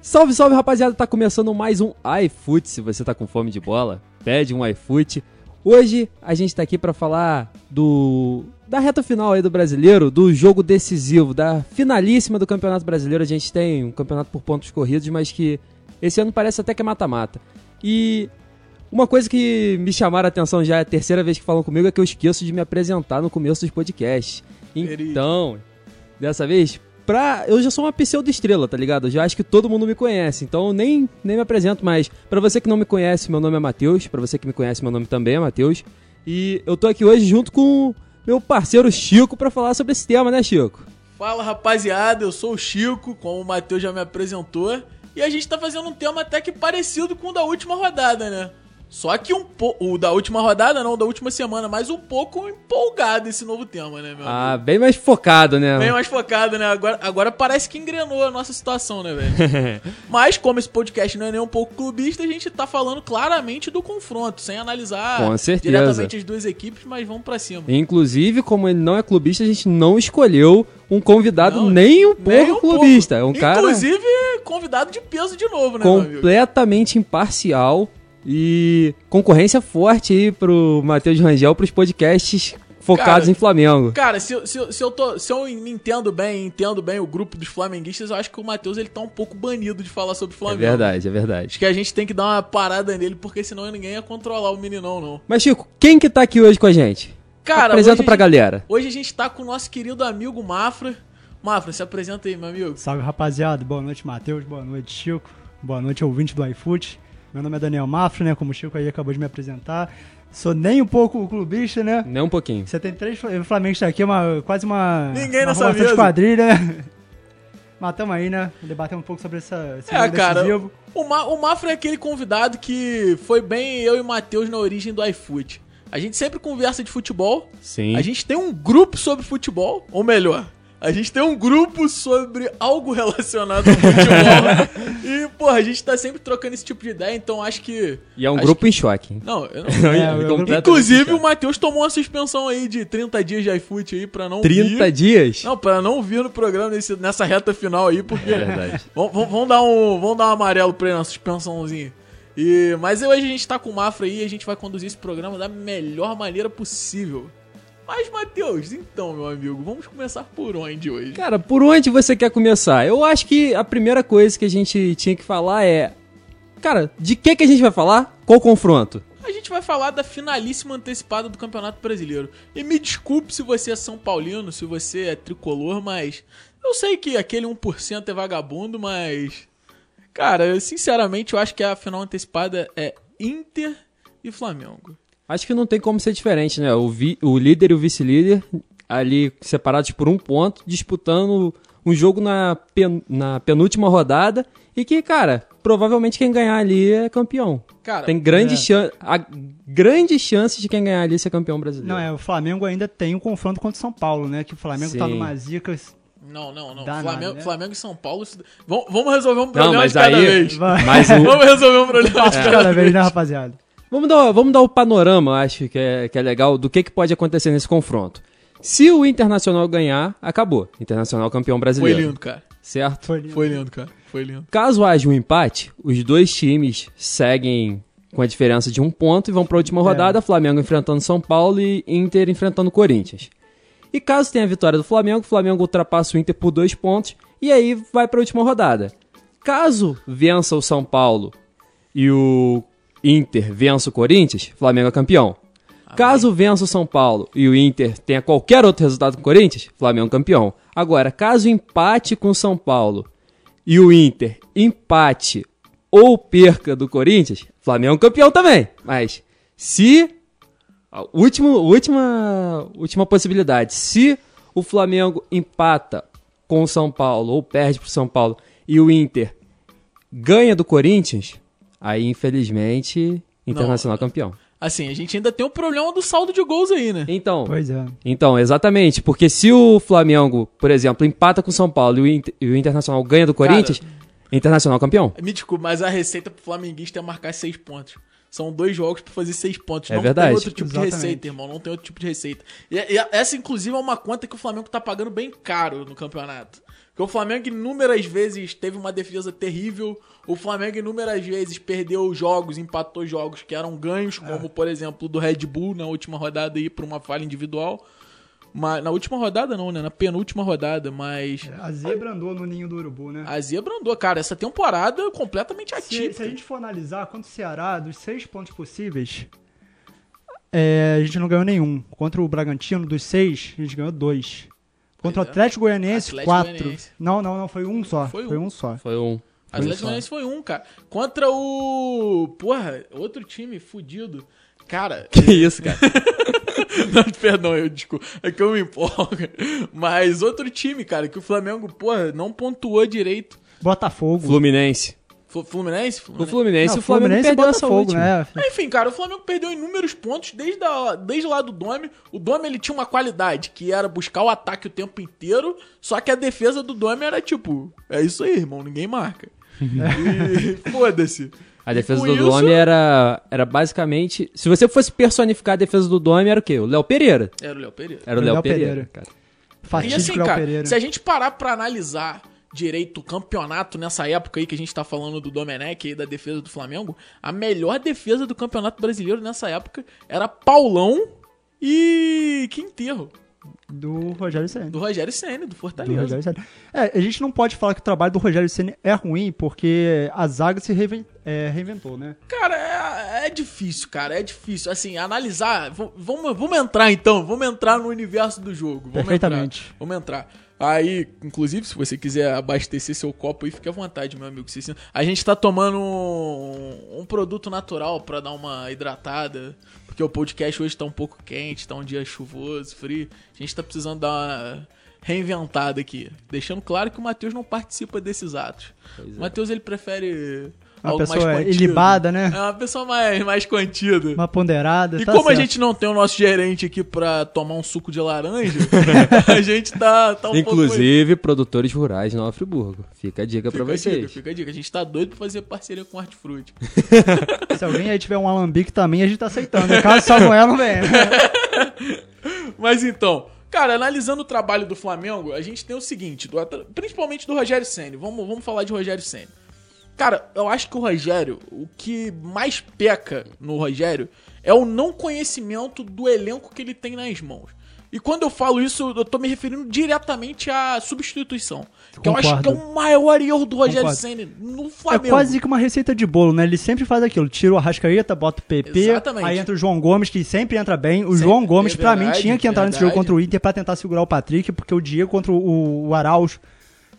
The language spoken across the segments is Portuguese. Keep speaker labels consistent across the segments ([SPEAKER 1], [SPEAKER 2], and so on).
[SPEAKER 1] Salve, salve, rapaziada! Tá começando mais um iFoot. Se você tá com fome de bola, pede um iFoot. Hoje a gente tá aqui pra falar do da reta final aí do Brasileiro, do jogo decisivo, da finalíssima do Campeonato Brasileiro. A gente tem um campeonato por pontos corridos, mas que esse ano parece até que é mata-mata. E uma coisa que me chamaram a atenção já é a terceira vez que falam comigo é que eu esqueço de me apresentar no começo dos podcasts. Então, dessa vez, pra. Eu já sou uma pseudo-estrela, tá ligado? Eu já acho que todo mundo me conhece, então eu nem, nem me apresento mais. Pra você que não me conhece, meu nome é Matheus. Pra você que me conhece, meu nome também é Matheus. E eu tô aqui hoje junto com meu parceiro Chico pra falar sobre esse tema, né, Chico?
[SPEAKER 2] Fala rapaziada, eu sou o Chico, como o Matheus já me apresentou, e a gente tá fazendo um tema até que parecido com o da última rodada, né? Só que um po... o da última rodada, não, da última semana, mas um pouco empolgado esse novo tema, né, meu?
[SPEAKER 1] Ah, bem mais focado, né?
[SPEAKER 2] Bem mais focado, né? Agora, agora parece que engrenou a nossa situação, né, velho? mas como esse podcast não é nem um pouco clubista, a gente tá falando claramente do confronto, sem analisar
[SPEAKER 1] Com certeza.
[SPEAKER 2] diretamente as duas equipes, mas vamos pra cima.
[SPEAKER 1] Inclusive, como ele não é clubista, a gente não escolheu um convidado
[SPEAKER 2] Não,
[SPEAKER 1] nem um pouco
[SPEAKER 2] Nem um pouco.
[SPEAKER 1] clubista. É um cara
[SPEAKER 2] Inclusive, convidado de peso de novo, né, meu amigo?
[SPEAKER 1] completamente imparcial e concorrência forte aí pro Matheus Rangel pros podcasts focados
[SPEAKER 2] Cara,
[SPEAKER 1] em Flamengo.
[SPEAKER 2] Cara, se, eu- se, eu- se eu tô, se eu me entendo bem, entendo bem o grupo dos flamenguistas, eu acho que o Matheus ele tá um pouco banido de falar sobre
[SPEAKER 1] É
[SPEAKER 2] Flamengo.
[SPEAKER 1] verdade, é verdade.
[SPEAKER 2] Acho que a gente tem que dar uma parada nele, porque senão ninguém ia controlar o meninão, não.
[SPEAKER 1] Mas Chico, quem que tá aqui hoje com a gente?
[SPEAKER 2] Cara,
[SPEAKER 1] apresenta
[SPEAKER 2] hoje,
[SPEAKER 1] pra galera.
[SPEAKER 2] hoje a gente tá com o nosso querido amigo Mafra. Mafra, se apresenta aí, meu amigo.
[SPEAKER 3] Salve rapaziada, boa noite Matheus, boa noite Chico, boa noite ouvinte do iFoot. Meu nome é Daniel Mafra, né? Como o Chico aí acabou de me apresentar. Sou nem um pouco clubista, né?
[SPEAKER 1] Nem um pouquinho.
[SPEAKER 3] Você tem três Fla- flamenguistas aqui, uma, quase uma.
[SPEAKER 2] Ninguém
[SPEAKER 3] uma
[SPEAKER 2] nessa
[SPEAKER 3] arrumação
[SPEAKER 2] mesa.
[SPEAKER 3] de quadrilha. Matamos aí, né? Debatemos um pouco sobre essa, esse
[SPEAKER 2] É,
[SPEAKER 3] jogo
[SPEAKER 2] cara,
[SPEAKER 3] decisivo.
[SPEAKER 2] O, Ma- o Mafra é aquele convidado que foi bem eu e o Matheus na origem do iFood. A gente sempre conversa de futebol,
[SPEAKER 1] Sim.
[SPEAKER 2] A gente tem um grupo sobre futebol, ou melhor, a gente tem um grupo sobre algo relacionado ao futebol. e, porra, a gente tá sempre trocando esse tipo de ideia, então acho que.
[SPEAKER 1] E é um
[SPEAKER 2] acho
[SPEAKER 1] grupo em choque. hein?
[SPEAKER 2] Não, eu não.
[SPEAKER 3] É, eu-
[SPEAKER 1] Completamente
[SPEAKER 2] Inclusive,
[SPEAKER 1] em
[SPEAKER 2] o
[SPEAKER 1] choque.
[SPEAKER 2] Matheus tomou uma suspensão aí de 30 dias de iFoot aí pra não
[SPEAKER 1] 30
[SPEAKER 2] vir.
[SPEAKER 1] dias?
[SPEAKER 2] Não, pra não vir no programa nesse- nessa reta final aí, porque.
[SPEAKER 1] É verdade.
[SPEAKER 2] Vom- vom- Vamos dar um, vamos dar um amarelo pra ele na suspensãozinha. E, mas hoje a gente tá com o Mafra aí e a gente vai conduzir esse programa da melhor maneira possível. Mas, Matheus, então, meu amigo, vamos começar por onde hoje?
[SPEAKER 1] Cara, por onde você quer começar? Eu acho que a primeira coisa que a gente tinha que falar é. Cara, de que, que a gente vai falar? Qual confronto?
[SPEAKER 2] A gente vai falar da finalíssima antecipada do Campeonato Brasileiro. E me desculpe se você é São Paulino, se você é tricolor, mas. Eu sei que aquele 1% é vagabundo, mas. Cara, eu, sinceramente, eu acho que a final antecipada é Inter e Flamengo.
[SPEAKER 1] Acho que não tem como ser diferente, né? O, vi- o líder e o vice-líder ali separados por um ponto, disputando um jogo na, pen- na penúltima rodada e que, cara, provavelmente quem ganhar ali é campeão.
[SPEAKER 2] Cara,
[SPEAKER 1] Tem
[SPEAKER 3] é.
[SPEAKER 1] grandes chances, grandes chances de quem ganhar ali ser campeão brasileiro.
[SPEAKER 3] Não, é, o Flamengo ainda tem um confronto contra o São Paulo, né? Que o Flamengo tá
[SPEAKER 1] Sim.
[SPEAKER 3] numa zica.
[SPEAKER 2] Não, não, não.
[SPEAKER 3] Danado,
[SPEAKER 2] Flamengo,
[SPEAKER 3] né?
[SPEAKER 2] Flamengo e São Paulo. isso- Vamos, vamos resolver um problema
[SPEAKER 1] mas
[SPEAKER 2] de cada
[SPEAKER 1] aí-
[SPEAKER 2] vez.
[SPEAKER 3] Vai.
[SPEAKER 1] Mas o-
[SPEAKER 2] Vamos resolver um problema de cada
[SPEAKER 3] Cada vez,
[SPEAKER 2] vez.
[SPEAKER 3] né, rapaziada?
[SPEAKER 1] Vamos dar, vamos dar o panorama, acho que é, que é legal, do que, que pode acontecer nesse confronto. Se o Internacional ganhar, acabou. Internacional campeão
[SPEAKER 2] Foi
[SPEAKER 3] é
[SPEAKER 1] brasileiro.
[SPEAKER 2] lindo, cara.
[SPEAKER 1] Certo?
[SPEAKER 3] Foi lindo.
[SPEAKER 2] Foi lindo, cara. Foi lindo.
[SPEAKER 1] Caso haja um empate, os dois times seguem com a diferença de um ponto e vão para a última rodada, Flamengo enfrentando São Paulo e Inter enfrentando Corinthians. E caso tenha a vitória do Flamengo, o Flamengo ultrapassa o Inter por dois pontos e aí vai para a última rodada. Caso vença o São Paulo e o Inter vença o Corinthians, Flamengo é campeão. Caso vença o São Paulo e o Inter tenha qualquer outro resultado com o Corinthians, Flamengo campeão. Agora, caso empate com o São Paulo e o Inter empate ou perca do Corinthians, Flamengo campeão também. Mas se a última última última possibilidade, se o Flamengo empata com o São Paulo ou perde pro São Paulo e o Inter ganha do Corinthians, aí infelizmente Internacional campeão.
[SPEAKER 2] Assim, a gente ainda tem o problema do saldo de gols aí, né?
[SPEAKER 1] Então,
[SPEAKER 3] Pois é.
[SPEAKER 1] então, exatamente, porque se o Flamengo, por exemplo, empata com o São Paulo e o, Inter- e o Internacional ganha do Corinthians, Internacional campeão.
[SPEAKER 2] Me desculpa, mas a receita pro flamenguista é marcar seis pontos. São dois jogos pra fazer seis pontos.
[SPEAKER 1] É
[SPEAKER 2] não
[SPEAKER 1] verdade.
[SPEAKER 2] tem outro tipo
[SPEAKER 3] Exatamente.
[SPEAKER 2] de receita, irmão. Não tem outro tipo de receita. E, e essa, inclusive, é uma conta que o Flamengo tá pagando bem caro no campeonato. Porque o Flamengo inúmeras vezes teve uma defesa terrível, o Flamengo inúmeras vezes perdeu jogos, empatou jogos que eram ganhos,
[SPEAKER 1] É.
[SPEAKER 2] como por exemplo do Red Bull na última rodada aí por uma falha individual. Mas, na última rodada não, né? Na penúltima rodada, mas
[SPEAKER 1] É.
[SPEAKER 3] A zebra andou no ninho do urubu, né?
[SPEAKER 2] a zebra andou, cara. Essa temporada é completamente
[SPEAKER 3] Se, se
[SPEAKER 2] atípica.
[SPEAKER 3] a gente for analisar, contra o Ceará, dos seis pontos possíveis, é, a gente não ganhou nenhum. Contra o Bragantino, dos seis, a gente ganhou dois. Contra o
[SPEAKER 2] é.
[SPEAKER 3] Atlético Goianiense,
[SPEAKER 2] Atlético
[SPEAKER 3] quatro.
[SPEAKER 2] Goianiense.
[SPEAKER 3] Não, não, não, foi um só.
[SPEAKER 2] Foi
[SPEAKER 3] Foi,
[SPEAKER 2] um.
[SPEAKER 3] um. só.
[SPEAKER 1] Foi um.
[SPEAKER 2] Atlético Goianiense foi um, cara. Contra o. Porra, outro time fudido. Cara,
[SPEAKER 1] Que isso, cara?
[SPEAKER 2] Não, perdão, eu desculpa. É que eu me empolgo. Mas outro time, cara, que o Flamengo, porra, não pontuou direito.
[SPEAKER 3] Botafogo.
[SPEAKER 1] Fluminense.
[SPEAKER 2] Fu- Fluminense?
[SPEAKER 1] O
[SPEAKER 2] Fluminense.
[SPEAKER 1] Fluminense,
[SPEAKER 3] Não,
[SPEAKER 1] o Flamengo
[SPEAKER 3] Fluminense e
[SPEAKER 1] perdeu essa
[SPEAKER 3] Botafogo,
[SPEAKER 1] última.
[SPEAKER 3] né?
[SPEAKER 2] Enfim, cara, o Flamengo perdeu inúmeros pontos desde, a- desde lá do Dome. O Dome ele tinha uma qualidade, que era buscar o ataque o tempo inteiro, só que a defesa do Dome era tipo, é isso aí, irmão, ninguém marca. E foda-se.
[SPEAKER 1] A defesa
[SPEAKER 2] Com
[SPEAKER 1] do
[SPEAKER 2] isso-
[SPEAKER 1] Dome é era, era basicamente. Se você fosse personificar a defesa do Dome, era o quê? O Léo Pereira.
[SPEAKER 2] Era o Léo Pereira.
[SPEAKER 1] Era o Léo Pereira. cara.
[SPEAKER 2] E
[SPEAKER 3] Fatídico
[SPEAKER 2] assim,
[SPEAKER 3] Léo
[SPEAKER 2] cara,
[SPEAKER 3] Pereira.
[SPEAKER 2] se a gente parar pra analisar direito o campeonato nessa época aí que a gente tá falando do Domenech e da defesa do Flamengo, a melhor defesa do Campeonato Brasileiro nessa época era Paulão e Quinterro,
[SPEAKER 3] Do Rogério Ceni.
[SPEAKER 2] do Rogério Ceni, do
[SPEAKER 3] Do
[SPEAKER 2] Fortaleza.
[SPEAKER 3] Rogério Ceni. É, a gente não pode falar que o trabalho do Rogério Ceni é ruim, porque a zaga se reinven- é, reinventou, né?
[SPEAKER 2] Cara, é, é difícil, cara, é difícil. Assim, analisar. v- Vamos, vamos entrar então, vamos entrar no universo do jogo. Vamos
[SPEAKER 3] Perfeitamente.
[SPEAKER 2] Entrar, vamos entrar. Aí, inclusive, se você quiser abastecer seu copo aí, fique à vontade, meu amigo. Você- A gente tá tomando um, um produto natural pra dar uma hidratada. Porque o podcast hoje tá um pouco quente, tá um dia chuvoso, frio. A gente tá precisando dar uma reinventada aqui. Deixando claro que o Matheus não participa desses atos. O Matheus, ele prefere
[SPEAKER 3] Uma
[SPEAKER 2] algo mais
[SPEAKER 3] pessoa
[SPEAKER 2] contido.
[SPEAKER 3] ilibada, né?
[SPEAKER 2] É uma pessoa mais, mais contida.
[SPEAKER 3] Uma ponderada.
[SPEAKER 2] E
[SPEAKER 3] tá
[SPEAKER 2] como a
[SPEAKER 3] certo.
[SPEAKER 2] gente não tem o nosso gerente aqui pra tomar um suco de laranja, a gente tá, tá um pouco...
[SPEAKER 1] Inclusive, produtores rurais de Nova Friburgo. Fica a dica pra
[SPEAKER 2] Fica a dica,
[SPEAKER 1] vocês.
[SPEAKER 2] fica a dica. A gente tá doido pra fazer parceria com o Hortifruti.
[SPEAKER 3] Se alguém aí tiver um alambique também, a gente tá aceitando. né? Caso Samuel não venha.
[SPEAKER 2] Mas então, cara, analisando o trabalho do Flamengo, a gente tem o seguinte, do atra- principalmente do Rogério Ceni. Vamos, vamos falar de Rogério Ceni. Cara, eu acho que o Rogério, o que mais peca no Rogério é o não conhecimento do elenco que ele tem nas mãos. E quando eu falo isso, eu tô me referindo diretamente à substituição. Que eu acho que é
[SPEAKER 3] Concordo.
[SPEAKER 2] o maior erro do Rogério
[SPEAKER 3] Concordo.
[SPEAKER 2] Ceni no
[SPEAKER 3] É
[SPEAKER 2] Flamengo.
[SPEAKER 3] quase que uma receita de bolo, né? Ele sempre faz aquilo. Tira o Arrascaeta, bota o PP.
[SPEAKER 2] Exatamente.
[SPEAKER 3] Aí entra o João Gomes, que sempre entra bem. O
[SPEAKER 2] Sempre,
[SPEAKER 3] João Gomes,
[SPEAKER 2] é
[SPEAKER 3] pra mim,
[SPEAKER 2] verdade,
[SPEAKER 3] tinha que entrar nesse jogo
[SPEAKER 2] verdade.
[SPEAKER 3] contra o Inter pra tentar segurar o Patrick, porque o Diego contra o, o Arauz,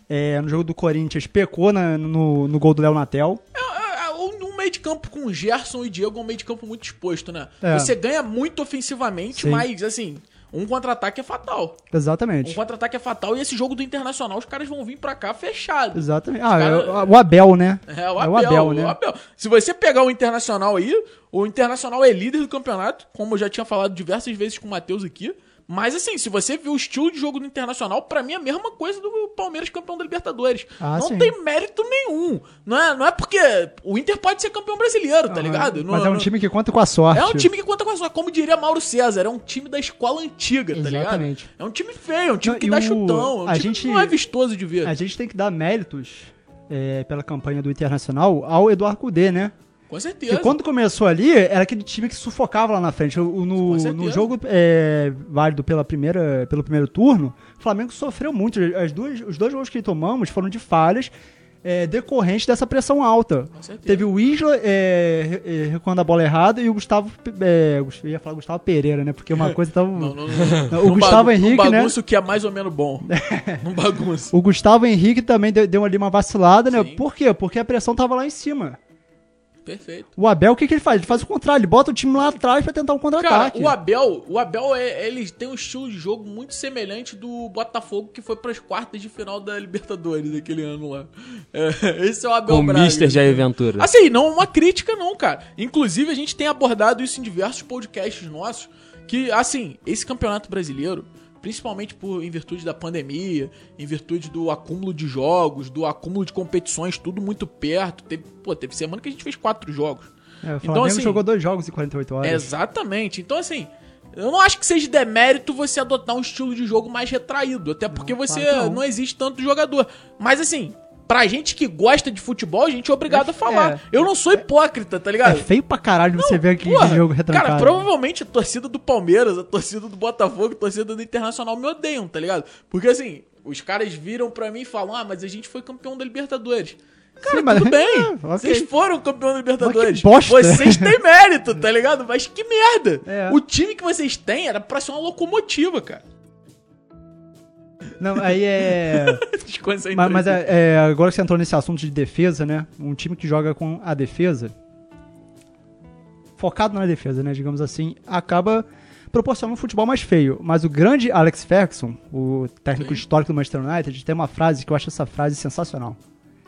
[SPEAKER 3] é, no jogo do Corinthians, pecou na- no, no gol do Léo Natel.
[SPEAKER 2] É, é, Um um meio de campo com Gerson e Diego é um meio de campo muito exposto, né?
[SPEAKER 3] É.
[SPEAKER 2] Você ganha muito ofensivamente,
[SPEAKER 3] Sim.
[SPEAKER 2] mas assim, um contra-ataque é fatal. Um
[SPEAKER 3] Exatamente.
[SPEAKER 2] contra-ataque é fatal e esse jogo do Internacional os caras vão vir pra cá fechado.
[SPEAKER 3] Exatamente. Ah,
[SPEAKER 2] Cara-
[SPEAKER 3] é o- o Abel, né?
[SPEAKER 2] É o Abel, né? Se você pegar o Internacional aí, o Internacional é líder do campeonato, como eu já tinha falado diversas vezes com o Matheus aqui. Mas assim, se você viu o estilo de jogo do Internacional, pra mim é a mesma coisa do Palmeiras campeão da Libertadores.
[SPEAKER 3] Ah,
[SPEAKER 2] não
[SPEAKER 3] sim.
[SPEAKER 2] tem mérito nenhum. Não é, não é porque o Inter pode ser campeão brasileiro, tá ligado? Não-
[SPEAKER 3] Mas é um
[SPEAKER 2] não-
[SPEAKER 3] time que conta com a sorte.
[SPEAKER 2] é um time que conta com a sua, como diria Mauro César, é um time da escola antiga, tá
[SPEAKER 3] Exatamente.
[SPEAKER 2] ligado? É um time feio, é um time
[SPEAKER 3] Não,
[SPEAKER 2] que
[SPEAKER 3] e
[SPEAKER 2] dá
[SPEAKER 3] o-
[SPEAKER 2] chutão, é um
[SPEAKER 3] a
[SPEAKER 2] time que
[SPEAKER 3] gente-
[SPEAKER 2] não é vistoso de ver.
[SPEAKER 3] A gente tem que dar méritos é, pela campanha do Internacional ao Eduardo Cudê, né?
[SPEAKER 2] Com certeza.
[SPEAKER 3] Porque quando começou ali, era aquele time que sufocava lá na frente. O- o-
[SPEAKER 2] Com
[SPEAKER 3] No,
[SPEAKER 2] certeza.
[SPEAKER 3] no jogo é, válido pela primeira, pelo primeiro turno, o Flamengo sofreu muito. As duas, os dois gols que tomamos foram de falhas é, decorrentes dessa pressão alta.
[SPEAKER 2] Com certeza.
[SPEAKER 3] Teve o Isla é, re- é, recuando a bola errada e o Gustavo. É, Gus- eu ia falar Gustavo Pereira, né? Porque uma coisa tava.
[SPEAKER 2] Não, não, não, não.
[SPEAKER 3] O Gustavo Henrique,
[SPEAKER 2] um
[SPEAKER 3] né?
[SPEAKER 2] bagunço que é mais ou menos bom. Um bagunço.
[SPEAKER 3] O Gustavo Henrique também deu, deu ali uma vacilada,
[SPEAKER 2] Sim.
[SPEAKER 3] né? Por quê? Porque a pressão tava lá em cima.
[SPEAKER 2] Perfeito.
[SPEAKER 3] O Abel, o que, que ele faz? Ele faz o contrário, ele bota o time lá atrás pra tentar um
[SPEAKER 2] Cara,
[SPEAKER 3] contra-ataque.
[SPEAKER 2] o Abel, o Abel é- ele tem um estilo de jogo muito semelhante do Botafogo que foi pras quartas de final da Libertadores daquele ano lá. É, esse é o Abel
[SPEAKER 1] Com o
[SPEAKER 2] Braga.
[SPEAKER 1] Mister Jair Ventura.
[SPEAKER 2] Assim, não é uma crítica, não, cara. Inclusive, a gente tem abordado isso em diversos podcasts nossos. Que, assim, esse campeonato brasileiro, principalmente por, em virtude da pandemia, em virtude do acúmulo de jogos, do acúmulo de competições, tudo muito perto. Teve, pô, teve semana que a gente fez quatro jogos.
[SPEAKER 3] É, o Flamengo
[SPEAKER 2] Então, assim,
[SPEAKER 3] jogou dois jogos em 48 horas.
[SPEAKER 2] Exatamente. Então, assim, Eu não acho que seja demérito você adotar um estilo de jogo mais retraído, até porque você
[SPEAKER 3] claro que
[SPEAKER 2] não.
[SPEAKER 3] não.
[SPEAKER 2] existe tanto jogador. Mas assim, pra gente que gosta de futebol, a gente é obrigado a falar. Eu não sou hipócrita, tá
[SPEAKER 3] É
[SPEAKER 2] ligado?
[SPEAKER 3] feio pra caralho você ver aquele
[SPEAKER 2] Porra,
[SPEAKER 3] jogo retrancado.
[SPEAKER 2] Cara, provavelmente a torcida do Palmeiras, a torcida do Botafogo, a torcida do Internacional me odeiam, tá ligado? Porque assim, os caras viram pra mim e falam: ah, mas a gente foi campeão da Libertadores. Cara,
[SPEAKER 3] mas-
[SPEAKER 2] tudo bem.
[SPEAKER 3] É, ok.
[SPEAKER 2] Vocês foram campeão da Libertadores.
[SPEAKER 3] Mas que bosta.
[SPEAKER 2] Vocês têm mérito, tá ligado? Mas que merda.
[SPEAKER 3] É.
[SPEAKER 2] O time que vocês têm era pra ser uma locomotiva, cara.
[SPEAKER 3] Não, aí é...
[SPEAKER 2] Desconhece a
[SPEAKER 3] Mas, mas
[SPEAKER 2] entrevista.
[SPEAKER 3] é- é, agora que você entrou nesse assunto de defesa, né? Um time que joga com a defesa, focado na defesa, né? Digamos assim, acaba proporcionando um futebol mais feio. Mas o grande Alex Ferguson, o técnico
[SPEAKER 2] Sim.
[SPEAKER 3] histórico do Manchester United, tem uma frase que eu acho essa frase sensacional.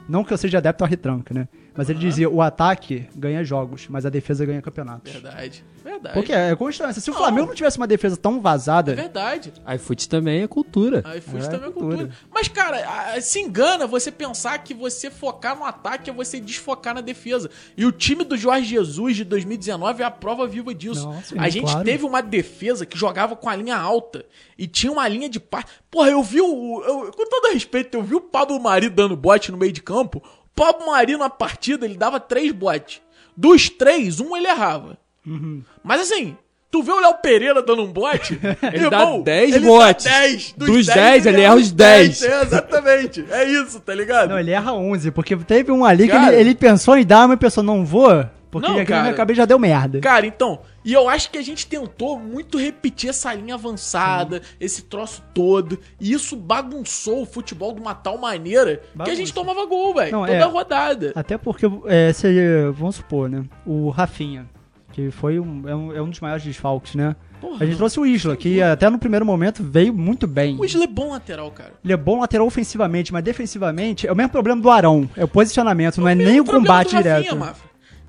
[SPEAKER 3] Não que eu seja adepto à retranca, né? Mas ele dizia: o ataque ganha jogos, mas a defesa ganha campeonatos.
[SPEAKER 2] Verdade. Verdade.
[SPEAKER 3] Porque é constância. Se o
[SPEAKER 2] Não.
[SPEAKER 3] Flamengo não tivesse uma defesa tão vazada,
[SPEAKER 2] Verdade.
[SPEAKER 1] iFoot também é cultura.
[SPEAKER 2] A iFood
[SPEAKER 3] É,
[SPEAKER 2] também é cultura.
[SPEAKER 3] cultura.
[SPEAKER 2] Mas, cara, a- se engana você pensar que você focar no ataque é você desfocar na defesa. E o time do Jorge Jesus de 2019 é a prova viva disso.
[SPEAKER 3] Nossa,
[SPEAKER 2] a
[SPEAKER 3] é,
[SPEAKER 2] gente
[SPEAKER 3] claro.
[SPEAKER 2] teve uma defesa que jogava com a linha alta e tinha uma linha de passe. Porra, eu vi o. eu- com todo respeito, eu vi o Pablo Mari dando bote no meio de campo. O Pablo Mari na partida, ele dava três botes. Dos três, um ele errava.
[SPEAKER 3] Uhum.
[SPEAKER 2] Mas assim. Tu vê o Léo Pereira dando um bote?
[SPEAKER 1] Ele dá
[SPEAKER 2] irmão,
[SPEAKER 1] 10
[SPEAKER 2] ele
[SPEAKER 1] botes.
[SPEAKER 2] Dá 10.
[SPEAKER 1] Dos 10, ele erra os 10.
[SPEAKER 2] É, exatamente. É isso, tá ligado?
[SPEAKER 3] Não, ele erra 11, porque teve um ali que
[SPEAKER 2] Cara.
[SPEAKER 3] ele, ele pensou em dar, mas pensou, não vou, porque
[SPEAKER 2] Não,
[SPEAKER 3] aqui
[SPEAKER 2] cara.
[SPEAKER 3] na minha cabeça já deu merda.
[SPEAKER 2] Cara, então, e eu acho que a gente tentou muito repetir essa linha avançada, esse troço todo, e isso bagunçou o futebol de uma tal maneira que a
[SPEAKER 3] Bagunça.
[SPEAKER 2] gente tomava gol, velho,
[SPEAKER 3] Não,
[SPEAKER 2] toda
[SPEAKER 3] é.
[SPEAKER 2] rodada.
[SPEAKER 3] Até porque, é, se, vamos supor, né, o Rafinha, que foi um, é, um, é um dos maiores desfalques, né,
[SPEAKER 2] Porra,
[SPEAKER 3] a gente trouxe o Isla, que até no primeiro momento veio muito bem.
[SPEAKER 2] o Isla é bom lateral, cara.
[SPEAKER 3] Ele é bom lateral ofensivamente, mas defensivamente é o mesmo problema do Arão, é o posicionamento, não é nem o
[SPEAKER 2] problema
[SPEAKER 3] combate
[SPEAKER 2] do Rafinha,
[SPEAKER 3] direto.
[SPEAKER 2] Mafra.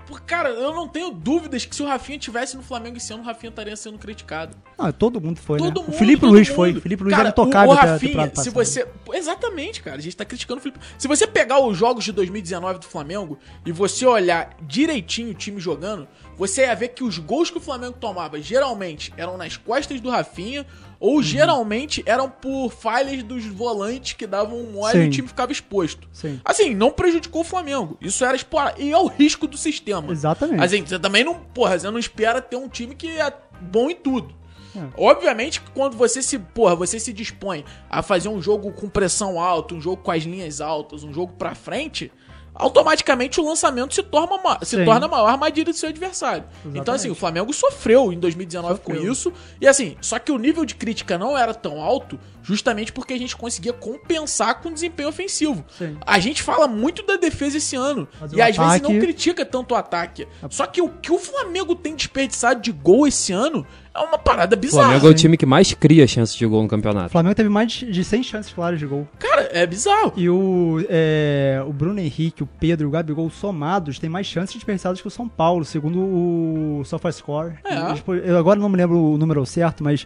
[SPEAKER 2] Por, cara, eu não tenho dúvidas que se o Rafinha tivesse no Flamengo esse ano, o Rafinha estaria sendo criticado.
[SPEAKER 3] Não, todo mundo foi,
[SPEAKER 2] Todo
[SPEAKER 3] né?
[SPEAKER 2] mundo,
[SPEAKER 3] o Felipe
[SPEAKER 2] todo
[SPEAKER 3] Luiz
[SPEAKER 2] mundo.
[SPEAKER 3] foi, o Felipe Luiz
[SPEAKER 2] Cara,
[SPEAKER 3] era intocável
[SPEAKER 2] o
[SPEAKER 3] até a
[SPEAKER 2] Rafinha,
[SPEAKER 3] temporada
[SPEAKER 2] se
[SPEAKER 3] passada.
[SPEAKER 2] você... Pô, Exatamente, cara. A gente tá criticando o Felipe. Se você pegar os jogos de 2019 do Flamengo e você olhar direitinho o time jogando, você ia ver que os gols que o Flamengo tomava geralmente eram nas costas do Rafinha ou
[SPEAKER 3] Uhum.
[SPEAKER 2] geralmente eram por falhas dos volantes que davam um mole e
[SPEAKER 3] Sim.
[SPEAKER 2] o time ficava exposto.
[SPEAKER 3] Sim.
[SPEAKER 2] Assim, não prejudicou o Flamengo. Isso era explorar. E é o risco do sistema.
[SPEAKER 3] Exatamente.
[SPEAKER 2] Assim, você também não, porra, você não espera ter um time que é bom em tudo.
[SPEAKER 3] É.
[SPEAKER 2] Obviamente que quando você se, porra, você se dispõe a fazer um jogo com pressão alta, um jogo com as linhas altas, um jogo pra frente, automaticamente o lançamento se torna, ma- se
[SPEAKER 3] Sim.
[SPEAKER 2] torna a maior armadilha do seu adversário. Então assim, o Flamengo sofreu em 2019 com
[SPEAKER 3] Sofreu.
[SPEAKER 2] isso. E assim, só que o nível de crítica não era tão alto, justamente porque a gente conseguia compensar com desempenho ofensivo.
[SPEAKER 3] Sim.
[SPEAKER 2] A gente fala muito da defesa esse ano.
[SPEAKER 3] Mas
[SPEAKER 2] e
[SPEAKER 3] o
[SPEAKER 2] às vezes não
[SPEAKER 3] ataque-
[SPEAKER 2] critica tanto o ataque. Só que o que o Flamengo tem desperdiçado de gol esse ano é uma parada
[SPEAKER 1] O
[SPEAKER 2] bizarra.
[SPEAKER 1] Flamengo é o time que mais cria chances de gol no campeonato.
[SPEAKER 3] O Flamengo teve mais de 100 chances claras de gol.
[SPEAKER 2] Cara, é bizarro.
[SPEAKER 3] E o, é, o Bruno Henrique, o Pedro e o Gabigol somados têm mais chances desperdiçadas que o São Paulo, segundo o SofaScore.
[SPEAKER 2] É.
[SPEAKER 3] Eles, tipo, Eu agora não me lembro o número certo, mas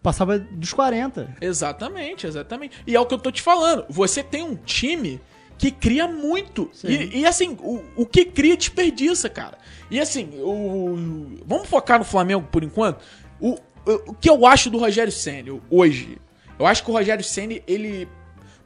[SPEAKER 3] passava dos 40.
[SPEAKER 2] Exatamente, exatamente. E é o que eu tô te falando. Você tem um time que cria muito.
[SPEAKER 3] Sim.
[SPEAKER 2] E, e, assim, o, o que cria desperdiça, cara. E assim, o, o- vamos focar no Flamengo por enquanto. O, o, o que eu acho do Rogério Ceni hoje? Eu acho que o Rogério Ceni ele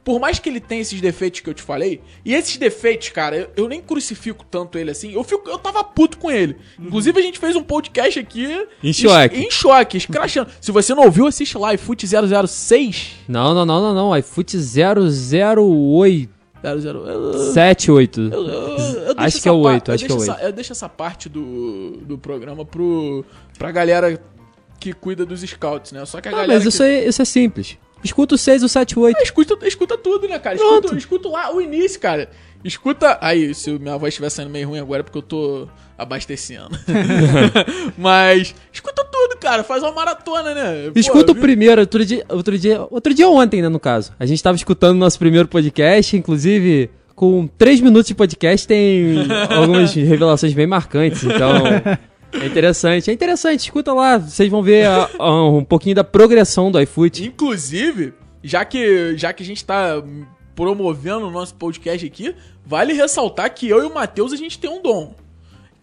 [SPEAKER 2] por mais que ele tenha esses defeitos que eu te falei, e esses defeitos, cara, eu, eu nem crucifico tanto ele assim. Eu fico, eu tava puto com ele. Inclusive a gente fez um podcast aqui
[SPEAKER 1] Em choque.
[SPEAKER 2] es- em choque, escrachando. Se você não ouviu, assiste lá iFoot 006.
[SPEAKER 1] Não, não, não, não, não. iFoot 00878.
[SPEAKER 2] 00. Eu, eu- eu deixo
[SPEAKER 1] Acho
[SPEAKER 2] essa
[SPEAKER 1] que é o
[SPEAKER 2] pa-
[SPEAKER 1] oito,
[SPEAKER 2] eu
[SPEAKER 1] acho que é o
[SPEAKER 2] deixo essa- Eu deixo essa parte do, do programa pro pra galera que cuida dos scouts, né? Só que a
[SPEAKER 1] Ah,
[SPEAKER 2] galera
[SPEAKER 1] mas
[SPEAKER 2] que-
[SPEAKER 1] isso é, isso é simples. Escuta o 6 e o 7 8.
[SPEAKER 2] Ah, escuta, escuta tudo, né, cara? Escuta, escuta lá o início, cara. Escuta. Aí, se minha voz estiver saindo meio ruim agora é porque eu tô abastecendo. Mas escuta tudo, cara. Faz uma maratona, né? Pô,
[SPEAKER 1] Escuta o
[SPEAKER 2] viu?
[SPEAKER 1] primeiro, outro dia, outro dia, outro dia ontem, né, no caso. A gente tava escutando nosso primeiro podcast, inclusive, com 3 minutos de podcast tem algumas revelações bem marcantes, então é interessante. É interessante, escuta lá, vocês vão ver a- a- um pouquinho da progressão do iFoot.
[SPEAKER 2] Inclusive, já que, já que a gente tá hum, promovendo o nosso podcast aqui, vale ressaltar que eu e o Matheus a gente tem um dom.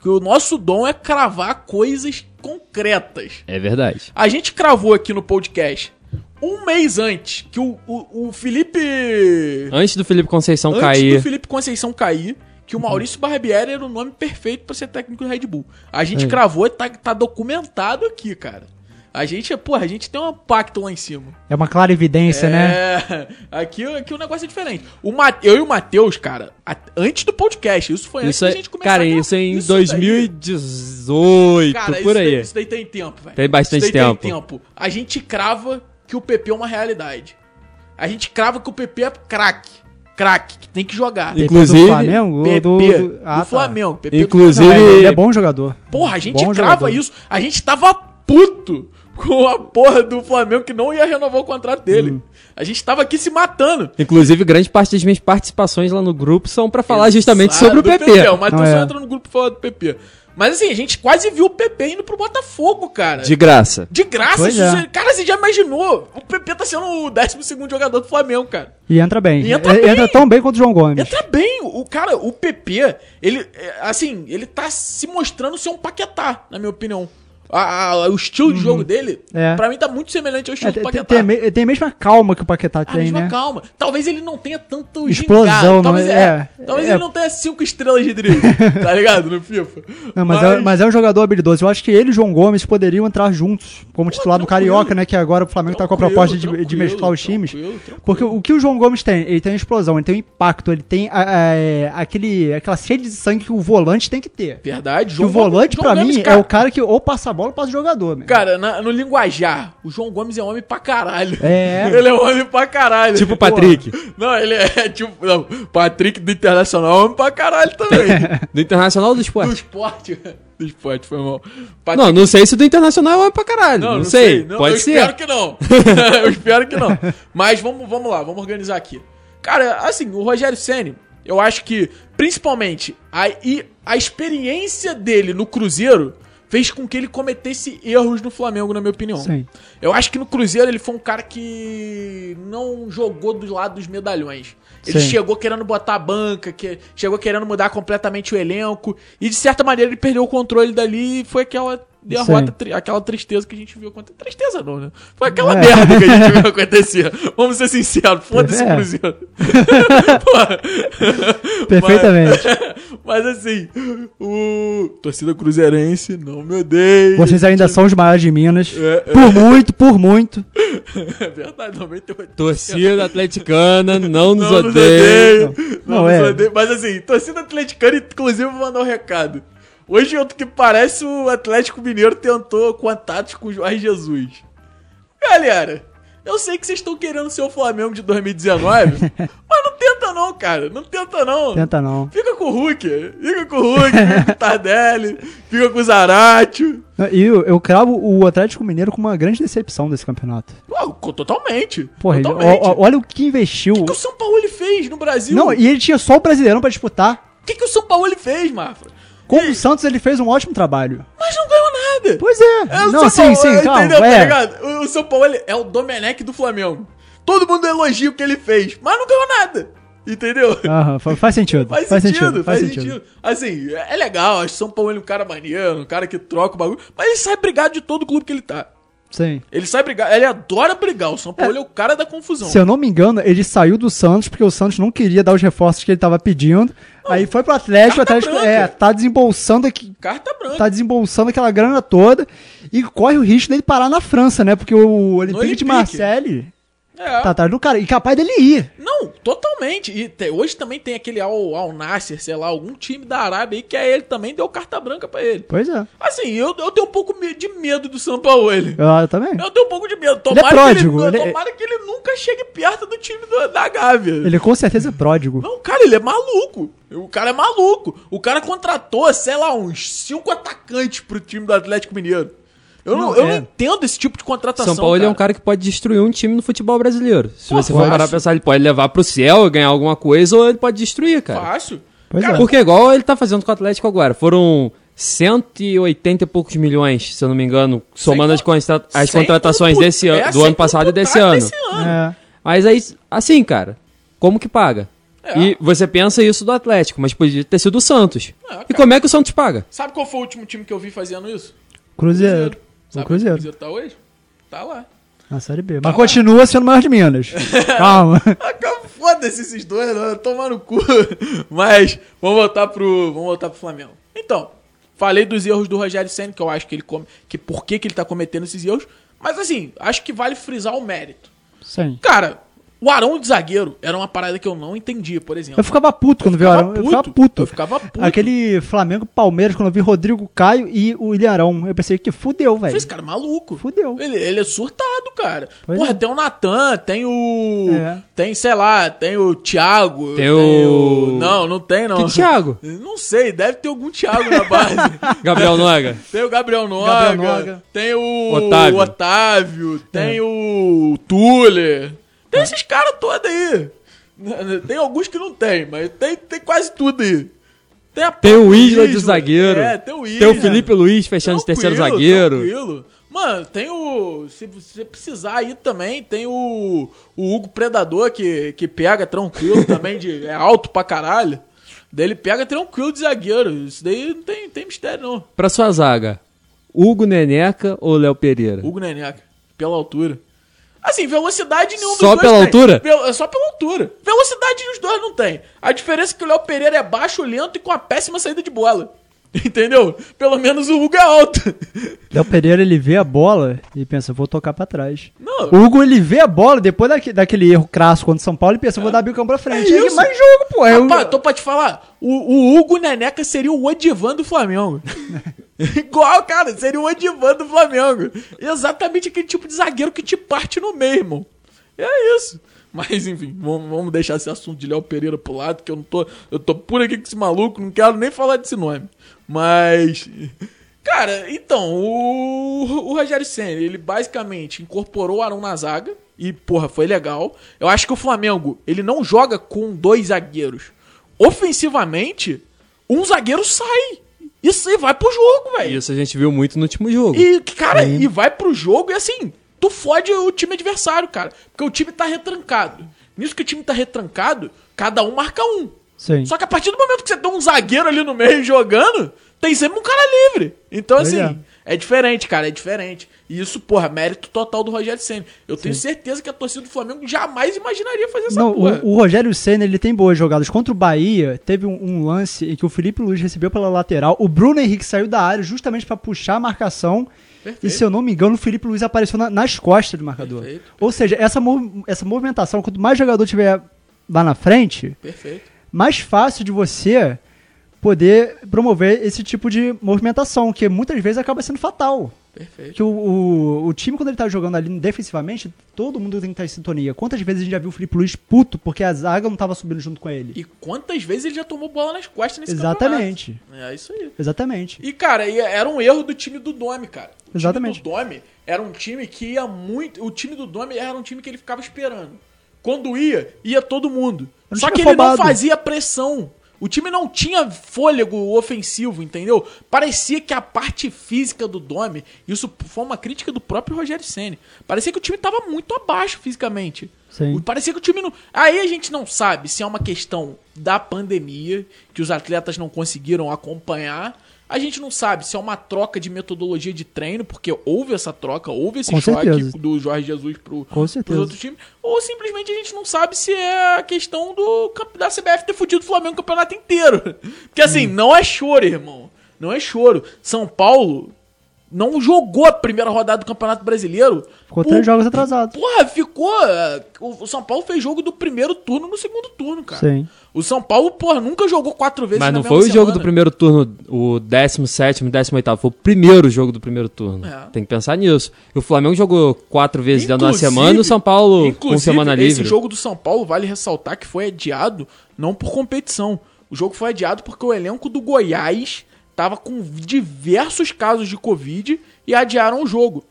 [SPEAKER 2] que o nosso dom é cravar coisas concretas.
[SPEAKER 1] É verdade.
[SPEAKER 2] A gente cravou aqui no podcast um mês antes que o, o, o Felipe.
[SPEAKER 1] Antes do Felipe Conceição
[SPEAKER 2] antes
[SPEAKER 1] cair.
[SPEAKER 2] do Felipe Conceição cair, que o Maurício Barbieri era o nome perfeito pra ser técnico do Red Bull. A gente
[SPEAKER 1] É.
[SPEAKER 2] cravou e tá, tá documentado aqui, cara. A gente, é- porra, a gente tem um pacto lá em cima.
[SPEAKER 3] É uma clara evidência, né?
[SPEAKER 2] É, aqui, aqui o negócio é diferente. O Mate, eu e o Matheus, cara, a- antes do podcast, isso foi antes
[SPEAKER 1] Isso
[SPEAKER 2] da
[SPEAKER 1] é,
[SPEAKER 2] gente começar
[SPEAKER 1] cara,
[SPEAKER 2] a gra-
[SPEAKER 1] isso é em
[SPEAKER 2] daí-
[SPEAKER 1] 2018,
[SPEAKER 2] Cara, isso é
[SPEAKER 1] por
[SPEAKER 2] daí-
[SPEAKER 1] aí.
[SPEAKER 2] isso daí tem tempo, velho.
[SPEAKER 1] Tem bastante
[SPEAKER 2] Isso daí Tem
[SPEAKER 1] tempo.
[SPEAKER 2] tempo. A gente crava que o PP é uma realidade. A gente crava que o PP é craque. Craque, que tem que jogar.
[SPEAKER 1] E-
[SPEAKER 3] PP
[SPEAKER 1] Inclusive,
[SPEAKER 3] do Flamengo,
[SPEAKER 2] PP
[SPEAKER 3] ou do, do- Ah, tá.
[SPEAKER 2] Flamengo. PP
[SPEAKER 1] Inclusive-
[SPEAKER 3] Não,
[SPEAKER 2] Flamengo.
[SPEAKER 3] ele ele é bom jogador.
[SPEAKER 2] Porra, a gente
[SPEAKER 3] Bom
[SPEAKER 2] crava
[SPEAKER 3] jogador.
[SPEAKER 2] isso. A gente tava puto com a porra do Flamengo que não ia renovar o contrato dele.
[SPEAKER 1] Hum.
[SPEAKER 2] A gente tava aqui se matando.
[SPEAKER 1] Inclusive, grande parte das minhas participações lá no grupo são pra falar justamente
[SPEAKER 2] Sabe,
[SPEAKER 1] sobre o
[SPEAKER 2] do
[SPEAKER 1] PP.
[SPEAKER 2] O Matheus
[SPEAKER 3] Ah,
[SPEAKER 2] só
[SPEAKER 3] é.
[SPEAKER 2] entra no grupo e fala do PP. Mas assim, a gente quase viu o PP indo pro Botafogo, cara.
[SPEAKER 1] De graça.
[SPEAKER 2] De graça,
[SPEAKER 3] Pois
[SPEAKER 2] isso-
[SPEAKER 3] é.
[SPEAKER 2] cara, você já imaginou? O PP tá sendo o 12 jogador do Flamengo, cara.
[SPEAKER 3] E entra bem.
[SPEAKER 2] E entra
[SPEAKER 3] E-
[SPEAKER 2] bem.
[SPEAKER 3] tão bem quanto o João Gomes.
[SPEAKER 2] Entra bem, o cara, o PP, ele, é, assim, ele tá se mostrando ser um paquetá, na minha opinião. A- a- o estilo de jogo dele,
[SPEAKER 3] É.
[SPEAKER 2] pra mim, tá muito semelhante ao
[SPEAKER 3] É,
[SPEAKER 2] estilo do
[SPEAKER 3] tem- tem,
[SPEAKER 2] paquetá.
[SPEAKER 3] tem a me- tem a mesma calma que o Paquetá
[SPEAKER 2] a
[SPEAKER 3] tem,
[SPEAKER 2] mesma
[SPEAKER 3] né?
[SPEAKER 2] Ah, calma. Talvez ele não tenha tanto
[SPEAKER 3] Explosão,
[SPEAKER 2] gingado,
[SPEAKER 3] não
[SPEAKER 2] Talvez,
[SPEAKER 3] é-
[SPEAKER 2] é, talvez
[SPEAKER 3] é-
[SPEAKER 2] ele não tenha cinco estrelas de drible, tá ligado? No FIFA.
[SPEAKER 3] Não, mas, É, mas é um jogador habilidoso. Eu acho que ele e o João Gomes poderiam entrar juntos, como titular do
[SPEAKER 2] tranquilo.
[SPEAKER 3] Carioca, né? Que agora o Flamengo tá com a
[SPEAKER 2] Tranquilo,
[SPEAKER 3] proposta de, de
[SPEAKER 2] tranquilo,
[SPEAKER 3] mesclar os times.
[SPEAKER 2] tranquilo, tranquilo.
[SPEAKER 3] Porque o que o João Gomes tem? Ele tem a explosão, ele tem o impacto, ele tem a- a- aquele, aquela sede de sangue que o volante tem que ter.
[SPEAKER 2] Verdade,
[SPEAKER 3] Que o
[SPEAKER 2] Gomes-
[SPEAKER 3] volante,
[SPEAKER 2] João
[SPEAKER 3] pra
[SPEAKER 2] Gomes,
[SPEAKER 3] mim, é o cara que ou passa a bola ou passa o jogador, meu.
[SPEAKER 2] Cara, na- no linguajar, o João Gomes é homem pra caralho.
[SPEAKER 3] É.
[SPEAKER 2] Ele é homem pra caralho.
[SPEAKER 1] Tipo o Patrick.
[SPEAKER 2] Porra. Não, ele é tipo. Não, Patrick do Internacional é homem pra caralho também.
[SPEAKER 1] Do Internacional ou do
[SPEAKER 2] do
[SPEAKER 1] Esporte?
[SPEAKER 2] esporte. Do esporte, foi mal.
[SPEAKER 1] Não, não sei se do Internacional é pra caralho. Não, sei.
[SPEAKER 2] Não,
[SPEAKER 1] Pode
[SPEAKER 2] eu
[SPEAKER 1] ser.
[SPEAKER 2] espero que não. eu espero que não. Mas vamos, vamos lá, vamos organizar aqui. Cara, assim, o Rogério Ceni, eu acho que, principalmente, a, e a experiência dele no Cruzeiro fez com que ele cometesse erros no Flamengo, na minha opinião.
[SPEAKER 3] Sim.
[SPEAKER 2] Eu acho que no Cruzeiro ele foi um cara que não jogou do lado dos medalhões. Ele
[SPEAKER 3] Sim.
[SPEAKER 2] chegou querendo botar a banca, que chegou querendo mudar completamente o elenco. E de certa maneira ele perdeu o controle dali e foi aquela derrota,
[SPEAKER 3] Sim.
[SPEAKER 2] tri- aquela tristeza que a gente viu acontecer. Tristeza não, né? Foi aquela
[SPEAKER 3] É.
[SPEAKER 2] merda que a gente viu acontecer. Vamos ser sinceros, foda-se o
[SPEAKER 3] É.
[SPEAKER 2] Cruzeiro. Pô.
[SPEAKER 3] Perfeitamente.
[SPEAKER 2] Mas, mas assim, o torcida cruzeirense não me odeia.
[SPEAKER 3] Vocês ainda são os maiores de Minas.
[SPEAKER 2] É,
[SPEAKER 3] Por muito, por muito.
[SPEAKER 2] É verdade, 98.
[SPEAKER 1] Torcida atleticana, não nos
[SPEAKER 2] Não nos
[SPEAKER 1] odeia.
[SPEAKER 2] odeio. Não,
[SPEAKER 3] Não, é.
[SPEAKER 2] nos odeio. Mas assim, torcida atleticana, inclusive, vou mandar um recado. Hoje, o que parece, o Atlético Mineiro tentou contatos com o Jorge Jesus. Galera, eu sei que vocês estão querendo ser o Flamengo de 2019, mas não tenta não, cara. Não tenta não.
[SPEAKER 3] Tenta não.
[SPEAKER 2] Fica com o Hulk. Fica com o Hulk, fica com o Tardelli, fica com o Zaratio.
[SPEAKER 3] E eu, eu cravo o Atlético Mineiro como uma grande decepção desse campeonato.
[SPEAKER 2] Uau, totalmente.
[SPEAKER 3] Porra, ele-
[SPEAKER 2] totalmente.
[SPEAKER 3] o- o- olha o que investiu.
[SPEAKER 2] O que o São Paulo fez no Brasil?
[SPEAKER 3] Não, e ele tinha só o Brasileirão pra disputar.
[SPEAKER 2] O que, que o São Paulo fez, Mafra?
[SPEAKER 3] Com o Santos ele fez um ótimo trabalho.
[SPEAKER 2] Mas não ganhou nada.
[SPEAKER 3] Pois é.
[SPEAKER 2] É, o São
[SPEAKER 3] não,
[SPEAKER 2] Paulo,
[SPEAKER 3] sim, sim, calma.
[SPEAKER 2] entendeu, tá
[SPEAKER 3] é.
[SPEAKER 2] ligado? O, o São Paulo ele é o Domenech do Flamengo. Todo mundo elogia o que ele fez, mas não ganhou nada. Entendeu?
[SPEAKER 3] Aham, fa- faz sentido.
[SPEAKER 2] Faz, sentido, faz, sentido. Assim, é é legal, acho que o São Paulo é um cara maneiro, um cara que troca o bagulho, mas ele sai brigar de todo clube que ele tá.
[SPEAKER 3] Sim.
[SPEAKER 2] Ele sai brigar, ele adora brigar, o São Paulo é, o cara da confusão.
[SPEAKER 3] Se eu não me engano, ele saiu do Santos porque o Santos não queria dar os reforços que ele tava pedindo. Aí foi pro Atlético, o
[SPEAKER 2] carta
[SPEAKER 3] Atlético
[SPEAKER 2] branca.
[SPEAKER 3] é, tá desembolsando aqui,
[SPEAKER 2] Carta branca.
[SPEAKER 3] tá desembolsando aquela grana toda e corre o risco dele parar na França, né? Porque o Olympique
[SPEAKER 2] Olympique.
[SPEAKER 3] de Marseille
[SPEAKER 2] É.
[SPEAKER 3] tá atrás do cara e capaz dele ir.
[SPEAKER 2] Não, totalmente. E te- hoje também tem aquele Al, Al Nasser, sei lá, algum time da Arábia aí que aí ele também deu carta branca pra ele.
[SPEAKER 3] Pois é.
[SPEAKER 2] Assim, eu, eu tenho um pouco me- de medo do Sampaoli.
[SPEAKER 3] Eu também.
[SPEAKER 2] Eu tenho um pouco de medo.
[SPEAKER 3] Ele é
[SPEAKER 2] Tomara,
[SPEAKER 3] pródigo,
[SPEAKER 2] que, ele,
[SPEAKER 3] ele-
[SPEAKER 2] tomara que ele nunca chegue perto do time do- da Gávea.
[SPEAKER 3] Ele com certeza é pródigo.
[SPEAKER 2] Não, cara, ele é maluco. O cara é maluco. O cara contratou, sei lá, uns cinco atacantes pro time do Atlético Mineiro. Eu não,
[SPEAKER 3] Não,
[SPEAKER 2] eu
[SPEAKER 3] é.
[SPEAKER 2] não entendo esse tipo de contratação.
[SPEAKER 1] São Paulo ele é um cara que pode destruir um time no futebol brasileiro. Se
[SPEAKER 2] Pô,
[SPEAKER 1] você for parar
[SPEAKER 2] fácil.
[SPEAKER 1] pra pensar, ele pode levar pro céu, ganhar alguma coisa, ou ele pode destruir, cara.
[SPEAKER 2] Fácil.
[SPEAKER 3] Pois é.
[SPEAKER 1] Porque igual ele tá fazendo com o Atlético agora. Foram 180 e poucos milhões, se eu não me engano, somando as,
[SPEAKER 2] con-
[SPEAKER 1] contra- as
[SPEAKER 2] sem
[SPEAKER 1] contratações
[SPEAKER 2] compu-
[SPEAKER 1] desse an-
[SPEAKER 2] é,
[SPEAKER 1] do
[SPEAKER 2] sem
[SPEAKER 1] ano passado e desse
[SPEAKER 2] contrato
[SPEAKER 1] ano.
[SPEAKER 2] desse ano.
[SPEAKER 3] É.
[SPEAKER 1] Mas aí, assim, cara, como que paga?
[SPEAKER 2] É.
[SPEAKER 1] E você pensa isso do Atlético, mas podia ter sido o Santos.
[SPEAKER 2] É, cara.
[SPEAKER 1] E como é que o Santos paga?
[SPEAKER 2] Sabe qual foi o último time que eu vi fazendo isso?
[SPEAKER 3] Cruzeiro.
[SPEAKER 2] Sabe
[SPEAKER 3] O
[SPEAKER 2] onde o
[SPEAKER 3] Cruzeiro.
[SPEAKER 2] Cruzeiro tá hoje? Tá lá.
[SPEAKER 3] Na Série B. Mas continua sendo maior de Minas. Calma.
[SPEAKER 2] Acaba- Foda-se esses dois, né? tomar no cu. Mas vamos voltar pro, vamos voltar pro Flamengo. Então, falei dos erros do Rogério Senna, que eu acho que ele come, que por que, que ele tá cometendo esses erros, mas assim, acho que vale frisar o mérito.
[SPEAKER 3] Sim.
[SPEAKER 2] Cara, o Arão de zagueiro era uma parada que eu não entendia, por exemplo.
[SPEAKER 3] Eu ficava puto quando vi o Arão. Eu ficava puto.
[SPEAKER 2] Eu ficava puto.
[SPEAKER 3] Aquele Flamengo Palmeiras, quando eu vi Rodrigo Caio e o William Arão. Eu pensei que fudeu,
[SPEAKER 2] Eu falei,
[SPEAKER 3] velho.
[SPEAKER 2] Esse cara é maluco.
[SPEAKER 3] Fudeu.
[SPEAKER 2] Ele, ele é surtado, cara.
[SPEAKER 3] Pois
[SPEAKER 2] Porra,
[SPEAKER 3] é.
[SPEAKER 2] tem o Natan, tem o.
[SPEAKER 3] É.
[SPEAKER 2] Tem, sei lá, tem o Thiago.
[SPEAKER 1] Tem o-
[SPEAKER 2] Não, não tem, não.
[SPEAKER 1] Que Thiago?
[SPEAKER 2] Não sei, deve ter algum Thiago na base.
[SPEAKER 1] Gabriel Noga.
[SPEAKER 2] tem o Gabriel Noga,
[SPEAKER 3] Gabriel Noga.
[SPEAKER 2] tem o
[SPEAKER 1] Otávio.
[SPEAKER 2] Otávio,
[SPEAKER 1] É.
[SPEAKER 2] tem o Tuller. Tem esses caras todos aí. Tem alguns que não tem, mas tem, tem quase tudo aí. Tem, a
[SPEAKER 1] Tem o
[SPEAKER 2] porra do
[SPEAKER 1] Isla de
[SPEAKER 2] Isla.
[SPEAKER 1] zagueiro.
[SPEAKER 2] É, tem o Isla.
[SPEAKER 1] Tem o Felipe Luiz fechando de terceiro
[SPEAKER 2] Tranquilo,
[SPEAKER 1] zagueiro.
[SPEAKER 2] Tranquilo. Mano, tem o. Se você precisar aí também, tem o. O Hugo Predador que, que pega tranquilo também, de, é alto pra caralho. Daí ele pega tranquilo de zagueiro. Isso daí não tem, tem mistério, não.
[SPEAKER 1] Pra sua zaga, Hugo Neneca ou Léo Pereira?
[SPEAKER 2] Hugo Neneca, pela altura. Assim, velocidade nenhum
[SPEAKER 1] Só
[SPEAKER 2] dos dois
[SPEAKER 1] pela
[SPEAKER 2] tem.
[SPEAKER 1] altura?
[SPEAKER 2] Pel- é só pela altura. Velocidade os dois não tem. A diferença é que o Léo Pereira é baixo, lento e com a péssima saída de bola. Entendeu? Pelo menos o Hugo é alto.
[SPEAKER 3] Léo Pereira, ele vê a bola e pensa, vou tocar pra trás.
[SPEAKER 2] Não,
[SPEAKER 3] O Hugo, ele vê a bola depois daque- daquele erro crasso contra o São Paulo e pensa, vou dar bicão pra frente.
[SPEAKER 2] É
[SPEAKER 3] Aí
[SPEAKER 2] isso.
[SPEAKER 3] mais jogo, pô. É o-
[SPEAKER 2] Rapaz, tô pra te falar, o, o Hugo Neneca seria o Odivan do Flamengo. Igual, cara, seria o Odivan do Flamengo. Exatamente aquele tipo de zagueiro que te parte no meio, irmão. E é isso. Mas enfim, vamos, vamos deixar esse assunto de Léo Pereira pro lado, que eu não tô. Eu tô por aqui com esse maluco, não quero nem falar desse nome. Mas. Cara, então, o, o Rogério Senna, ele basicamente incorporou o Arão na zaga. E, porra, foi legal. Eu acho que o Flamengo, ele não joga com dois zagueiros. Ofensivamente, um zagueiro sai. Isso aí vai pro jogo, velho.
[SPEAKER 1] Isso a gente viu muito no último jogo.
[SPEAKER 2] E, cara, e vai pro jogo e assim, tu fode o time adversário, cara. Porque o time tá retrancado. Nisso que o time tá retrancado, cada um marca um.
[SPEAKER 3] Sim.
[SPEAKER 2] Só que a partir do momento que você tem um zagueiro ali no meio jogando, tem sempre um cara livre. Então,
[SPEAKER 3] Pois
[SPEAKER 2] assim, é. diferente, cara, é diferente. E isso, porra, mérito total do Rogério Senna. Eu tenho certeza que a torcida do Flamengo jamais imaginaria fazer essa
[SPEAKER 3] Não,
[SPEAKER 2] porra.
[SPEAKER 3] o, o Rogério Senna, ele tem boas jogadas. Contra o Bahia, teve um, um lance em que o Felipe Luiz recebeu pela lateral. O Bruno Henrique saiu da área justamente pra puxar a marcação. E se eu não me engano, o Felipe Luiz apareceu na- nas costas do marcador.
[SPEAKER 2] Perfeito.
[SPEAKER 3] Ou seja, essa, mov- essa movimentação, quanto mais jogador tiver lá na frente,
[SPEAKER 2] Perfeito.
[SPEAKER 3] mais fácil de você poder promover esse tipo de movimentação, que muitas vezes acaba sendo fatal.
[SPEAKER 2] Perfeito.
[SPEAKER 3] Que o, o, o time, quando ele tá jogando ali defensivamente, todo mundo tem que estar em sintonia. Quantas vezes a gente já viu o Felipe Luiz puto porque a zaga não tava subindo junto com ele?
[SPEAKER 2] E quantas vezes ele já tomou bola nas costas nesse
[SPEAKER 3] Exatamente.
[SPEAKER 2] campeonato? É isso aí.
[SPEAKER 3] Exatamente.
[SPEAKER 2] E, cara, e era um erro do time do Domi, cara. O
[SPEAKER 3] Exatamente.
[SPEAKER 2] time do Domi era um time que ia muito. O time do Domi era um time que ele ficava esperando. Quando ia, ia todo mundo.
[SPEAKER 3] Era um
[SPEAKER 2] Só
[SPEAKER 3] time
[SPEAKER 2] que ele não
[SPEAKER 3] afobado.
[SPEAKER 2] fazia pressão. O time não tinha fôlego ofensivo, entendeu? Parecia que a parte física do Domi, isso foi uma crítica do próprio Rogério Ceni. Parecia que o time tava muito abaixo fisicamente.
[SPEAKER 3] Sim.
[SPEAKER 2] O- Parecia que o time não. Aí a gente não sabe se é uma questão da pandemia, que os atletas não conseguiram acompanhar. A gente não sabe se é uma troca de metodologia de treino, porque houve essa troca, houve esse
[SPEAKER 3] Com
[SPEAKER 2] choque
[SPEAKER 3] certeza.
[SPEAKER 2] do Jorge Jesus pro,
[SPEAKER 3] Com
[SPEAKER 2] pros
[SPEAKER 3] certeza.
[SPEAKER 2] outros times. Ou simplesmente a gente não sabe se é a questão do campe- da CBF ter fudido o Flamengo o campeonato inteiro. Porque assim, não é choro, irmão. Não é choro. São Paulo não jogou a primeira rodada do Campeonato Brasileiro.
[SPEAKER 3] Ficou
[SPEAKER 2] por-
[SPEAKER 3] três jogos atrasados.
[SPEAKER 2] Porra, ficou. eh, O o São Paulo fez jogo do primeiro turno no segundo turno, cara.
[SPEAKER 3] Sim.
[SPEAKER 2] O São Paulo, porra, nunca jogou quatro vezes
[SPEAKER 1] Mas
[SPEAKER 2] na
[SPEAKER 1] não foi
[SPEAKER 2] mesma
[SPEAKER 1] o jogo
[SPEAKER 2] semana.
[SPEAKER 1] do primeiro turno, o 17, 18, foi o primeiro jogo do primeiro turno.
[SPEAKER 2] É.
[SPEAKER 1] Tem que pensar nisso. E o Flamengo jogou quatro vezes dentro de uma
[SPEAKER 2] Inclusive-
[SPEAKER 1] semana e o São Paulo com
[SPEAKER 2] inclusive,
[SPEAKER 1] semana
[SPEAKER 2] Esse
[SPEAKER 1] livre.
[SPEAKER 2] jogo do São Paulo vale ressaltar que foi adiado não por competição. O jogo foi adiado porque o elenco do Goiás tava com diversos casos de Covid e adiaram o jogo.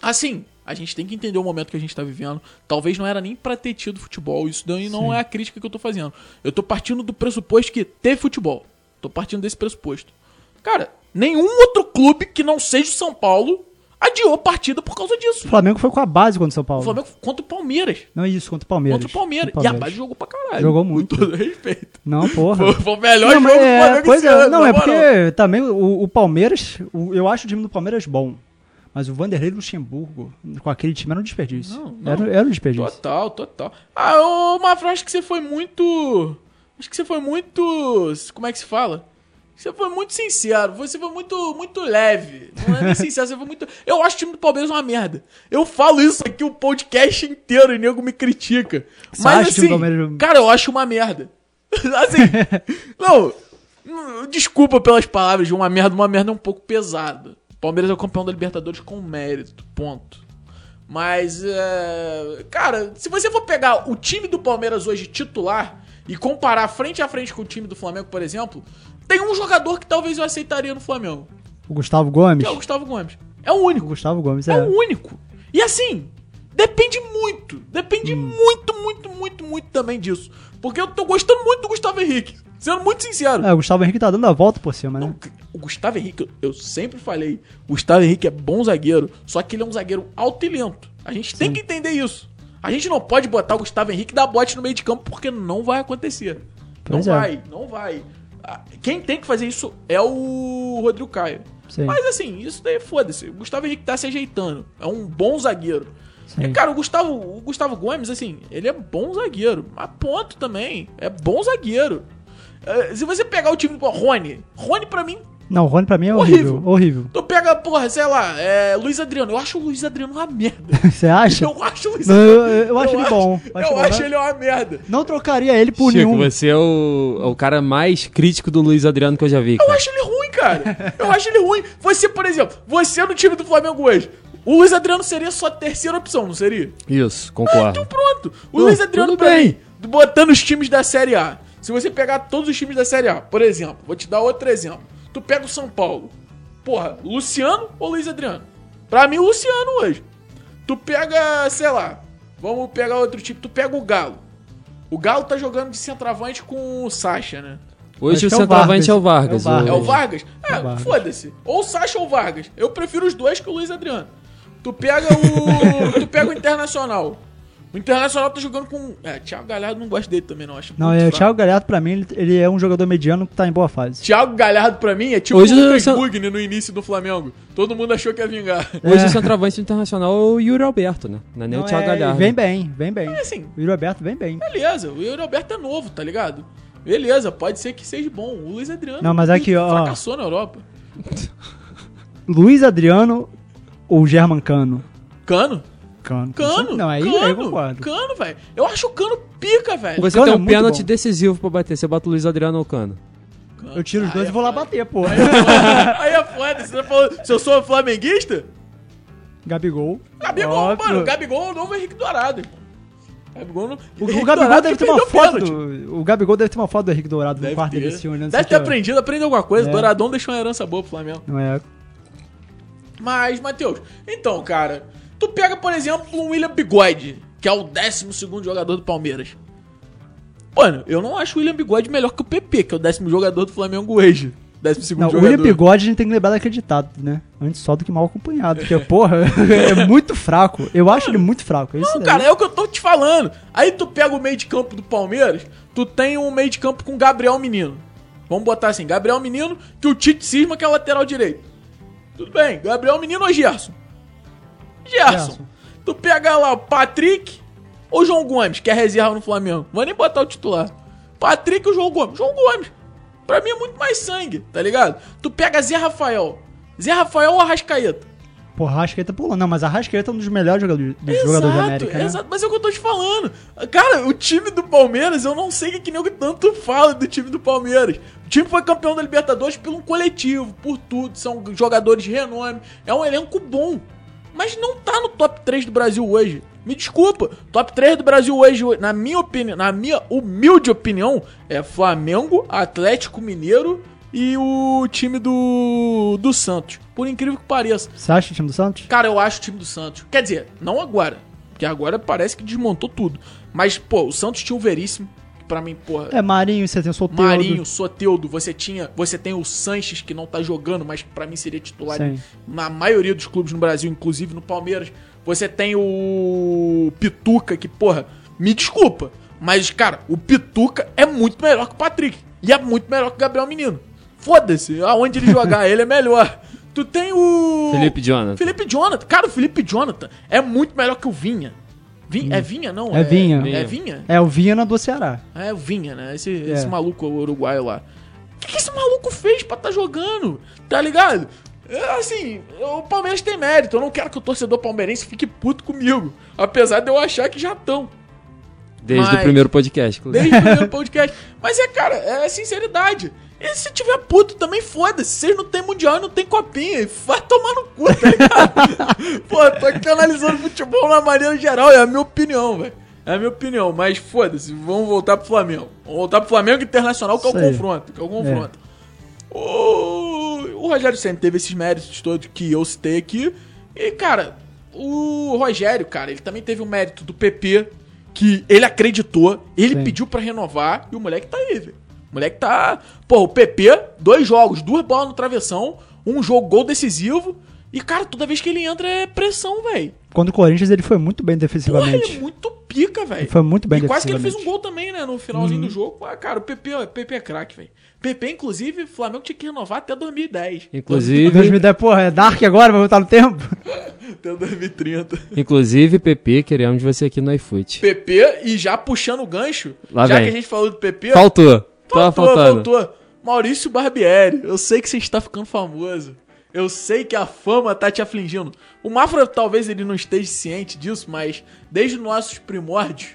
[SPEAKER 2] Assim, a gente tem que entender o momento que a gente tá vivendo. Talvez não era nem pra ter tido futebol. Isso daí não é a crítica que eu tô fazendo. Eu tô partindo do pressuposto que ter futebol. Tô partindo desse pressuposto. Cara, nenhum outro clube que não seja o São Paulo adiou partida por causa disso.
[SPEAKER 3] O Flamengo foi com a base contra o São
[SPEAKER 2] O
[SPEAKER 3] Paulo.
[SPEAKER 2] Flamengo contra o Palmeiras.
[SPEAKER 3] Não é isso, contra o Palmeiras.
[SPEAKER 2] Contra o Palmeiras. E a base jogou pra caralho.
[SPEAKER 3] Jogou muito.
[SPEAKER 2] Com todo respeito.
[SPEAKER 3] Não, porra.
[SPEAKER 2] Foi, foi o melhor
[SPEAKER 3] não, mas
[SPEAKER 2] jogo do
[SPEAKER 3] é,
[SPEAKER 2] Flamengo
[SPEAKER 3] pois
[SPEAKER 2] esse
[SPEAKER 3] é,
[SPEAKER 2] ano,
[SPEAKER 3] Não,
[SPEAKER 2] na
[SPEAKER 3] é
[SPEAKER 2] moral.
[SPEAKER 3] porque também o, o Palmeiras, o- eu acho o time do Palmeiras bom. Mas o Vanderlei Luxemburgo, com aquele time, era um desperdício.
[SPEAKER 2] Não, não.
[SPEAKER 3] Era, era um desperdício.
[SPEAKER 2] Total, total. Ah, ô, Mafra, acho que você foi muito. Acho que você foi muito. Como é que se fala? Você foi muito sincero, você foi muito, muito leve. Não é nem sincero, você foi muito. Eu acho o time do Palmeiras uma merda. Eu falo isso aqui o podcast inteiro e nego me critica.
[SPEAKER 3] Você
[SPEAKER 2] Mas
[SPEAKER 3] acha o time do
[SPEAKER 2] assim,
[SPEAKER 3] Palmeiras-
[SPEAKER 2] cara, eu acho uma merda. assim, não, não, desculpa pelas palavras, de uma merda, uma merda é um pouco pesada. Palmeiras é o campeão da Libertadores com mérito, ponto. Mas, é, cara, se você for pegar o time do Palmeiras hoje titular e comparar frente a frente com o time do Flamengo, por exemplo, tem um jogador que talvez eu aceitaria no Flamengo,
[SPEAKER 3] O Gustavo Gomes.
[SPEAKER 2] que é o Gustavo Gomes. É o
[SPEAKER 3] O
[SPEAKER 2] único,
[SPEAKER 3] Gustavo Gomes
[SPEAKER 2] é
[SPEAKER 3] é.
[SPEAKER 2] o único. E assim, depende muito, depende
[SPEAKER 3] Hum.
[SPEAKER 2] muito, muito, muito, muito também disso. Porque eu tô gostando muito do Gustavo Henrique, sendo muito sincero.
[SPEAKER 3] É, o Gustavo Henrique tá dando a volta por cima, né?
[SPEAKER 2] O Gustavo Henrique, eu sempre falei, o Gustavo Henrique é bom zagueiro, só que ele é um zagueiro alto e lento. A gente tem que entender isso. A gente não pode botar o Gustavo Henrique da bote no meio de campo porque não vai acontecer.
[SPEAKER 3] Pois
[SPEAKER 2] não
[SPEAKER 3] é.
[SPEAKER 2] vai, não vai. Ah, Quem tem que fazer isso é o Rodrigo Caio.
[SPEAKER 3] Sim.
[SPEAKER 2] Mas assim, isso daí foda-se. O Gustavo Henrique tá se ajeitando. É um bom zagueiro.
[SPEAKER 3] Sim.
[SPEAKER 2] E, cara, o Gustavo, o Gustavo Gomes, assim, ele é bom zagueiro. A ponto também. É bom zagueiro. Eh, se você pegar o time do Rony, Rony pra mim,
[SPEAKER 3] Não, o Rony pra mim é
[SPEAKER 2] Horrível.
[SPEAKER 3] horrível. Horrível.
[SPEAKER 2] tu pega, porra, sei lá, é, Luiz Adriano. Eu acho o Luiz Adriano uma merda.
[SPEAKER 3] Você acha?
[SPEAKER 2] Eu acho o Luiz
[SPEAKER 3] Não,
[SPEAKER 2] Adriano.
[SPEAKER 3] eu, eu- eu acho ele bom.
[SPEAKER 2] Eu
[SPEAKER 3] acho
[SPEAKER 2] acho,
[SPEAKER 3] bom, né?
[SPEAKER 2] ele uma merda.
[SPEAKER 3] Não trocaria ele por
[SPEAKER 1] Chico,
[SPEAKER 3] nenhum.
[SPEAKER 1] você é o, é o cara mais crítico do Luiz Adriano que eu já vi.
[SPEAKER 2] Eu
[SPEAKER 1] cara.
[SPEAKER 2] acho ele ruim, cara. Eu acho ele ruim. Você, por exemplo, você no time do Flamengo hoje. O Luiz Adriano seria sua terceira opção, não seria?
[SPEAKER 1] Isso,
[SPEAKER 2] Então
[SPEAKER 1] concordo.
[SPEAKER 2] pronto. O
[SPEAKER 1] Não,
[SPEAKER 2] Luiz Adriano
[SPEAKER 1] tudo
[SPEAKER 2] pra
[SPEAKER 1] bem.
[SPEAKER 2] mim, botando os times da Série A. Se você pegar todos os times da Série A, por exemplo, vou te dar outro exemplo. Tu pega o São Paulo. Porra, Luciano ou Luiz Adriano? Pra mim, o Luciano hoje. Tu pega, sei lá, vamos pegar outro time. Tu pega o Galo. O Galo tá jogando de centroavante com o Sacha, né?
[SPEAKER 1] Hoje
[SPEAKER 3] Acho
[SPEAKER 1] o
[SPEAKER 3] que é o
[SPEAKER 1] centroavante é o Vargas.
[SPEAKER 3] Vargas. É o
[SPEAKER 2] É o Vargas? É,
[SPEAKER 3] É o Vargas.
[SPEAKER 2] foda-se. Ou o Sacha ou o Vargas. Eu prefiro os dois que o Luiz Adriano. Tu pega o. tu pega o Internacional. O Internacional tá jogando com. É, Thiago Galhardo não gosta dele também, não. Acho
[SPEAKER 3] Não,
[SPEAKER 2] muito
[SPEAKER 3] é, o
[SPEAKER 2] fraco.
[SPEAKER 3] Thiago Galhardo, pra mim, ele, ele é um jogador mediano que tá em boa fase.
[SPEAKER 2] Thiago Galhardo pra mim é tipo
[SPEAKER 1] Hoje
[SPEAKER 2] o
[SPEAKER 1] eu
[SPEAKER 2] Lucas
[SPEAKER 1] sou-
[SPEAKER 2] Mugni no início do Flamengo. Todo mundo achou que ia vingar.
[SPEAKER 1] Hoje
[SPEAKER 3] É.
[SPEAKER 1] o centroavante do Internacional é o Yuri Alberto, né? Não é nem
[SPEAKER 3] Não,
[SPEAKER 1] o Thiago
[SPEAKER 3] é,
[SPEAKER 1] Galhardo.
[SPEAKER 3] Vem bem, vem bem.
[SPEAKER 2] É assim,
[SPEAKER 3] O Yuri Alberto vem bem.
[SPEAKER 2] beleza. O Yuri Alberto é novo, tá ligado? Beleza, pode ser que seja bom. O Luiz Adriano.
[SPEAKER 3] Não, mas aqui, ó.
[SPEAKER 2] Fracassou na Europa.
[SPEAKER 3] Luiz Adriano ou German Cano?
[SPEAKER 2] Cano?
[SPEAKER 3] Cano. com
[SPEAKER 2] Cano?
[SPEAKER 3] certeza. Não, aí,
[SPEAKER 2] cano,
[SPEAKER 3] aí eu concordo.
[SPEAKER 2] Cano, velho. Eu acho o cano pica, velho.
[SPEAKER 1] Você
[SPEAKER 3] Cano é
[SPEAKER 1] tem um
[SPEAKER 3] muito
[SPEAKER 1] pênalti
[SPEAKER 3] bom.
[SPEAKER 1] decisivo pra bater. Você bota o Luiz Adriano ou o Cano.
[SPEAKER 3] Eu tiro os
[SPEAKER 2] Aí
[SPEAKER 3] dois
[SPEAKER 2] é
[SPEAKER 3] e vou lá
[SPEAKER 2] foda.
[SPEAKER 3] bater, pô.
[SPEAKER 2] Aí é foda, Aí é foda. Você tá falando, se eu sou flamenguista?
[SPEAKER 3] Gabigol.
[SPEAKER 2] Gabigol,
[SPEAKER 3] Óbvio.
[SPEAKER 2] mano. Gabigol é o novo Henrique Dourado. irmão. Gabigol não...
[SPEAKER 3] O,
[SPEAKER 2] Henrique
[SPEAKER 3] o Gabigol
[SPEAKER 2] Dourado
[SPEAKER 3] deve
[SPEAKER 2] que
[SPEAKER 3] ter uma
[SPEAKER 2] perdeu
[SPEAKER 3] foto.
[SPEAKER 2] pênalti.
[SPEAKER 3] Do, o Gabigol deve ter uma foto do Henrique Dourado no
[SPEAKER 2] Deve
[SPEAKER 3] quarto dele
[SPEAKER 2] ter,
[SPEAKER 3] se olhando.
[SPEAKER 2] deve
[SPEAKER 3] assim,
[SPEAKER 2] ter
[SPEAKER 3] ó.
[SPEAKER 2] aprendido, aprende alguma coisa.
[SPEAKER 3] É.
[SPEAKER 2] Douradão deixou uma herança boa pro Flamengo.
[SPEAKER 3] Não é?
[SPEAKER 2] Um Mas, Matheus, então, cara, tu pega, por exemplo, o William Bigode, que é o 12 jogador do Palmeiras. Mano, eu não acho o William Bigode melhor que o PP, que é o décimo jogador do Flamengo hoje. Décimo segundo
[SPEAKER 3] Não, o
[SPEAKER 2] jogador.
[SPEAKER 3] William Bigode a gente tem que lembrar daquele ditado, né? Antes só do que mal acompanhado. Porque, porra, é muito fraco. Eu acho ele muito fraco. Esse
[SPEAKER 2] Não,
[SPEAKER 3] daí-
[SPEAKER 2] cara, é o que eu tô te falando. Aí tu pega o meio de campo do Palmeiras, tu tem um meio de campo com Gabriel Menino. Vamos botar assim, Gabriel Menino, que o Tite cisma que é lateral direito. Tudo bem, Gabriel Menino ou Gerson? Gerson.
[SPEAKER 3] Gerson.
[SPEAKER 2] Tu pega lá o Patrick ou João Gomes, que é reserva no Flamengo. Não vai nem botar o titular. Patrick ou João Gomes? João Gomes. Pra mim é muito mais sangue, tá ligado? Tu pega Zé Rafael. Zé Rafael ou Arrascaeta?
[SPEAKER 3] Porra, a Rascaeta pulando. Não, mas a Rascaeta é um dos melhores jogadores, dos jogadores da América, né?
[SPEAKER 2] Exato, mas é o que eu tô te falando. Cara, o time do Palmeiras, eu não sei o que que nego tanto fala do time do Palmeiras. O time foi campeão da Libertadores pelo coletivo, por tudo. São jogadores de renome. É um elenco bom. Mas não tá no top 3 do Brasil hoje. Me desculpa. Top 3 do Brasil hoje, na minha opinião, na minha humilde opinião, é Flamengo, Atlético Mineiro e o time do, do Santos. Por incrível que pareça.
[SPEAKER 3] Você acha o time do Santos?
[SPEAKER 2] Cara, eu acho o time do Santos. Quer dizer, não agora. Porque agora parece que desmontou tudo. Mas, pô, o Santos tinha o Veríssimo. que pra mim, porra.
[SPEAKER 3] É, Marinho, você tem o Soteudo.
[SPEAKER 2] Marinho, Soteudo, você tinha. Você tem o Sanches, que não tá jogando, mas pra mim seria titular
[SPEAKER 3] Sim.
[SPEAKER 2] em- na maioria dos clubes no Brasil, inclusive no Palmeiras. Você tem o Pituca, que, porra, me desculpa. Mas, cara, o Pituca é muito melhor que o Patrick. E é muito melhor que o Gabriel Menino. Foda-se, aonde ele jogar, ele é melhor. Tu tem o.
[SPEAKER 1] Felipe Jonathan.
[SPEAKER 2] Felipe Jonathan. Cara, o Felipe Jonathan é muito melhor que o Vinha. Vinha É Vinha, não?
[SPEAKER 3] É Vinha.
[SPEAKER 2] É Vinha?
[SPEAKER 3] É o Viana do Ceará.
[SPEAKER 2] É o Vinha, né? Esse,
[SPEAKER 3] É.
[SPEAKER 2] esse maluco uruguaio lá. O que, que esse maluco fez pra tá jogando? Tá ligado? É, assim, o Palmeiras tem mérito. Eu não quero que o torcedor palmeirense fique puto comigo. Apesar de eu achar que já estão.
[SPEAKER 1] Desde
[SPEAKER 2] Mas-
[SPEAKER 1] o primeiro podcast, inclusive.
[SPEAKER 2] Desde o primeiro podcast. Mas é, cara, é sinceridade. E se tiver puto também, foda-se. Vocês não tem mundial e não tem copinha. Vai tomar no cu, tá ligado? Pô, eu tô aqui analisando futebol na maneira geral. É a minha opinião, velho. É a minha opinião. Mas foda-se. Vamos voltar pro Flamengo. Vamos voltar pro Flamengo e Internacional, que é o
[SPEAKER 3] Isso aí.
[SPEAKER 2] confronto. Que é o confronto. O, o Rogério sempre teve esses méritos todos que eu citei aqui. E, cara, o Rogério, cara, ele também teve o mérito do PP, que ele acreditou, ele
[SPEAKER 3] Sim.
[SPEAKER 2] pediu pra renovar e o moleque tá aí, velho. O moleque tá. Pô, o PP, dois jogos, duas bolas no travessão, um jogo gol decisivo. E, cara, toda vez que ele entra é pressão, velho.
[SPEAKER 3] Contra o Corinthians ele foi muito bem
[SPEAKER 2] Porra, ele é
[SPEAKER 3] defensivamente.
[SPEAKER 2] muito pica, velho.
[SPEAKER 3] Foi muito bem
[SPEAKER 2] E quase que ele fez um
[SPEAKER 3] defensivamente. Uhum.
[SPEAKER 2] gol também, né? No finalzinho do jogo. Ah, cara, o PP, ó, PP é craque, velho. PP, inclusive, o Flamengo tinha que renovar até 2010.
[SPEAKER 1] Inclusive,
[SPEAKER 3] 2010, porra, é Dark agora, vai voltar no tempo?
[SPEAKER 2] Até 2030.
[SPEAKER 1] inclusive, PP, queremos você aqui no iFoot.
[SPEAKER 2] PP e já puxando o gancho.
[SPEAKER 1] Lá
[SPEAKER 2] já
[SPEAKER 1] vem.
[SPEAKER 2] que a gente falou do PP.
[SPEAKER 1] Faltou.
[SPEAKER 3] Tá
[SPEAKER 1] Tava faltando.
[SPEAKER 2] faltou. Maurício Barbieri, eu sei que você está ficando famoso. Eu sei que a fama tá te afligindo. O Mafra talvez ele não esteja ciente disso, mas desde os nossos primórdios,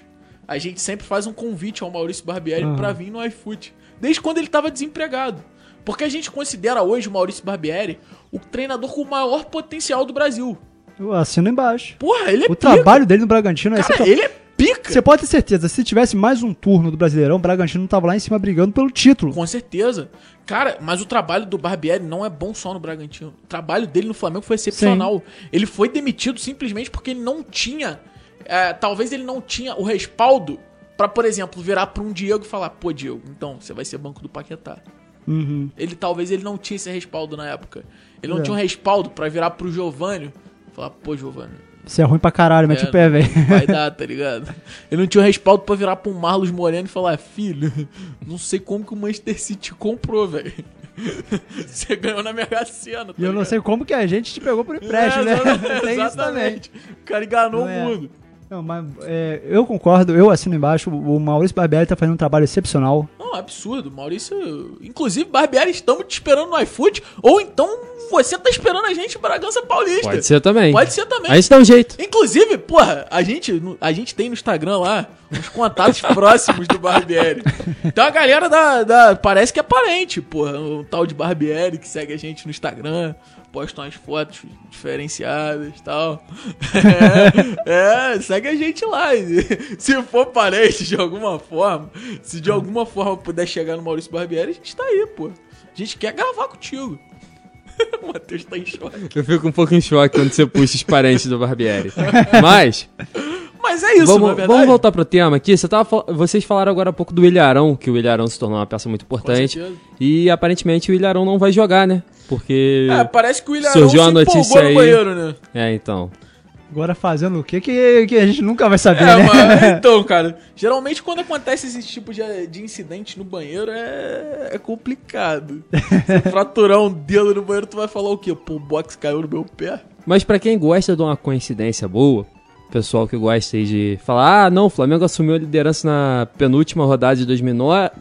[SPEAKER 2] a gente sempre faz um convite ao Maurício Barbieri
[SPEAKER 3] Aham.
[SPEAKER 2] pra vir no iFood. Desde quando ele estava desempregado. Porque a gente considera hoje o Maurício Barbieri o treinador com o maior potencial do Brasil.
[SPEAKER 3] Eu assino embaixo.
[SPEAKER 2] Porra, ele é
[SPEAKER 3] O
[SPEAKER 2] pica.
[SPEAKER 3] trabalho dele no Bragantino é
[SPEAKER 2] Cara,
[SPEAKER 3] excepcional.
[SPEAKER 2] ele é pica.
[SPEAKER 3] Você pode ter certeza, se tivesse mais um turno do Brasileirão, o Bragantino tava lá em cima brigando pelo título.
[SPEAKER 2] Com certeza. Cara, mas o trabalho do Barbieri não é bom só no Bragantino. O trabalho dele no Flamengo foi excepcional. Ele foi demitido simplesmente porque ele não tinha. eh, talvez ele não tinha o respaldo pra, por exemplo, virar pra um Diego e falar: pô, Diego, então você vai ser banco do Paquetá.
[SPEAKER 3] Uhum.
[SPEAKER 2] Ele talvez ele não tinha esse respaldo na época. Ele não
[SPEAKER 3] É.
[SPEAKER 2] tinha um respaldo pra virar pro Giovanni e falar: pô, Giovanni,
[SPEAKER 3] Você é ruim pra caralho, mete
[SPEAKER 2] É.
[SPEAKER 3] o pé, velho.
[SPEAKER 2] Vai dar, tá ligado? Ele não tinha o respaldo pra virar pro Marlos Moreno e falar: Filho, não sei como que o Manchester City comprou, velho. Você ganhou na Mega Sena, tá
[SPEAKER 3] E eu não
[SPEAKER 2] ligado?
[SPEAKER 3] sei como que é, a gente te pegou por empréstimo,
[SPEAKER 2] É,
[SPEAKER 3] né?
[SPEAKER 2] exatamente,
[SPEAKER 3] Tem isso também.
[SPEAKER 2] exatamente. O cara enganou
[SPEAKER 3] Não é.
[SPEAKER 2] o mundo.
[SPEAKER 3] Não, mas é, eu concordo, eu assino embaixo. O Maurício Barbieri tá fazendo um trabalho excepcional.
[SPEAKER 2] Não, é absurdo. Maurício. Inclusive, Barbieri, estamos te esperando no iFood. Ou então você tá esperando a gente em Bragança Paulista.
[SPEAKER 1] Pode ser também.
[SPEAKER 2] Pode ser também.
[SPEAKER 1] A gente dá um jeito.
[SPEAKER 2] Inclusive, porra, a gente, a gente tem no Instagram lá os contatos próximos do Barbieri. Então a galera da, da- Parece que é parente, porra. O tal de Barbieri que segue a gente no Instagram, posta umas fotos diferenciadas e tal. É, é, segue a gente lá. Se for parente de alguma forma, se de alguma forma puder chegar no Maurício Barbieri, a gente tá aí, pô. A gente quer gravar contigo. O Matheus tá em choque.
[SPEAKER 1] Eu fico um pouco em choque quando você puxa os parentes do Barbieri. Mas,
[SPEAKER 2] Mas é isso, não é
[SPEAKER 1] vamos,
[SPEAKER 2] verdade?
[SPEAKER 1] vamos voltar pro tema aqui. Você tava, fal- vocês falaram agora há pouco do Ilharão, que o Ilharão se tornou uma peça muito importante.
[SPEAKER 2] certeza.
[SPEAKER 1] E aparentemente o Ilharão não vai jogar, né? Porque.
[SPEAKER 2] É, parece que o Ilharão
[SPEAKER 1] Surgiu
[SPEAKER 2] se
[SPEAKER 1] a notícia
[SPEAKER 2] empolgou no
[SPEAKER 1] aí.
[SPEAKER 2] banheiro, né?
[SPEAKER 1] É, então.
[SPEAKER 3] Agora fazendo o quê que, que a gente nunca vai saber,
[SPEAKER 2] É,
[SPEAKER 3] né?
[SPEAKER 2] mas, então, cara, geralmente quando acontece esse tipo de, de incidente no banheiro é, é complicado. Se fraturar um dedo no banheiro, tu vai falar o quê? Pô, o box caiu no meu pé?
[SPEAKER 1] Mas pra quem gosta de uma coincidência boa, pessoal que gosta aí de falar, ah, não, o Flamengo assumiu a liderança na penúltima rodada de 2009,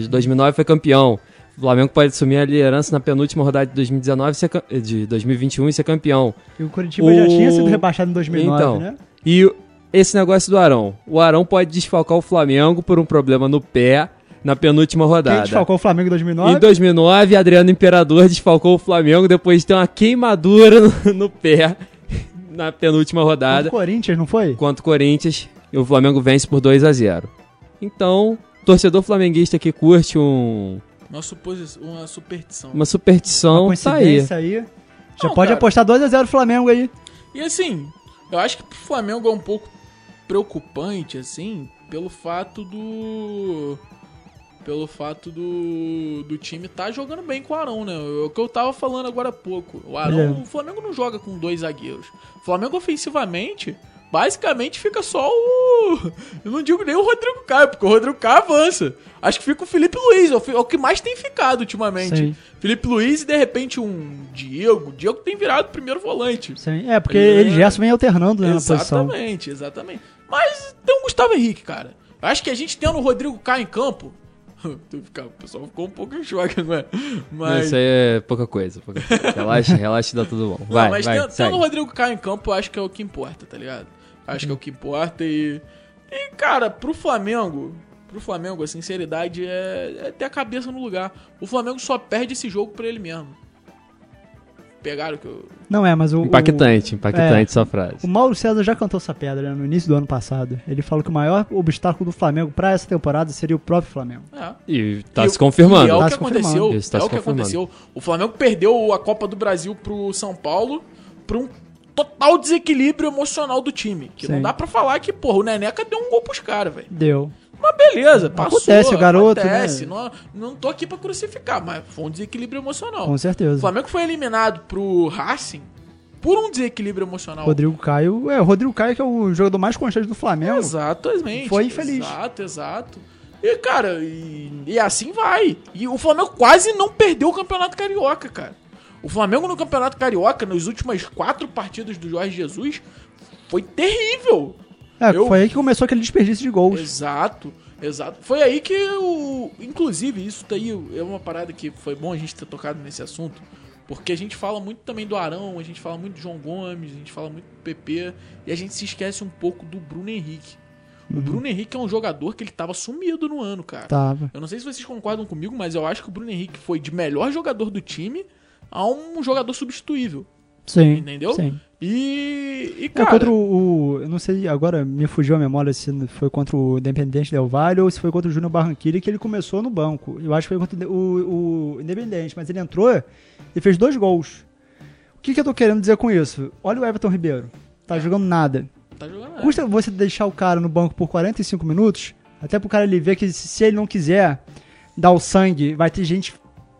[SPEAKER 1] de 2009 foi campeão. O Flamengo pode assumir a liderança na penúltima rodada de 2019 e ser cam- de 2021 e ser campeão.
[SPEAKER 3] E o Curitiba já
[SPEAKER 1] O-
[SPEAKER 3] tinha sido rebaixado em 2009,
[SPEAKER 1] então,
[SPEAKER 3] né?
[SPEAKER 1] E esse negócio do Arão. O Arão pode desfalcar o Flamengo por um problema no pé na penúltima
[SPEAKER 3] Quem
[SPEAKER 1] rodada.
[SPEAKER 3] desfalcou o Flamengo em 2009?
[SPEAKER 1] Em 2009, Adriano Imperador desfalcou o Flamengo depois de ter uma queimadura no, no pé na penúltima
[SPEAKER 3] Contra
[SPEAKER 1] rodada.
[SPEAKER 3] o Corinthians, não foi?
[SPEAKER 1] Quanto o Corinthians, e o Flamengo vence por 2 a 0 Então, torcedor flamenguista que curte um-
[SPEAKER 2] Uma, suposi- uma superstição.
[SPEAKER 1] uma superstição, tá aí.
[SPEAKER 3] coincidência aí. Já
[SPEAKER 2] Então, Não,
[SPEAKER 3] pode
[SPEAKER 2] cara.
[SPEAKER 3] apostar 2x0 Flamengo aí.
[SPEAKER 2] E assim, eu acho que pro Flamengo é um pouco preocupante, assim, Pelo fato do. Pelo fato do, do time tá jogando bem com o Arão, né? É o que eu tava falando agora há pouco. O Arão,
[SPEAKER 3] É.
[SPEAKER 2] o Flamengo não joga com dois zagueiros. O Flamengo ofensivamente, basicamente fica só o. Eu não digo nem o Rodrigo Caio, porque o Rodrigo Caio avança. Acho que fica o Felipe Luiz, é o fi- é o que mais tem ficado ultimamente.
[SPEAKER 3] Sim.
[SPEAKER 2] Felipe Luiz e de repente um Diego. O Diego tem virado primeiro volante.
[SPEAKER 3] Sim, é, porque
[SPEAKER 2] É.
[SPEAKER 3] ele já se vem alternando
[SPEAKER 1] é
[SPEAKER 3] né, na posição.
[SPEAKER 2] Exatamente, exatamente. Mas tem o Gustavo Henrique, cara. Eu acho que a gente tendo o Rodrigo Caio em campo. tu fica- O pessoal ficou um pouco em choque, não é? Mas,
[SPEAKER 1] Isso aí é pouca coisa. pouca coisa. Relaxa, relaxa, dá tudo bom.
[SPEAKER 2] Não,
[SPEAKER 1] Vai,
[SPEAKER 2] mas
[SPEAKER 1] vai,
[SPEAKER 2] tendo,
[SPEAKER 1] segue.
[SPEAKER 2] tendo o Rodrigo Caio em campo, eu acho que é o que importa, tá ligado? Acho que é o que importa e. E, cara, pro Flamengo. Pro Flamengo, a sinceridade é, é ter a cabeça no lugar. O Flamengo só perde esse jogo pra ele mesmo. Pegaram que eu.
[SPEAKER 3] Não é, mas o. o-
[SPEAKER 1] Impactante,
[SPEAKER 2] É.
[SPEAKER 1] impactante essa
[SPEAKER 3] O
[SPEAKER 1] frase.
[SPEAKER 3] Mauro César já cantou essa pedra né, no início do ano passado. Ele falou que o maior obstáculo do Flamengo pra essa temporada seria o próprio Flamengo.
[SPEAKER 2] É.
[SPEAKER 1] E tá
[SPEAKER 2] E
[SPEAKER 1] se
[SPEAKER 2] o- E é o
[SPEAKER 1] confirmando.
[SPEAKER 3] Tá
[SPEAKER 2] que
[SPEAKER 3] se confirmando.
[SPEAKER 2] aconteceu.
[SPEAKER 1] Isso, tá
[SPEAKER 2] é
[SPEAKER 1] se
[SPEAKER 2] o que
[SPEAKER 1] confirmando.
[SPEAKER 2] aconteceu. O Flamengo perdeu a Copa do Brasil pro São Paulo por um total desequilíbrio emocional do time. Que não
[SPEAKER 3] Sim.
[SPEAKER 2] dá pra falar que, porra, o Neneca deu um gol pros caras, velho.
[SPEAKER 3] Deu.
[SPEAKER 2] Mas beleza, passou.
[SPEAKER 3] Acontece, o garoto,
[SPEAKER 2] Acontece.
[SPEAKER 3] né?
[SPEAKER 2] Não, não tô aqui pra crucificar, mas foi um desequilíbrio emocional.
[SPEAKER 3] Com
[SPEAKER 2] O
[SPEAKER 3] certeza.
[SPEAKER 2] Flamengo foi eliminado pro Racing por um desequilíbrio emocional.
[SPEAKER 3] Rodrigo Caio. É, o Rodrigo Caio, que é o jogador mais constante do Flamengo.
[SPEAKER 2] Exatamente.
[SPEAKER 3] Foi infeliz.
[SPEAKER 2] Exato, exato. E, cara, e, e assim vai. E o Flamengo quase não perdeu o Campeonato Carioca, cara. O Flamengo no Campeonato Carioca, nas últimas quatro partidas do Jorge Jesus, foi terrível.
[SPEAKER 3] É,
[SPEAKER 2] Eu-
[SPEAKER 3] foi aí que começou aquele desperdício de gols.
[SPEAKER 2] Exato, exato. Foi aí que o. Inclusive, isso daí é uma parada que foi bom a gente ter tocado nesse assunto. Porque a gente fala muito também do Arão, a gente fala muito do João Gomes, a gente fala muito do PP, e a gente se esquece um pouco do Bruno Henrique. O Bruno Henrique é um jogador que ele tava sumido no ano, cara.
[SPEAKER 3] Tava.
[SPEAKER 2] Eu não sei se vocês concordam comigo, mas eu acho que o Bruno Henrique foi de melhor jogador do time a um jogador substituível.
[SPEAKER 3] Sim.
[SPEAKER 2] Entendeu?
[SPEAKER 3] Sim.
[SPEAKER 2] E. E,
[SPEAKER 3] É,
[SPEAKER 2] cara.
[SPEAKER 3] contra o, o- Eu não sei, agora me fugiu a memória se foi contra o Independente Del Valle ou se foi contra o Júnior Barranquilla, que ele começou no banco. Eu acho que foi contra o, o Independente, mas ele entrou e fez dois gols. O que, que eu tô querendo dizer com isso? Olha o Everton Ribeiro. Tá jogando nada.
[SPEAKER 2] Tá jogando. né?
[SPEAKER 3] Custa você deixar o cara no banco por 45 minutos, até pro cara ele ver que se se ele não quiser dar o sangue, vai ter gente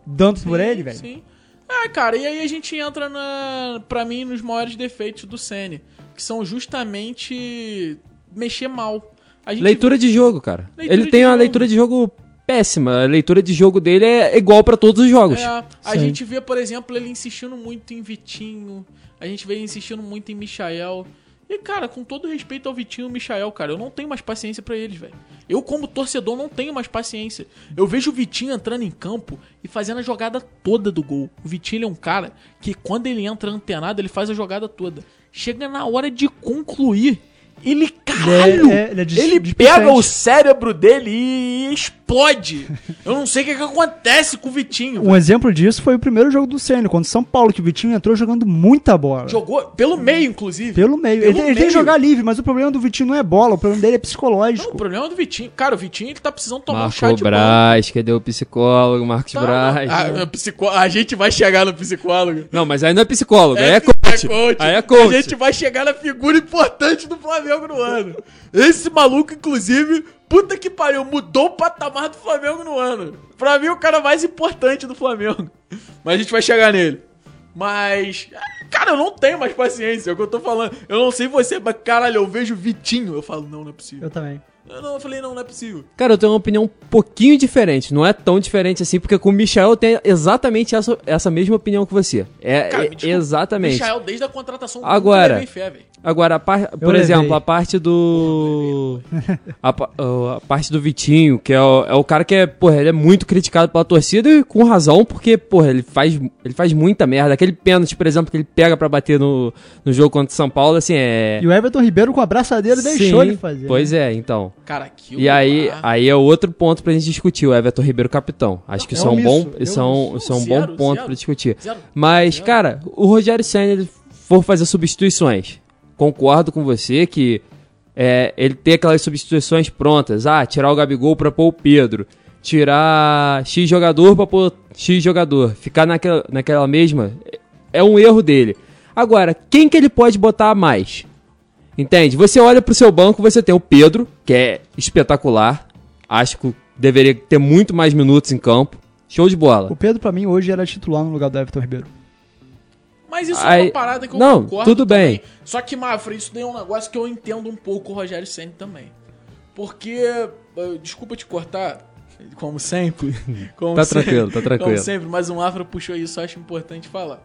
[SPEAKER 3] dando por
[SPEAKER 2] Sim,
[SPEAKER 3] ele, velho.
[SPEAKER 2] Sim. Ah, cara, e aí a gente entra na, pra mim nos maiores defeitos do Sene, que são justamente mexer mal. A gente
[SPEAKER 1] Leitura de jogo, cara.
[SPEAKER 2] é Leitura
[SPEAKER 1] Ele
[SPEAKER 2] de
[SPEAKER 1] tem uma
[SPEAKER 2] jogo.
[SPEAKER 1] leitura de jogo péssima. A leitura de jogo dele é igual pra todos os jogos.
[SPEAKER 2] É, a
[SPEAKER 3] Sim.
[SPEAKER 2] gente vê, por exemplo, ele insistindo muito em Vitinho, a gente vê ele insistindo muito em Michael. E, cara, com todo respeito ao Vitinho e Michael, cara, eu não tenho mais paciência pra eles, velho. Eu, como torcedor, não tenho mais paciência. Eu vejo o Vitinho entrando em campo e fazendo a jogada toda do gol. O Vitinho ele é um cara que, quando ele entra antenado, ele faz a jogada toda. Chega na hora de concluir. Ele, caralho!
[SPEAKER 3] é- ele é dis-
[SPEAKER 2] ele
[SPEAKER 3] displicente.
[SPEAKER 2] pega o cérebro dele e explode. Eu não sei o que, que acontece com o Vitinho.
[SPEAKER 3] Um exemplo disso foi o primeiro jogo do Senna, contra o São Paulo, que o Vitinho entrou jogando muita bola.
[SPEAKER 2] Jogou
[SPEAKER 1] Hum.
[SPEAKER 2] pelo meio, inclusive.
[SPEAKER 3] Pelo meio.
[SPEAKER 2] Pelo
[SPEAKER 3] ele, ele tem
[SPEAKER 2] meio.
[SPEAKER 3] que jogar livre, mas o problema do Vitinho não é bola, o problema dele é
[SPEAKER 2] Não, o
[SPEAKER 3] psicológico.
[SPEAKER 2] problema é do Vitinho. Cara, o Vitinho ele tá precisando tomar um chá
[SPEAKER 1] Marco
[SPEAKER 2] de bola.
[SPEAKER 1] Braz, cadê o psicólogo? Marcos
[SPEAKER 2] Tá,
[SPEAKER 1] Braz. É.
[SPEAKER 2] a, a psicó- a gente vai chegar no psicólogo.
[SPEAKER 1] Não, mas aí não é psicólogo, aí é
[SPEAKER 2] psi-
[SPEAKER 1] coach. Aí é coach.
[SPEAKER 2] A gente vai chegar na figura importante do Flamengo no ano. Esse maluco, inclusive, puta que pariu, mudou o patamar do Flamengo no ano. Pra mim, é o cara mais importante do Flamengo. Mas a gente vai chegar nele. Mas, cara, eu não tenho mais paciência, é o que eu tô falando. Eu não sei você, mas caralho, eu vejo o Vitinho. Eu falo, não, não é possível.
[SPEAKER 3] Eu também.
[SPEAKER 2] Eu não, eu falei, não, não é possível.
[SPEAKER 1] Cara, eu tenho uma opinião um pouquinho diferente. Não é tão diferente assim, porque com o Michel eu tenho exatamente essa, essa mesma opinião que você. É,
[SPEAKER 2] Cara,
[SPEAKER 1] é-
[SPEAKER 2] me desculpa,
[SPEAKER 1] exatamente.
[SPEAKER 2] Michael, desde a contratação, eu
[SPEAKER 1] Agora.
[SPEAKER 2] levei fé, velho.
[SPEAKER 1] Agora, a par- por
[SPEAKER 3] levei.
[SPEAKER 1] exemplo, a parte do. A, pa- a parte do Vitinho, que é o, é o cara que é, porra, ele é muito criticado pela torcida e com razão, porque, porra, ele faz, ele faz muita merda. Aquele pênalti, por exemplo, que ele pega pra bater no, no jogo contra o São Paulo, assim, é.
[SPEAKER 3] E o Everton Ribeiro com a braçadeira deixou
[SPEAKER 1] Sim,
[SPEAKER 3] ele fazer. né?
[SPEAKER 1] Pois é, então.
[SPEAKER 2] Cara, que
[SPEAKER 1] E aí,
[SPEAKER 2] lá.
[SPEAKER 1] aí é outro ponto pra gente discutir, o Everton Ribeiro capitão. Acho que
[SPEAKER 3] É
[SPEAKER 1] isso é um
[SPEAKER 3] um
[SPEAKER 1] bom,
[SPEAKER 3] misto,
[SPEAKER 1] isso
[SPEAKER 3] é
[SPEAKER 1] é
[SPEAKER 3] um
[SPEAKER 1] um, isso é um bom
[SPEAKER 2] Zero,
[SPEAKER 1] ponto
[SPEAKER 2] zero.
[SPEAKER 1] pra discutir.
[SPEAKER 2] Zero.
[SPEAKER 1] Mas,
[SPEAKER 2] Zero.
[SPEAKER 1] cara, o Rogério Senna ele for fazer substituições. Concordo com você que é, ele tem aquelas substituições prontas. Ah, tirar o Gabigol pra pôr o Pedro. Tirar X jogador pra pôr X jogador. Ficar naquela, naquela mesma é um erro dele. Agora, quem que ele pode botar a mais? Entende? Você olha pro seu banco, você tem o Pedro, que é espetacular. Acho que deveria ter muito mais minutos em campo. Show de
[SPEAKER 2] é.
[SPEAKER 1] bola.
[SPEAKER 3] O Pedro, pra mim, hoje era titular no lugar do Everton Ribeiro.
[SPEAKER 2] Mas isso é
[SPEAKER 1] Aí-
[SPEAKER 2] uma parada que eu
[SPEAKER 1] não,
[SPEAKER 2] concordo.
[SPEAKER 1] tudo bem.
[SPEAKER 2] também. Só que, Mafra, isso daí é um negócio que eu entendo um pouco o Rogério Senna também. Porque. eh, Desculpa te cortar, como sempre. Como
[SPEAKER 1] Tá
[SPEAKER 2] sempre-
[SPEAKER 1] tranquilo, tá tranquilo.
[SPEAKER 2] Como sempre, mas o Mafra puxou isso, eu acho importante falar.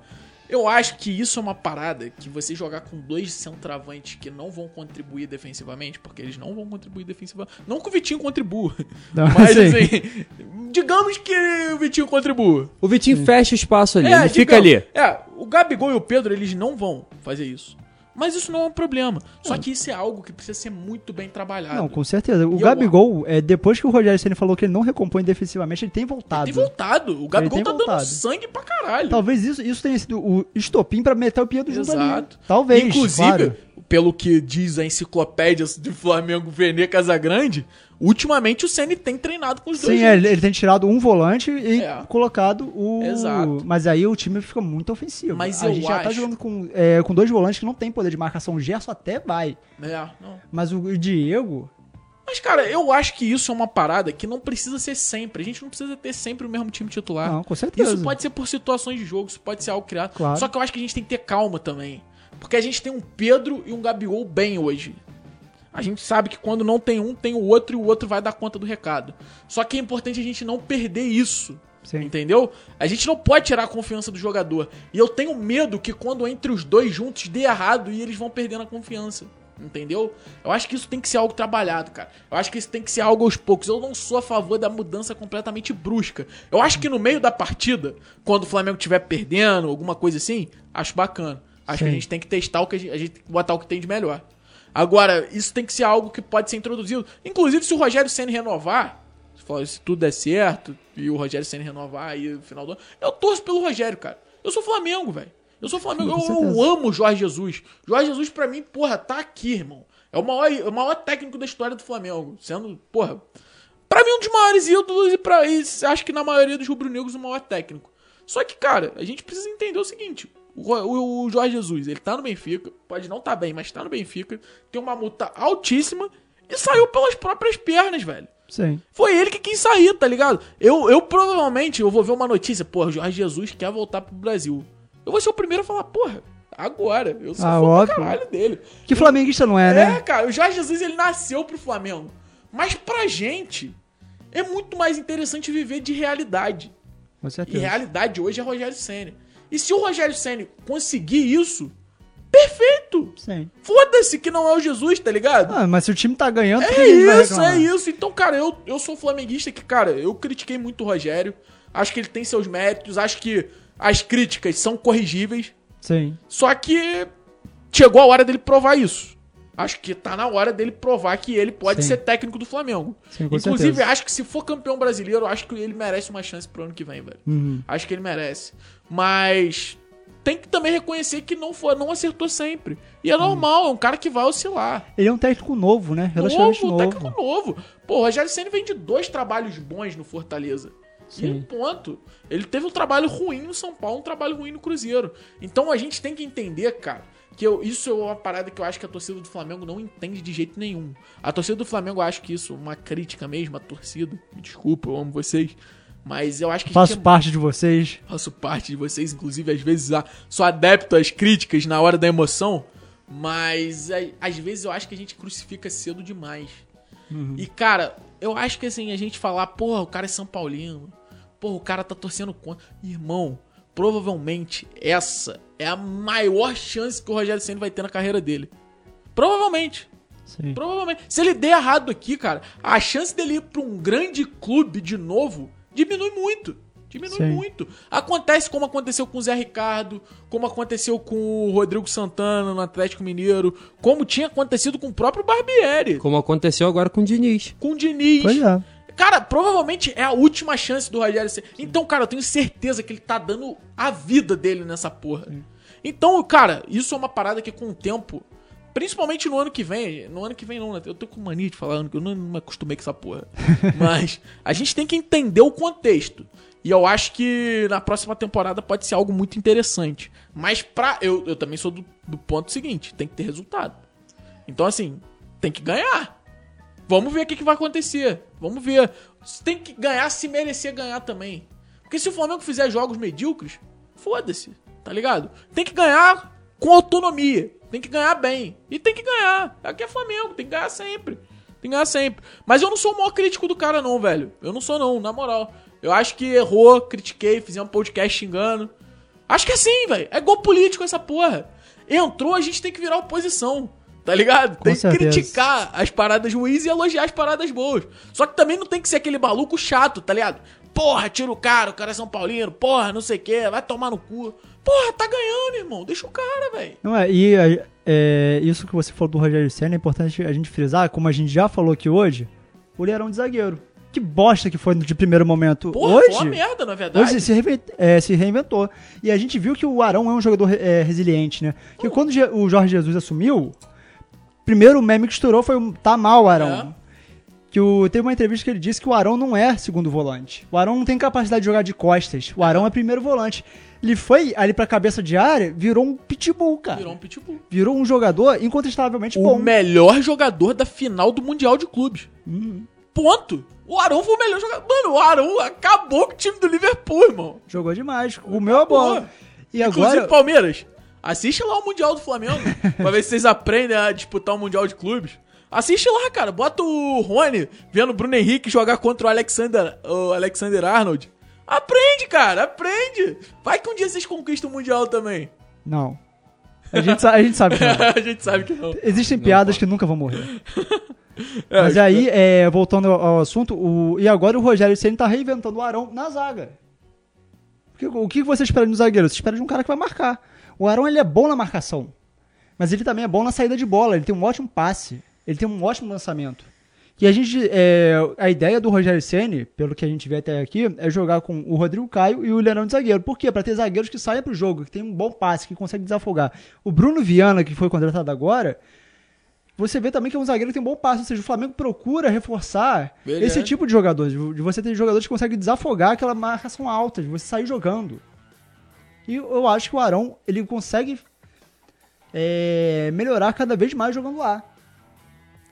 [SPEAKER 2] Eu acho que isso é uma parada que você jogar com dois centroavantes que não vão contribuir defensivamente, porque eles não vão contribuir defensivamente. Não que o Vitinho contribua,
[SPEAKER 3] Não,
[SPEAKER 2] mas
[SPEAKER 3] sim.
[SPEAKER 2] assim, digamos que o Vitinho contribua.
[SPEAKER 1] O Vitinho fecha o espaço ali, ele fica ali.
[SPEAKER 2] digamos, É, o Gabigol e o Pedro, eles não vão fazer isso. Mas isso não é um problema. Só que isso é algo que precisa ser muito bem trabalhado.
[SPEAKER 3] Não, com certeza. O
[SPEAKER 2] eu-
[SPEAKER 3] Gabigol, é, depois que o Rogério Ceni falou que ele não recompõe defensivamente, ele tem voltado.
[SPEAKER 2] Tem voltado. O Gabigol
[SPEAKER 3] Ele
[SPEAKER 2] tá
[SPEAKER 3] tem
[SPEAKER 2] dando
[SPEAKER 3] voltado.
[SPEAKER 2] sangue pra caralho.
[SPEAKER 3] Talvez isso, isso tenha sido o estopim pra meter o Pedro junto ali.
[SPEAKER 2] Exato.
[SPEAKER 3] Talvez,
[SPEAKER 2] Inclusive,
[SPEAKER 3] claro.
[SPEAKER 2] pelo que diz a enciclopédia de Flamengo Vene Casagrande, ultimamente o Ceni tem treinado com os dois.
[SPEAKER 3] Sim, é, ele, ele tem tirado um volante e
[SPEAKER 2] É.
[SPEAKER 3] colocado o.
[SPEAKER 2] Exato.
[SPEAKER 3] Mas aí o time fica muito ofensivo.
[SPEAKER 2] Mas
[SPEAKER 3] a
[SPEAKER 2] eu
[SPEAKER 3] gente já tá
[SPEAKER 2] acho-
[SPEAKER 3] jogando com, é, com dois volantes que não tem poder de marcação. O Gerson até vai.
[SPEAKER 2] É, não.
[SPEAKER 3] Mas o Diego.
[SPEAKER 2] Mas, cara, eu acho que isso é uma parada que não precisa ser sempre. A gente não precisa ter sempre o mesmo time titular.
[SPEAKER 3] Não, com certeza.
[SPEAKER 2] Ah. Isso pode ser por situações de jogo, isso pode ser algo criado.
[SPEAKER 3] Claro.
[SPEAKER 2] Só que eu acho que a gente tem que ter calma também. Porque a gente tem um Pedro e um Gabigol bem hoje. A gente sabe que quando não tem um, tem o outro e o outro vai dar conta do recado. Só que é importante a gente não perder isso.
[SPEAKER 3] Sim.
[SPEAKER 2] Entendeu? A gente não pode tirar a confiança do jogador. E eu tenho medo que quando entre os dois juntos dê errado e eles vão perdendo a confiança. Entendeu? Eu acho que isso tem que ser algo trabalhado, cara. Eu acho que isso tem que ser algo aos poucos. Eu não sou a favor da mudança completamente brusca. Eu acho que no meio da partida, quando o Flamengo estiver perdendo, alguma coisa assim, acho bacana. Acho que a
[SPEAKER 3] Sim.
[SPEAKER 2] gente tem que testar o que a gente, a gente tem que botar o que tem de melhor. Agora, isso tem que ser algo que pode ser introduzido. Inclusive, se o Rogério Senna renovar, se for- se tudo der certo e o Rogério Senna renovar aí no final do ano, eu torço pelo Rogério, cara. Eu sou Flamengo, velho. Eu sou Flamengo, eu,
[SPEAKER 3] Com
[SPEAKER 2] eu
[SPEAKER 3] certeza.
[SPEAKER 2] amo o Jorge Jesus. Jorge Jesus, pra mim, porra, tá aqui, irmão. É o maior, é o maior técnico da história do Flamengo. Sendo, porra, Pra mim, um dos maiores ídolos e, pra, e acho que na maioria dos rubro-negros, o maior técnico. Só que, cara, a gente precisa entender o seguinte: o, Ro- o- o Jorge Jesus, ele tá no Benfica, pode não tá bem, mas tá no Benfica, tem uma multa altíssima e saiu pelas próprias pernas, velho.
[SPEAKER 3] Sim.
[SPEAKER 2] Foi ele que quis sair, tá ligado? Eu, eu provavelmente eu vou ver uma notícia, porra, Jorge Jesus quer voltar pro Brasil. Eu vou ser o primeiro a falar, porra, agora. Eu sou
[SPEAKER 3] Ah,
[SPEAKER 2] fã do
[SPEAKER 3] óbvio.
[SPEAKER 2] caralho dele.
[SPEAKER 3] Que flamenguista não é,
[SPEAKER 2] É,
[SPEAKER 3] né?
[SPEAKER 2] cara, o Jorge Jesus ele nasceu pro Flamengo. Mas pra gente é muito mais interessante viver de realidade.
[SPEAKER 3] Com
[SPEAKER 2] E
[SPEAKER 3] certeza.
[SPEAKER 2] realidade hoje é Rogério Ceni. E se o Rogério Ceni conseguir isso, perfeito.
[SPEAKER 3] Sim.
[SPEAKER 2] Foda-se que não é o Jesus, tá ligado?
[SPEAKER 3] Ah, mas se o time tá ganhando, por que
[SPEAKER 2] É
[SPEAKER 3] a gente vai
[SPEAKER 2] isso,
[SPEAKER 3] reclamar?
[SPEAKER 2] é isso. Então, cara, eu, eu sou flamenguista que, cara, eu critiquei muito o Rogério. Acho que ele tem seus méritos, acho que as críticas são corrigíveis.
[SPEAKER 3] Sim.
[SPEAKER 2] Só que chegou a hora dele provar isso. Acho que tá na hora dele provar que ele pode
[SPEAKER 3] Sim.
[SPEAKER 2] ser técnico do Flamengo.
[SPEAKER 3] Sim, com
[SPEAKER 2] Inclusive,
[SPEAKER 3] certeza.
[SPEAKER 2] acho que se for campeão brasileiro, acho que ele merece uma chance pro ano que vem, velho.
[SPEAKER 3] Uhum.
[SPEAKER 2] Acho que ele merece. Mas tem que também reconhecer que não foi, não acertou sempre. E é normal, é um cara que vai oscilar
[SPEAKER 3] Ele é um técnico novo, né? Relativamente
[SPEAKER 2] novo,
[SPEAKER 3] novo.
[SPEAKER 2] técnico novo. Pô, o Rogério Ceni vem de dois trabalhos bons no Fortaleza. E
[SPEAKER 3] Sim.
[SPEAKER 2] um ponto. Ele teve um trabalho ruim no São Paulo, um trabalho ruim no Cruzeiro. Então a gente tem que entender, cara, que eu- isso é uma parada que eu acho que a torcida do Flamengo não entende de jeito nenhum. A torcida do Flamengo, eu acho que isso, é uma crítica mesmo, a torcida. Me desculpa, eu amo vocês. Mas eu acho que a gente
[SPEAKER 3] Faço
[SPEAKER 2] é
[SPEAKER 3] parte de vocês.
[SPEAKER 2] faço parte de vocês, inclusive às vezes a- sou adepto às críticas na hora da emoção, mas a- às vezes eu acho que a gente crucifica cedo demais. E cara, eu acho que assim, a gente falar, porra, o cara é São Paulino, porra, o cara tá torcendo contra. Irmão, provavelmente essa é a maior chance que o Rogério Senna vai ter na carreira dele. Provavelmente.
[SPEAKER 3] Sim.
[SPEAKER 2] Provavelmente. Se ele der errado aqui, cara, a chance dele ir pra um grande clube de novo diminui muito. Diminui
[SPEAKER 3] Sim.
[SPEAKER 2] muito. Acontece como aconteceu com o Zé Ricardo, como aconteceu com o Rodrigo Santana no Atlético Mineiro, como tinha acontecido com o próprio Barbieri,
[SPEAKER 1] Como aconteceu agora com o Diniz.
[SPEAKER 2] com o Diniz.
[SPEAKER 3] Pois é.
[SPEAKER 2] Cara, provavelmente é a última chance do Rogério Ceni. Então, cara, eu tenho certeza que ele tá dando a vida dele nessa porra. Então, cara, isso é uma parada que com o tempo, principalmente no ano que vem, no ano que vem não, né? Eu tô com mania de falar, ano que- eu não me acostumei com essa porra. Mas a gente tem que entender o contexto. E eu acho que na próxima temporada pode ser algo muito interessante. Mas pra. Eu, eu também sou do, do ponto seguinte: tem que ter resultado. Então, assim, tem que ganhar. Vamos ver o que, que vai acontecer. Vamos ver. Tem que ganhar se merecer ganhar também. Porque se o Flamengo fizer jogos medíocres, foda-se, tá ligado? Tem que ganhar com autonomia. Tem que ganhar bem. E tem que ganhar. Aqui é Flamengo, tem que ganhar sempre. Tem que ganhar sempre. Mas eu não sou o maior crítico do cara, não, velho. Eu não sou, não, na moral. Eu acho que errou, critiquei, fizemos um podcast xingando. Acho que é assim, velho. É gol político essa porra. Entrou, a gente tem que virar oposição. Tá ligado?
[SPEAKER 3] Com
[SPEAKER 2] tem que
[SPEAKER 3] certeza.
[SPEAKER 2] criticar as paradas ruins e elogiar as paradas boas. Só que também não tem que ser aquele maluco chato, tá ligado? Porra, tira o cara, o cara é São Paulino, porra, não sei o que, vai tomar no cu. Porra, tá ganhando, irmão. Deixa o cara, velho.
[SPEAKER 3] Não é, e a- é, isso que você falou do Rogério Senna é importante a gente frisar, como a gente já falou aqui hoje, ele era um zagueiro. Que bosta que foi de primeiro momento.
[SPEAKER 2] Porra,
[SPEAKER 3] hoje,
[SPEAKER 2] foi uma merda, na verdade.
[SPEAKER 3] hoje se, reinven- é, se reinventou. E a gente viu que o Arão é um jogador é, resiliente, né? Que quando Je- o Jorge Jesus assumiu, primeiro meme que estourou foi um, tá mal, Arão.
[SPEAKER 2] É.
[SPEAKER 3] Que o, teve uma entrevista que ele disse que o Arão não é segundo volante. O Arão não tem capacidade de jogar de costas. O Arão é primeiro volante. Ele foi ali pra cabeça de área, virou um pitbull, cara
[SPEAKER 2] Virou um pitbull.
[SPEAKER 3] virou um jogador incontestavelmente
[SPEAKER 2] O
[SPEAKER 3] bom.
[SPEAKER 2] melhor jogador da final do Mundial de Clubes.
[SPEAKER 3] Uhum.
[SPEAKER 2] Ponto. O Arão foi o melhor jogador. Mano, o Arão acabou com o time do Liverpool, irmão.
[SPEAKER 3] Jogou demais, comeu a bola. E
[SPEAKER 2] Inclusive,
[SPEAKER 3] agora,
[SPEAKER 2] Palmeiras, assiste lá o Mundial do Flamengo. pra ver se vocês aprendem a disputar o Mundial de Clubes. Assiste lá, cara. Bota o Rony vendo o Bruno Henrique jogar contra o Alexander, o Alexander Arnold. Aprende, cara. Aprende. Vai que um dia vocês conquistam o Mundial também.
[SPEAKER 3] não. A gente, sa- a gente sabe que não.
[SPEAKER 2] a gente sabe que não.
[SPEAKER 3] Existem piadas que nunca vão morrer.
[SPEAKER 2] É,
[SPEAKER 3] Mas aí, é, voltando ao- ao assunto, o- e agora o Rogério Ceni tá reinventando o Arão na zaga. Porque o que você espera de um zagueiro? Você espera de um cara que vai marcar. O Arão ele é bom na marcação, mas ele também é bom na saída de bola. Ele tem um ótimo passe, ele tem um ótimo lançamento. E a gente, é, a ideia do Rogério Ceni, pelo que a gente vê até aqui, é jogar com o Rodrigo Caio e o Leonardo de zagueiro. Por quê? Para ter zagueiros que saiam pro jogo, que tem um bom passe, que consegue desafogar. O Bruno Viana, que foi contratado agora, você vê também que é um zagueiro que tem um bom passe, ou seja, o Flamengo procura reforçar
[SPEAKER 2] Verdade.
[SPEAKER 3] esse tipo de jogador, de de você ter jogadores que conseguem desafogar aquela marcação alta, de você sair jogando. E eu acho que o Arão, ele consegue é, melhorar cada vez mais jogando lá.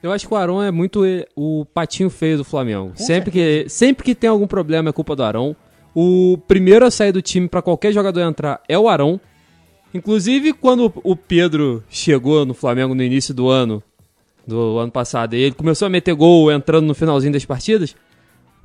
[SPEAKER 1] Eu acho que o Arão é muito eh, o patinho feio do Flamengo. Sempre que, sempre que tem algum problema é culpa do Arão. O primeiro a sair do time pra qualquer jogador entrar é o Arão. Inclusive, quando o Pedro chegou no Flamengo no início do ano, do ano passado, e ele começou a meter gol entrando no finalzinho das partidas,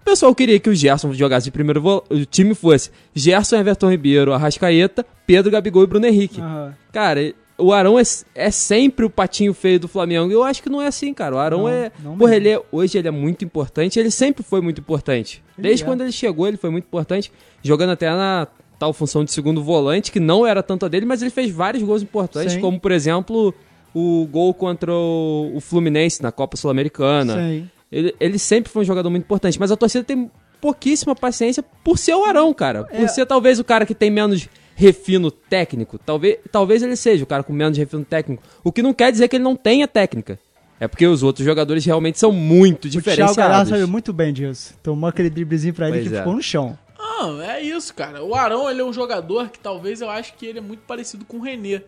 [SPEAKER 1] o pessoal queria que o Gerson jogasse de primeiro vol- o time fosse Gerson, Everton Ribeiro, Arrascaeta, Pedro, Gabigol e Bruno Henrique.
[SPEAKER 3] Aham.
[SPEAKER 1] Cara, o Arão é, é sempre o patinho feio do Flamengo. Eu acho que não é assim, cara. O Arão
[SPEAKER 3] Não,
[SPEAKER 1] é.
[SPEAKER 3] não
[SPEAKER 1] porra,
[SPEAKER 3] mesmo.
[SPEAKER 1] ele é, hoje ele é muito importante. Ele sempre foi muito importante.
[SPEAKER 3] Ele
[SPEAKER 1] Desde
[SPEAKER 3] é.
[SPEAKER 1] quando ele chegou, ele foi muito importante. Jogando até na tal função de segundo volante, que não era tanto a dele, mas ele fez vários gols importantes,
[SPEAKER 3] Sim.
[SPEAKER 1] como, por exemplo, o gol contra o, o Fluminense na Copa Sul-Americana.
[SPEAKER 3] Sim.
[SPEAKER 1] Ele, ele sempre foi um jogador muito importante, mas a torcida tem pouquíssima paciência por ser o Arão, cara. Por
[SPEAKER 3] É.
[SPEAKER 1] ser talvez o cara que tem menos refino técnico. Talvez, talvez ele seja o cara com menos refino técnico. O que não quer dizer que ele não tenha técnica. É porque os outros jogadores realmente são muito
[SPEAKER 3] O Thiago Galhardo
[SPEAKER 1] diferenciados.
[SPEAKER 3] sabe muito bem disso. Tomou aquele driblezinho pra ele
[SPEAKER 1] Pois
[SPEAKER 3] que
[SPEAKER 1] é.
[SPEAKER 3] ficou no chão.
[SPEAKER 2] Não, é isso, cara. O Arão, ele é um jogador que talvez eu acho que ele é muito parecido com o René.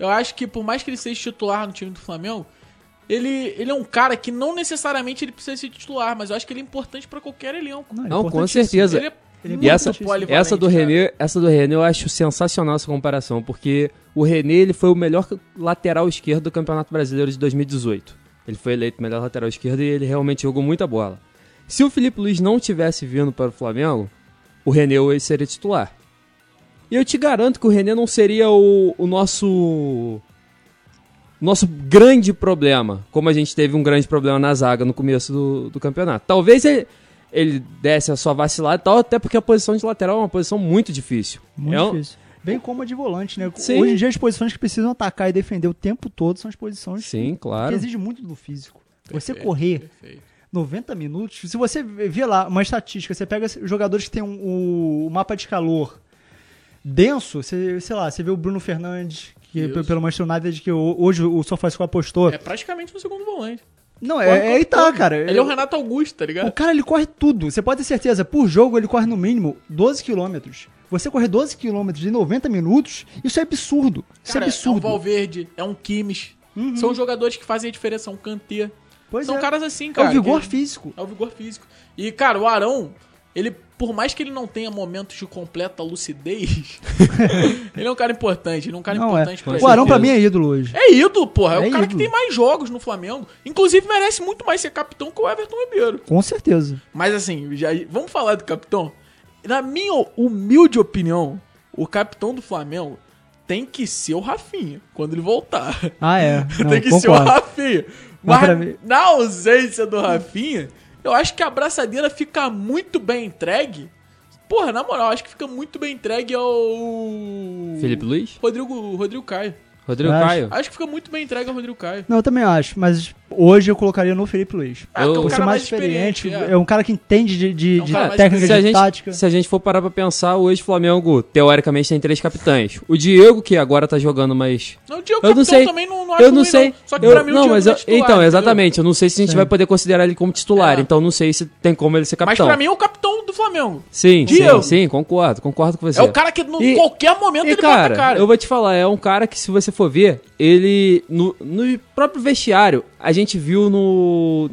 [SPEAKER 2] Eu acho que por mais que ele seja titular no time do Flamengo, ele, ele é um cara que não necessariamente ele precisa ser titular, mas eu acho que ele é importante pra qualquer elenco.
[SPEAKER 3] Não, é
[SPEAKER 1] Não, com
[SPEAKER 3] importantíssimo.
[SPEAKER 1] certeza.
[SPEAKER 2] Ele é
[SPEAKER 3] Ele é
[SPEAKER 1] E essa,
[SPEAKER 3] muito
[SPEAKER 2] polivalente,
[SPEAKER 1] essa do
[SPEAKER 2] cara.
[SPEAKER 1] René, essa do René eu acho sensacional essa comparação, porque o René ele foi o melhor lateral esquerdo do Campeonato Brasileiro de 2018. Ele foi eleito melhor lateral esquerdo e ele realmente jogou muita bola. Se o Felipe Luiz não tivesse vindo para o Flamengo, o René hoje seria titular. E eu te garanto que o René não seria o, o nosso nosso grande problema, como a gente teve um grande problema na zaga no começo do, do campeonato. Talvez ele, ele desse a sua vacilada e tal, até porque a posição de lateral é uma posição muito difícil.
[SPEAKER 3] Muito
[SPEAKER 1] É um-
[SPEAKER 3] difícil. Bem como a de volante, né?
[SPEAKER 1] Sim.
[SPEAKER 3] Hoje em dia as posições que precisam atacar e defender o tempo todo são as posições
[SPEAKER 1] Sim,
[SPEAKER 3] que
[SPEAKER 1] claro.
[SPEAKER 3] exigem muito do físico. Você correr
[SPEAKER 2] Perfeito.
[SPEAKER 3] 90 minutos. Se você vê lá uma estatística, você pega os jogadores que tem um, o- o mapa de calor denso, você, sei lá, você vê o Bruno Fernandes, que
[SPEAKER 2] Isso.
[SPEAKER 3] p- pelo Manchester United, que o- hoje o SofaScore apostou.
[SPEAKER 2] É praticamente um segundo volante.
[SPEAKER 3] Não, é, é aí tá, cara.
[SPEAKER 2] Ele é
[SPEAKER 1] um
[SPEAKER 2] o Renato Augusto, tá
[SPEAKER 3] O
[SPEAKER 2] ligado?
[SPEAKER 3] cara, ele corre tudo. Você pode ter certeza. Por jogo, ele corre no mínimo 12 quilômetros. Você correr 12 quilômetros em 90 minutos, isso é absurdo. Isso é
[SPEAKER 2] Cara, É um
[SPEAKER 3] absurdo. Uhum.
[SPEAKER 2] Valverde, é um Kimmich, São jogadores que fazem a diferença, são Kanté.
[SPEAKER 3] Pois
[SPEAKER 2] são
[SPEAKER 3] é.
[SPEAKER 2] caras assim,
[SPEAKER 3] É
[SPEAKER 2] cara.
[SPEAKER 3] o vigor
[SPEAKER 2] que-
[SPEAKER 3] físico.
[SPEAKER 2] É o vigor físico. E, cara, o Arão, ele, por mais que ele não tenha momentos de completa lucidez, ele é um cara importante. Ele é um cara
[SPEAKER 3] Não é.
[SPEAKER 2] importante pra
[SPEAKER 3] O Arão
[SPEAKER 1] certeza.
[SPEAKER 3] pra mim é ídolo hoje.
[SPEAKER 2] É ídolo, porra. É,
[SPEAKER 3] É
[SPEAKER 2] o cara que
[SPEAKER 3] ídolo.
[SPEAKER 2] tem mais jogos no Flamengo. Inclusive, merece muito mais ser capitão que o Everton Ribeiro.
[SPEAKER 3] Com certeza.
[SPEAKER 2] Mas assim, já, vamos falar do capitão? Na minha humilde opinião, o capitão do Flamengo tem que ser o Rafinha quando ele voltar.
[SPEAKER 3] Ah, é. Não,
[SPEAKER 2] tem que ser o
[SPEAKER 3] concordo.
[SPEAKER 2] Rafinha.
[SPEAKER 3] Mas pra
[SPEAKER 2] Mas
[SPEAKER 3] mim-
[SPEAKER 2] na ausência do Rafinha, eu acho que a abraçadeira fica muito bem entregue. Porra, na moral, acho que fica muito bem entregue ao.
[SPEAKER 1] Felipe Luiz?
[SPEAKER 2] Rodrigo, Rodrigo Caio.
[SPEAKER 1] Rodrigo
[SPEAKER 3] Acho- Ah,
[SPEAKER 1] Caio?
[SPEAKER 2] Acho que fica muito bem entregue ao Rodrigo Caio.
[SPEAKER 3] Não, eu também acho, mas hoje eu colocaria no Felipe Luiz.
[SPEAKER 2] Ah, porque é
[SPEAKER 1] Eu-
[SPEAKER 2] um
[SPEAKER 3] Por
[SPEAKER 1] cara
[SPEAKER 3] ser mais experiente,
[SPEAKER 2] é.
[SPEAKER 3] é. um cara que entende de, de,
[SPEAKER 2] É um
[SPEAKER 3] de
[SPEAKER 2] cara mais
[SPEAKER 3] técnica,
[SPEAKER 2] experiente.
[SPEAKER 1] se,
[SPEAKER 3] de
[SPEAKER 1] a gente,
[SPEAKER 3] tática.
[SPEAKER 1] se a gente for parar pra pensar, hoje o Flamengo, teoricamente, tem três capitães. O Diego, que agora tá jogando mais.
[SPEAKER 2] Não, o Diego
[SPEAKER 1] Eu não
[SPEAKER 2] Capitão
[SPEAKER 1] sei.
[SPEAKER 2] também não, não acho
[SPEAKER 1] Eu não
[SPEAKER 2] ruim,
[SPEAKER 1] sei.
[SPEAKER 2] Só que
[SPEAKER 1] eu,
[SPEAKER 2] pra mim o
[SPEAKER 1] não,
[SPEAKER 2] Diego
[SPEAKER 1] mas
[SPEAKER 2] é
[SPEAKER 1] eu-
[SPEAKER 2] titular,
[SPEAKER 1] Então,
[SPEAKER 2] entendeu?
[SPEAKER 1] exatamente. Eu não sei se a gente
[SPEAKER 3] Sim.
[SPEAKER 1] vai poder considerar ele como titular.
[SPEAKER 2] É.
[SPEAKER 1] Então, não sei se tem como ele ser
[SPEAKER 2] Mas
[SPEAKER 1] capitão.
[SPEAKER 2] pra mim é o capitão do Flamengo.
[SPEAKER 1] sim,
[SPEAKER 2] Diego.
[SPEAKER 1] sim, sim, concordo. Concordo com você.
[SPEAKER 2] É o cara que no
[SPEAKER 1] E-
[SPEAKER 2] qualquer momento
[SPEAKER 1] E,
[SPEAKER 2] ele
[SPEAKER 1] cara,
[SPEAKER 2] bota a cara.
[SPEAKER 1] eu vou te falar, é um cara que, se você for ver, ele. No, no próprio vestiário, a gente viu no.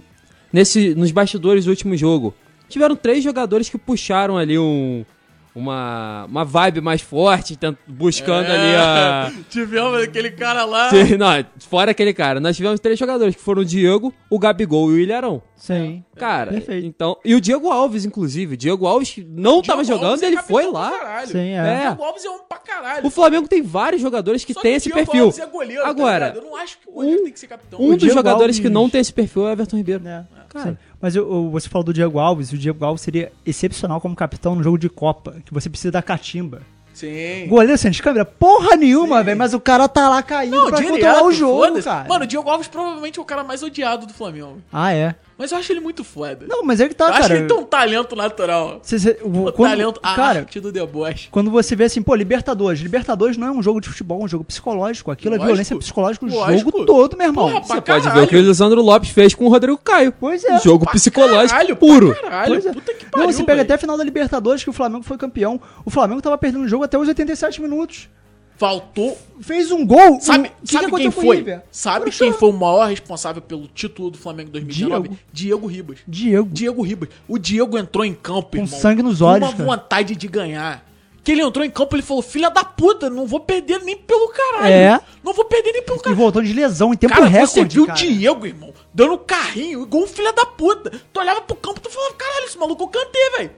[SPEAKER 1] Nesse, nos bastidores do último jogo. Tiveram três jogadores que puxaram ali um. Uma, uma vibe mais forte, tent- buscando
[SPEAKER 2] É.
[SPEAKER 1] ali a.
[SPEAKER 2] Tivemos aquele cara lá.
[SPEAKER 1] Sim, não, fora aquele cara. Nós tivemos três jogadores, que foram o Diego, o Gabigol e o Ilharão.
[SPEAKER 2] É um
[SPEAKER 3] Sim.
[SPEAKER 1] Cara,
[SPEAKER 3] Perfeito.
[SPEAKER 1] então. E o Diego Alves, inclusive. O Diego Alves que não
[SPEAKER 2] Diego
[SPEAKER 1] tava jogando,
[SPEAKER 2] Alves é
[SPEAKER 1] ele
[SPEAKER 2] capitão
[SPEAKER 1] foi
[SPEAKER 2] pra
[SPEAKER 1] lá.
[SPEAKER 2] caralho.
[SPEAKER 3] Sim, é.
[SPEAKER 1] É.
[SPEAKER 2] Diego Alves é um pra caralho.
[SPEAKER 1] O Flamengo tem vários jogadores que
[SPEAKER 2] Só
[SPEAKER 1] tem
[SPEAKER 2] o
[SPEAKER 1] esse
[SPEAKER 2] Diego
[SPEAKER 1] perfil.
[SPEAKER 2] Alves é goleiro, tá
[SPEAKER 1] Agora,
[SPEAKER 2] ligado? eu não acho que o goleiro
[SPEAKER 1] um-
[SPEAKER 2] tem que ser capitão.
[SPEAKER 1] Um
[SPEAKER 3] O
[SPEAKER 1] dos
[SPEAKER 3] Diego
[SPEAKER 1] jogadores que
[SPEAKER 3] Alves-
[SPEAKER 1] não tem esse perfil é o Everton Ribeiro.
[SPEAKER 3] É.
[SPEAKER 1] Cara,
[SPEAKER 3] Sim. Mas eu- eu- você falou do Diego Alves, e o Diego Alves seria excepcional como capitão no jogo de Copa, que você precisa da catimba.
[SPEAKER 2] Sim.
[SPEAKER 3] Goleiro sem câmera? Porra nenhuma, velho, mas o cara tá lá caindo pra controlar o jogo,
[SPEAKER 2] foda-se.
[SPEAKER 3] cara.
[SPEAKER 2] Mano, o Diego Alves provavelmente é o cara mais odiado do Flamengo.
[SPEAKER 3] Ah, é.
[SPEAKER 2] Mas eu acho ele muito foda.
[SPEAKER 3] Não, mas é que
[SPEAKER 2] eu
[SPEAKER 3] tá, cara.
[SPEAKER 2] acho que ele tem um talento natural.
[SPEAKER 3] Cê- cê-
[SPEAKER 2] Um
[SPEAKER 3] quando-
[SPEAKER 2] talento, a
[SPEAKER 3] cara,
[SPEAKER 2] arte do deboche.
[SPEAKER 3] quando você vê assim, pô, Libertadores. Libertadores não é um jogo de futebol, é um jogo psicológico. Aquilo
[SPEAKER 2] Lógico.
[SPEAKER 3] é violência psicológica o
[SPEAKER 2] Lógico.
[SPEAKER 3] jogo todo, meu irmão.
[SPEAKER 2] Porra, pra
[SPEAKER 1] você pode ver
[SPEAKER 2] caralho.
[SPEAKER 1] o que o Lisandro Lopes fez com o Rodrigo Caio.
[SPEAKER 3] Pois é.
[SPEAKER 1] Jogo
[SPEAKER 2] Pra
[SPEAKER 1] psicológico
[SPEAKER 2] caralho, pra
[SPEAKER 1] puro.
[SPEAKER 2] Caralho,
[SPEAKER 3] Pois é.
[SPEAKER 2] puta que pariu,
[SPEAKER 3] Não, você pega
[SPEAKER 2] velho.
[SPEAKER 3] até a final da Libertadores que o Flamengo foi campeão. O Flamengo tava perdendo o jogo até os 87 minutos.
[SPEAKER 2] Faltou
[SPEAKER 3] Fez um gol.
[SPEAKER 2] Sabe, sabe
[SPEAKER 3] o- o que
[SPEAKER 2] quem
[SPEAKER 3] aconteceu com o
[SPEAKER 2] foi?
[SPEAKER 3] River?
[SPEAKER 2] Sabe
[SPEAKER 3] Poxa.
[SPEAKER 2] quem foi o maior responsável pelo título do Flamengo em 2019? Diego,
[SPEAKER 3] Diego.
[SPEAKER 2] Ribas.
[SPEAKER 3] Diego.
[SPEAKER 2] Diego Ribas. O Diego entrou em campo,
[SPEAKER 3] Com
[SPEAKER 2] irmão,
[SPEAKER 3] sangue nos
[SPEAKER 2] com
[SPEAKER 3] olhos,
[SPEAKER 2] Uma
[SPEAKER 3] cara.
[SPEAKER 2] vontade de ganhar. Que ele entrou em campo, ele falou: Filha da puta, não vou perder nem pelo caralho.
[SPEAKER 3] É.
[SPEAKER 2] Não vou perder nem pelo
[SPEAKER 3] E
[SPEAKER 2] caralho.
[SPEAKER 3] voltou de lesão em tempo
[SPEAKER 2] Cara,
[SPEAKER 3] recorde,
[SPEAKER 2] você viu
[SPEAKER 3] cara.
[SPEAKER 2] o Diego, irmão, dando carrinho, igual um filho da puta. Tu olhava pro campo e tu falava, caralho, esse maluco eu cantei, velho.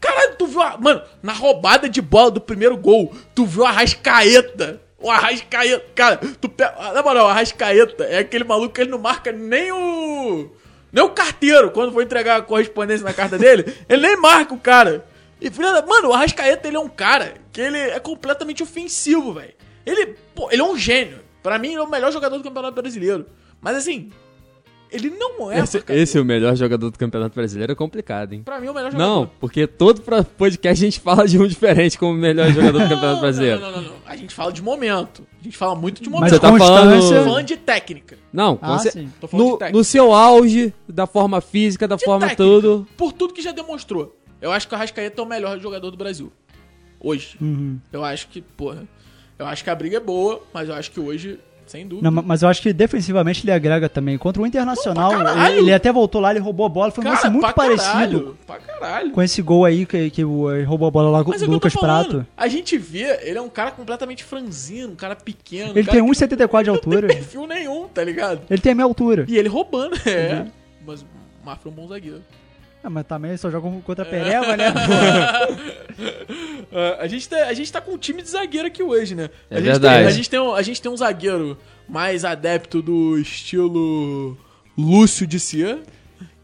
[SPEAKER 2] Caralho, tu viu a... Mano, na roubada de bola do primeiro gol, tu viu a Arrascaeta. O Arrascaeta, cara, tu pega... ah, Na moral, o Arrascaeta é aquele maluco que ele não marca nem o... Nem o carteiro, quando foi entregar a correspondência na carta dele, ele nem marca o cara. E, filha da- mano, o Arrascaeta, ele é um cara que ele é completamente ofensivo, velho. Ele, pô, ele é um gênio. Pra mim, ele é o melhor jogador do Campeonato Brasileiro. Mas, assim, ele não é
[SPEAKER 1] Esse,
[SPEAKER 2] marcador.
[SPEAKER 1] é o melhor jogador do Campeonato Brasileiro, é complicado, hein?
[SPEAKER 2] Pra mim, é o melhor jogador.
[SPEAKER 1] Não, porque todo pra- podcast a gente fala de um diferente como o melhor jogador do Campeonato Brasileiro.
[SPEAKER 2] Não, não, não, não. A gente fala de momento. A gente fala muito de
[SPEAKER 3] Mas
[SPEAKER 1] Você
[SPEAKER 2] momento.
[SPEAKER 1] tá
[SPEAKER 3] constância-
[SPEAKER 2] Tô
[SPEAKER 1] falando.
[SPEAKER 2] falando de técnica.
[SPEAKER 1] Não, com
[SPEAKER 3] Ah,
[SPEAKER 1] cer-
[SPEAKER 3] sim.
[SPEAKER 2] Tô falando de
[SPEAKER 1] no,
[SPEAKER 2] técnica.
[SPEAKER 1] no seu auge, da forma física, da
[SPEAKER 2] De
[SPEAKER 1] forma
[SPEAKER 2] técnica.
[SPEAKER 1] tudo.
[SPEAKER 2] Por tudo que já demonstrou. Eu acho que o Arrascaeta é o melhor jogador do Brasil. Hoje.
[SPEAKER 3] Uhum.
[SPEAKER 2] Eu acho que, porra... Eu acho que a briga é boa, mas eu acho que hoje, sem dúvida...
[SPEAKER 3] Não, ma- mas eu acho que defensivamente ele agrega também. Contra o Internacional,
[SPEAKER 2] Pô, pra caralho!
[SPEAKER 3] ele, ele até voltou lá, ele roubou a bola. Foi um lance muito parecido
[SPEAKER 2] Caralho, pra caralho.
[SPEAKER 3] com esse gol aí que, que o- ele roubou a bola lá
[SPEAKER 2] Mas é o
[SPEAKER 3] do
[SPEAKER 2] que eu tô
[SPEAKER 3] Lucas
[SPEAKER 2] falando.
[SPEAKER 3] Prato.
[SPEAKER 2] A gente vê, ele é um cara completamente franzino, um cara pequeno. um
[SPEAKER 3] Ele
[SPEAKER 2] cara
[SPEAKER 3] tem
[SPEAKER 2] que
[SPEAKER 3] 1,74 de
[SPEAKER 2] Não tem
[SPEAKER 3] altura.
[SPEAKER 2] perfil nenhum, tá ligado?
[SPEAKER 3] Ele tem a minha altura.
[SPEAKER 2] E ele roubando, é.
[SPEAKER 3] Uhum.
[SPEAKER 2] Mas o Mafra é um bom zagueiro.
[SPEAKER 3] Ah, mas também só joga contra a Pereva, né?
[SPEAKER 2] Ah, a, gente tá, a gente tá com um time de zagueiro aqui hoje, né?
[SPEAKER 1] É
[SPEAKER 2] a gente
[SPEAKER 1] verdade.
[SPEAKER 2] Tem, a, gente tem um, a gente tem um zagueiro mais adepto do estilo Lúcio de Cia,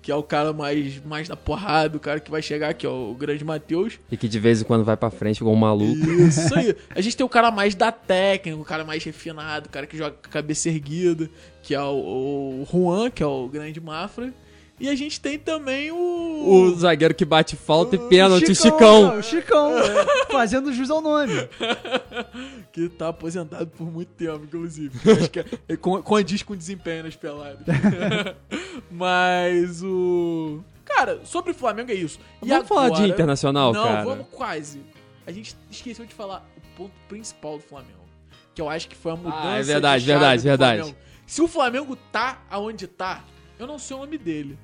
[SPEAKER 2] que é o cara mais, mais da porrada, o cara que vai chegar aqui, ó, o grande Matheus.
[SPEAKER 1] E que de vez em quando vai pra frente igual um maluco.
[SPEAKER 2] Isso aí. A gente tem o cara mais da técnica, o cara mais refinado, o cara que joga com a cabeça erguida, que é o, o Juan, que é o grande Mafra. E a gente tem também
[SPEAKER 1] O
[SPEAKER 2] o.
[SPEAKER 1] zagueiro que bate falta e pênalti, o
[SPEAKER 3] não,
[SPEAKER 1] Chicão.
[SPEAKER 3] o Chicão. é. Fazendo jus ao nome.
[SPEAKER 2] Que tá aposentado por muito tempo, inclusive. Eu Acho que é, con- condiz com o desempenho nas peladas. Mas o. Cara, sobre o Flamengo é isso. E
[SPEAKER 1] Vamos falar de
[SPEAKER 2] agora-
[SPEAKER 1] internacional,
[SPEAKER 2] Não,
[SPEAKER 1] cara.
[SPEAKER 2] vamos quase. A gente esqueceu de falar o ponto principal do Flamengo. que eu acho que foi a mudança.
[SPEAKER 1] é verdade,
[SPEAKER 2] de chave
[SPEAKER 1] verdade,
[SPEAKER 2] do
[SPEAKER 1] verdade.
[SPEAKER 2] Flamengo. Se o Flamengo tá aonde tá, eu não sei o nome dele.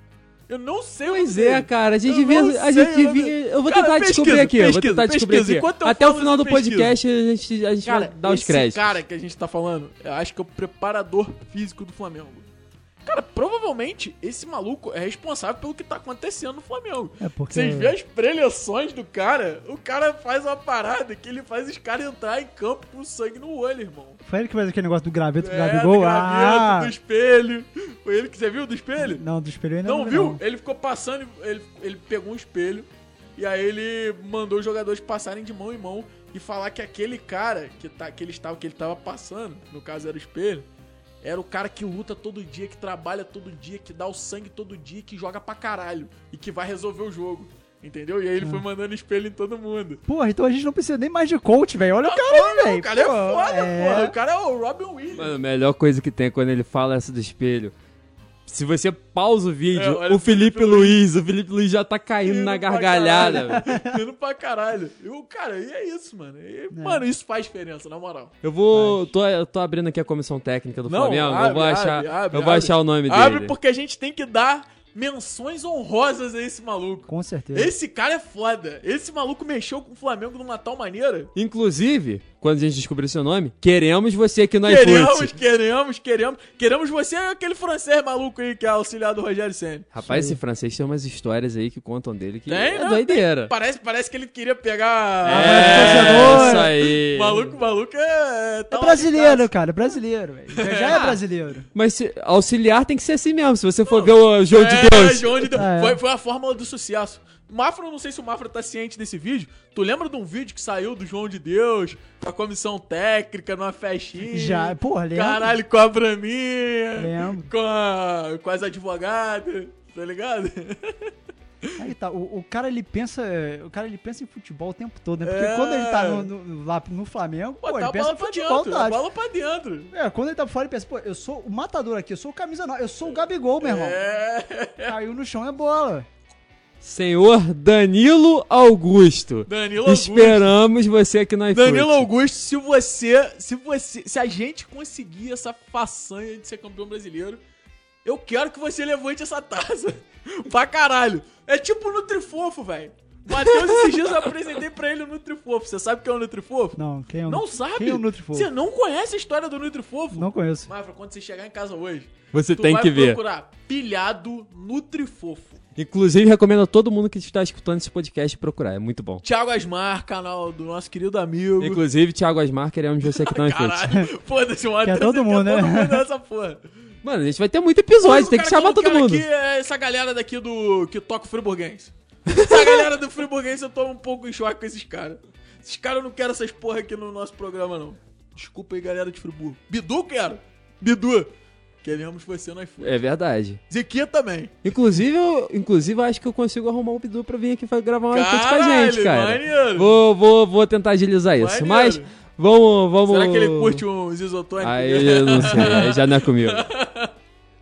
[SPEAKER 2] Eu não sei o
[SPEAKER 1] Pois
[SPEAKER 2] nome
[SPEAKER 1] é,
[SPEAKER 2] dele.
[SPEAKER 1] cara, a gente
[SPEAKER 2] Eu
[SPEAKER 1] devia.
[SPEAKER 2] não
[SPEAKER 1] A
[SPEAKER 2] sei,
[SPEAKER 1] gente
[SPEAKER 2] eu não-
[SPEAKER 1] devia- Eu vou
[SPEAKER 2] Cara,
[SPEAKER 1] tentar
[SPEAKER 2] pesquisa,
[SPEAKER 1] descobrir aqui. eu vou
[SPEAKER 2] pesquisa,
[SPEAKER 1] tentar descobrir
[SPEAKER 2] pesquisa.
[SPEAKER 1] aqui.
[SPEAKER 2] Enquanto eu
[SPEAKER 1] Até o
[SPEAKER 2] falo,
[SPEAKER 1] final do
[SPEAKER 2] você pesquisa.
[SPEAKER 1] podcast a gente, a gente
[SPEAKER 2] Cara,
[SPEAKER 1] vai dar um os
[SPEAKER 2] esse
[SPEAKER 1] créditos.
[SPEAKER 2] cara que a gente tá falando, eu acho que é o preparador físico do Flamengo. Cara, provavelmente esse maluco é responsável pelo que tá acontecendo no Flamengo.
[SPEAKER 3] É porque-
[SPEAKER 2] Vocês vê as preleções do cara, o cara faz uma parada que ele faz os caras entrar em campo com sangue no olho, irmão.
[SPEAKER 3] Foi ele que fez aquele negócio do graveto pro
[SPEAKER 2] É, do
[SPEAKER 3] Gabigol?
[SPEAKER 2] graveto,
[SPEAKER 3] ah!
[SPEAKER 2] do espelho. Foi ele que você viu do espelho?
[SPEAKER 3] Não, do espelho eu ainda
[SPEAKER 2] Não,
[SPEAKER 3] vi,
[SPEAKER 2] viu? Ele ficou passando, ele, ele pegou um espelho e aí ele mandou os jogadores passarem de mão em mão e falar que aquele cara que, tá, que, ele estava, que ele estava passando, no caso era o espelho, era o cara que luta todo dia, que trabalha todo dia, que dá o sangue todo dia, que joga pra caralho e que vai resolver o jogo. Entendeu? E aí ele foi mandando espelho em todo mundo.
[SPEAKER 3] Porra, então a gente não precisa nem mais de coach, velho. Olha o cara, velho.
[SPEAKER 2] O cara é
[SPEAKER 3] Pô,
[SPEAKER 2] foda,
[SPEAKER 3] é.
[SPEAKER 2] porra. O cara é o Robin Williams.
[SPEAKER 1] Mano, a melhor coisa que tem é quando ele fala essa do espelho. Se você pausa o
[SPEAKER 2] É,
[SPEAKER 1] vídeo,
[SPEAKER 2] olha
[SPEAKER 1] o Felipe Luiz, o Felipe Luiz já tá caindo na
[SPEAKER 2] pra
[SPEAKER 1] gargalhada. velho.
[SPEAKER 2] caralho. Rindo pra caralho. Eu, cara, e é isso, mano. E, Mano, isso faz diferença, na moral.
[SPEAKER 1] Eu vou. Tô, eu tô abrindo aqui a comissão técnica do Flamengo. eu vou achar, eu vou
[SPEAKER 2] abre.
[SPEAKER 1] achar o nome
[SPEAKER 2] Abre
[SPEAKER 1] dele.
[SPEAKER 2] porque a gente tem que dar menções honrosas a esse maluco.
[SPEAKER 3] Com certeza.
[SPEAKER 2] Esse cara é foda. Esse maluco mexeu com o Flamengo de uma tal maneira.
[SPEAKER 1] Inclusive, quando a gente descobrir seu nome, queremos você aqui no
[SPEAKER 2] Queremos,
[SPEAKER 1] iFood.
[SPEAKER 2] queremos, queremos. Queremos você e aquele francês maluco aí que é auxiliar do Rogério Senna.
[SPEAKER 1] Rapaz, esse francês tem umas histórias aí que contam dele que
[SPEAKER 2] Tem,
[SPEAKER 1] é
[SPEAKER 2] não,
[SPEAKER 1] doideira.
[SPEAKER 2] Parece, parece que ele queria pegar.
[SPEAKER 1] É, isso aí.
[SPEAKER 2] Maluco, maluco é. Ah.
[SPEAKER 3] É
[SPEAKER 2] tá
[SPEAKER 3] brasileiro, cara. É brasileiro, velho. Já, já é brasileiro.
[SPEAKER 1] Mas se- auxiliar tem que ser assim mesmo. Se você for ver o jogo de
[SPEAKER 2] É,
[SPEAKER 1] Deus.
[SPEAKER 2] João de Deus.
[SPEAKER 3] É.
[SPEAKER 2] Foi, foi a fórmula do sucesso. Mafra, eu não sei se o Mafra tá ciente desse vídeo. Tu lembra de um vídeo que saiu do João de Deus, com a comissão técnica, numa festinha?
[SPEAKER 3] Já, porra, é lembro.
[SPEAKER 2] Caralho, com a Braminha.
[SPEAKER 3] Lembro.
[SPEAKER 2] Com, a- com as advogadas, tá ligado?
[SPEAKER 3] Aí tá, o, o cara ele pensa, o cara ele pensa em futebol o tempo todo, né? Porque
[SPEAKER 2] É.
[SPEAKER 3] quando ele tá no, no- lá no Flamengo, pô,
[SPEAKER 2] Botar
[SPEAKER 3] ele
[SPEAKER 2] a
[SPEAKER 3] pensa
[SPEAKER 2] bola
[SPEAKER 3] em
[SPEAKER 2] pra
[SPEAKER 3] futebol,
[SPEAKER 2] dentro. A
[SPEAKER 3] tá?
[SPEAKER 2] bola pra dentro.
[SPEAKER 3] É, quando ele tá fora, ele pensa, pô, eu sou o matador aqui, eu sou o camisa nova, eu sou o Gabigol, meu irmão.
[SPEAKER 2] É.
[SPEAKER 3] Caiu no chão é bola.
[SPEAKER 1] Senhor Danilo Augusto.
[SPEAKER 2] Danilo Augusto.
[SPEAKER 1] Esperamos você aqui no iFood.
[SPEAKER 2] Danilo Augusto, se você, se você, se a gente conseguir essa façanha de ser campeão brasileiro, eu quero que você levante essa taça pra caralho. É tipo no Trifofo, velho. Matheus, esses dias eu apresentei pra ele o Nutrifofo. Você sabe o que é o Nutrifofo?
[SPEAKER 3] Não, quem é o
[SPEAKER 2] Não sabe?
[SPEAKER 3] Quem é o Nutrifofo?
[SPEAKER 2] Você não conhece a história do Nutrifofo?
[SPEAKER 3] Não conheço.
[SPEAKER 2] Mafra, quando você chegar em casa hoje,
[SPEAKER 1] Você
[SPEAKER 2] tu
[SPEAKER 1] tem
[SPEAKER 2] vai
[SPEAKER 1] que ver.
[SPEAKER 2] procurar pilhado Nutrifofo.
[SPEAKER 1] Inclusive, recomendo a todo mundo que está escutando esse podcast procurar. É muito bom.
[SPEAKER 2] Thiago Asmar, canal do nosso querido amigo.
[SPEAKER 1] Inclusive, Thiago Asmar, queremos você aqui no iFood.
[SPEAKER 2] Caralho, foda-se, o Matheus.
[SPEAKER 3] Quer todo
[SPEAKER 2] ele
[SPEAKER 3] mundo, né?
[SPEAKER 2] Todo mundo nessa porra.
[SPEAKER 1] Mano, a gente vai ter muito episódio, tem que
[SPEAKER 2] Cara,
[SPEAKER 1] chamar
[SPEAKER 2] o
[SPEAKER 1] todo
[SPEAKER 2] cara
[SPEAKER 1] mundo.
[SPEAKER 2] aqui é essa galera daqui do. que toca o friburguense. Essa galera do friburguense eu tomo um pouco em choque com esses caras. Esses caras eu não quero essas porra aqui no nosso programa, não. Desculpa aí, galera de Friburgo. Bidu eu quero. Bidu. Queremos você no iFood.
[SPEAKER 1] É verdade.
[SPEAKER 2] Zequinha também.
[SPEAKER 1] Inclusive, eu, inclusive, eu acho que eu consigo arrumar um Bidu pra vir aqui fa- gravar um iFood com a
[SPEAKER 2] Caralho,
[SPEAKER 1] gente, cara.
[SPEAKER 2] maneiro.
[SPEAKER 1] Vou, vou, vou tentar agilizar isso. Mas,
[SPEAKER 2] Maneiro.
[SPEAKER 1] vamos, vamos.
[SPEAKER 2] Será que ele curte um uns isotônicos?
[SPEAKER 1] Aí eu não sei, aí já não é comigo.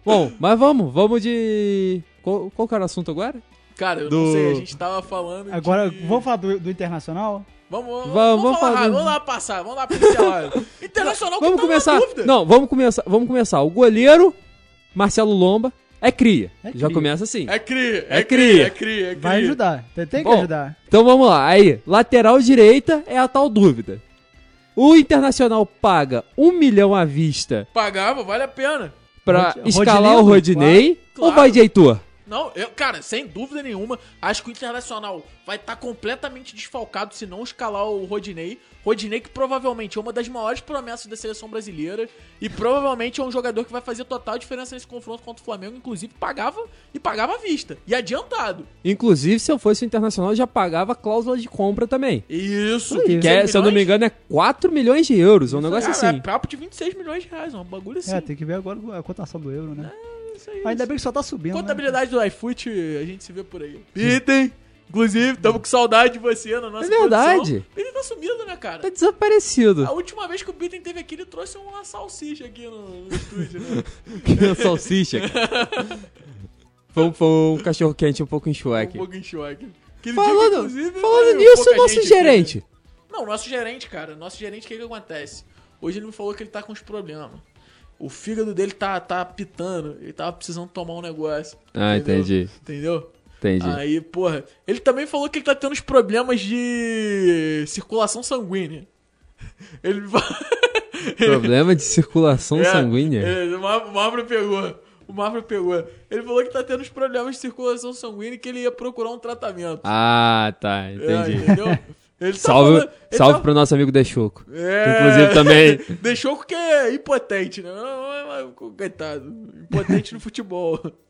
[SPEAKER 1] Bom, mas vamos, vamos de. Qual, qual que era o assunto agora?
[SPEAKER 2] Cara, eu
[SPEAKER 1] Do-
[SPEAKER 2] não sei, a gente tava falando.
[SPEAKER 3] Agora,
[SPEAKER 2] de...
[SPEAKER 3] vamos falar do, do Internacional?
[SPEAKER 2] Vamos, vamos,
[SPEAKER 1] Vamos-
[SPEAKER 2] vamos,
[SPEAKER 1] vamos
[SPEAKER 2] falar,
[SPEAKER 1] falar.
[SPEAKER 2] vamos lá passar, vamos lá pincelar. Internacional que
[SPEAKER 1] Vamos
[SPEAKER 2] tá na
[SPEAKER 1] começar.
[SPEAKER 2] dúvida.
[SPEAKER 1] Não, vamos começar. Vamos começar. O goleiro, Marcelo Lomba, é cria.
[SPEAKER 3] É
[SPEAKER 1] Já
[SPEAKER 3] cria.
[SPEAKER 1] começa assim.
[SPEAKER 2] É cria,
[SPEAKER 1] É cria.
[SPEAKER 2] é cria, é cria, é cria.
[SPEAKER 3] Vai ajudar, tem, tem que
[SPEAKER 1] Bom,
[SPEAKER 3] ajudar.
[SPEAKER 1] Então vamos lá. Aí, lateral direita é a tal dúvida. O Internacional paga um milhão à vista
[SPEAKER 2] Pagava, vale a pena.
[SPEAKER 1] pra
[SPEAKER 3] Rod-
[SPEAKER 1] escalar o
[SPEAKER 3] Rodinei,
[SPEAKER 1] Rodinei
[SPEAKER 2] claro.
[SPEAKER 1] ou vai de Heitor?
[SPEAKER 2] Não, eu, cara, sem dúvida nenhuma, acho que o Internacional vai estar completamente desfalcado se não escalar o Rodinei. Rodinei que provavelmente é uma das maiores promessas da seleção brasileira e provavelmente é um jogador que vai fazer total diferença nesse confronto contra o Flamengo, inclusive pagava e pagava à vista e adiantado.
[SPEAKER 1] Inclusive, se eu fosse o Internacional, eu já pagava cláusula de compra também.
[SPEAKER 2] Isso,
[SPEAKER 1] Que é, se eu não me engano, é 4 milhões de euros, um negócio
[SPEAKER 2] Cara,
[SPEAKER 1] assim.
[SPEAKER 2] É papo de 26 milhões de reais, é um bagulho assim.
[SPEAKER 3] É, tem que ver agora a cotação do euro, né?
[SPEAKER 2] É isso aí,
[SPEAKER 3] Ainda bem que só tá subindo. né?
[SPEAKER 2] Contabilidade do iFoot, a gente se vê por aí. Pitem! Inclusive, tamo com saudade de você na nossa
[SPEAKER 1] É verdade.
[SPEAKER 2] produção. Ele tá sumido, né,
[SPEAKER 1] Tá
[SPEAKER 2] cara?
[SPEAKER 1] desaparecido.
[SPEAKER 2] A última vez que o Bitten teve aqui, ele trouxe uma salsicha aqui no, no estúdio, né?
[SPEAKER 1] Que uma salsicha. cara. Foi um, foi um cachorro quente um pouco em
[SPEAKER 2] Ficou
[SPEAKER 1] choque.
[SPEAKER 2] Um pouco em choque. Aquele dia que,
[SPEAKER 1] Falando,
[SPEAKER 2] inclusive, um
[SPEAKER 1] falando
[SPEAKER 2] veio
[SPEAKER 1] nisso,
[SPEAKER 2] pouca
[SPEAKER 1] nosso
[SPEAKER 2] gente aqui, né?
[SPEAKER 1] gerente.
[SPEAKER 2] Não, nosso gerente, cara. Nosso gerente, o que que acontece? Hoje ele me falou que ele tá com uns problemas. O fígado dele tá, tá pitando, ele tava precisando tomar um negócio.
[SPEAKER 1] Ah,
[SPEAKER 2] entendeu?
[SPEAKER 1] entendi.
[SPEAKER 2] Entendeu?
[SPEAKER 1] Entendi.
[SPEAKER 2] Aí, porra, ele também falou que ele tá tendo uns problemas de circulação sanguínea. Ele me falou.
[SPEAKER 1] Problema de circulação
[SPEAKER 2] É,
[SPEAKER 1] sanguínea?
[SPEAKER 2] é, o Mafra- o Mafra pegou. O Mafra pegou. Ele falou que tá tendo uns problemas de circulação sanguínea e que ele ia procurar um tratamento.
[SPEAKER 1] Ah, tá.
[SPEAKER 2] É,
[SPEAKER 1] Entendi.
[SPEAKER 2] entendeu? Ele tá
[SPEAKER 1] salve
[SPEAKER 2] falando- ele
[SPEAKER 1] salve
[SPEAKER 2] tá-
[SPEAKER 1] pro nosso amigo Dechoco.
[SPEAKER 2] É.
[SPEAKER 1] Inclusive também.
[SPEAKER 2] Deixou porque é impotente, né? Não, não, não, Coitado. Impotente no futebol.
[SPEAKER 1] Então.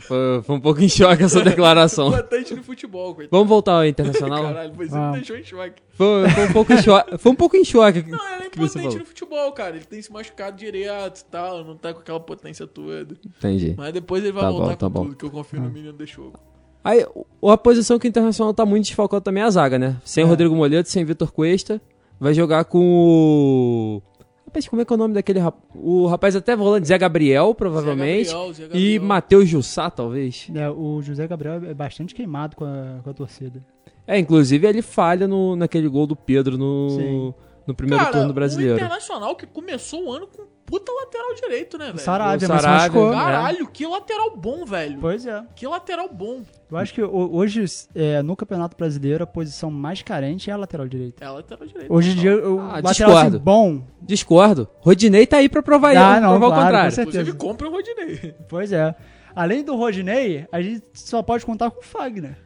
[SPEAKER 1] Foi, foi um pouco em choque essa declaração.
[SPEAKER 2] Impotente no futebol, coitado.
[SPEAKER 1] Vamos voltar ao internacional?
[SPEAKER 2] Caralho, mas ele
[SPEAKER 3] Ah.
[SPEAKER 2] me deixou em choque.
[SPEAKER 1] Foi, foi um pouco em choque. Foi um pouco em choque.
[SPEAKER 2] Não, ele é
[SPEAKER 1] que você
[SPEAKER 2] impotente
[SPEAKER 1] falou?
[SPEAKER 2] no futebol, cara. Ele tem se machucado direto e tal, não tá com aquela potência toda.
[SPEAKER 1] Entendi.
[SPEAKER 2] Mas depois ele vai
[SPEAKER 1] Tá
[SPEAKER 2] voltar
[SPEAKER 1] bom, tá
[SPEAKER 2] com
[SPEAKER 1] bom.
[SPEAKER 2] tudo, que eu confio no menino deixou.
[SPEAKER 1] Aí, o- a posição que o Internacional tá muito desfalcado também é a zaga, né? Sem Rodrigo Moledo, sem Vitor Cuesta. Vai jogar com o. Rapaz, como é que é o nome daquele rapaz? O rapaz até volante, Zé Gabriel, provavelmente.
[SPEAKER 2] Zé Gabriel, Zé
[SPEAKER 1] E
[SPEAKER 2] Gabriel.
[SPEAKER 1] Matheus Jussá, talvez.
[SPEAKER 3] É, o José Gabriel é bastante queimado com a, com a torcida.
[SPEAKER 1] É, inclusive ele falha no, naquele gol do Pedro no,
[SPEAKER 3] Sim.
[SPEAKER 1] no primeiro
[SPEAKER 2] Cara,
[SPEAKER 1] turno
[SPEAKER 2] O
[SPEAKER 1] brasileiro.
[SPEAKER 2] Internacional que começou o ano com puta lateral direito, né, velho?
[SPEAKER 3] O Sarabia,
[SPEAKER 1] O
[SPEAKER 3] mas se
[SPEAKER 1] Sarabia,
[SPEAKER 3] machucou.
[SPEAKER 1] né?
[SPEAKER 2] Caralho, que lateral bom, velho.
[SPEAKER 3] Pois é.
[SPEAKER 2] Que lateral bom.
[SPEAKER 3] Eu acho que ho- hoje, é, no Campeonato Brasileiro, a posição mais carente é a lateral direita.
[SPEAKER 2] É lateral direito.
[SPEAKER 3] Hoje em
[SPEAKER 2] total.
[SPEAKER 3] dia, o
[SPEAKER 1] Ah,
[SPEAKER 3] lateral assim,
[SPEAKER 1] discordo.
[SPEAKER 3] bom...
[SPEAKER 1] Discordo. Rodinei tá aí pra provar,
[SPEAKER 3] Ah,
[SPEAKER 1] provar
[SPEAKER 3] não, claro,
[SPEAKER 1] o
[SPEAKER 3] com
[SPEAKER 1] contrário.
[SPEAKER 3] certeza.
[SPEAKER 2] Inclusive, compra o Rodinei.
[SPEAKER 3] Pois é. Além do Rodinei, a gente só pode contar com o Fagner.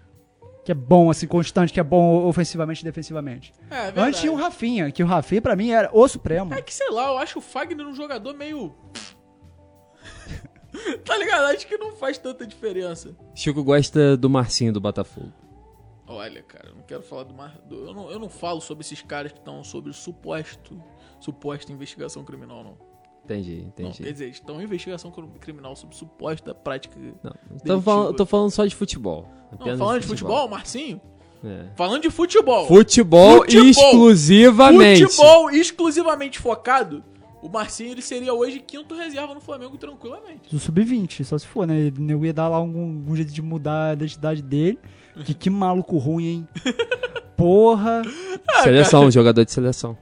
[SPEAKER 3] Que é bom, assim, constante, que é bom ofensivamente e defensivamente.
[SPEAKER 2] É, é verdade.
[SPEAKER 3] Antes tinha um o Rafinha, que o Rafinha pra mim era o supremo.
[SPEAKER 2] É que, sei lá, eu acho o Fagner um jogador meio... tá ligado? Acho que não faz tanta diferença.
[SPEAKER 1] Chico gosta do Marcinho do Botafogo.
[SPEAKER 2] Olha, cara, eu não quero falar do Mar... do- Eu não, eu não falo sobre esses caras que estão sobre suposto... Suposta investigação criminal, não.
[SPEAKER 1] Entendi,
[SPEAKER 2] não quer
[SPEAKER 1] entendi.
[SPEAKER 2] dizer, estão em investigação cr- criminal sobre suposta prática...
[SPEAKER 1] Não, tô,
[SPEAKER 2] Detetive.
[SPEAKER 1] falando, tô falando só de futebol.
[SPEAKER 2] Não,
[SPEAKER 1] Apenas
[SPEAKER 2] falando de futebol, Marcinho?
[SPEAKER 1] É.
[SPEAKER 2] Falando de futebol.
[SPEAKER 1] Futebol,
[SPEAKER 2] Futebol.
[SPEAKER 1] exclusivamente.
[SPEAKER 2] Futebol exclusivamente focado, o Marcinho ele seria hoje quinto reserva no Flamengo tranquilamente.
[SPEAKER 3] Do sub-20, só se for, né? Ele- Eu ia dar lá algum, algum jeito de mudar a identidade dele. Que, que maluco ruim, hein? Porra.
[SPEAKER 1] Seleção, jogador de seleção.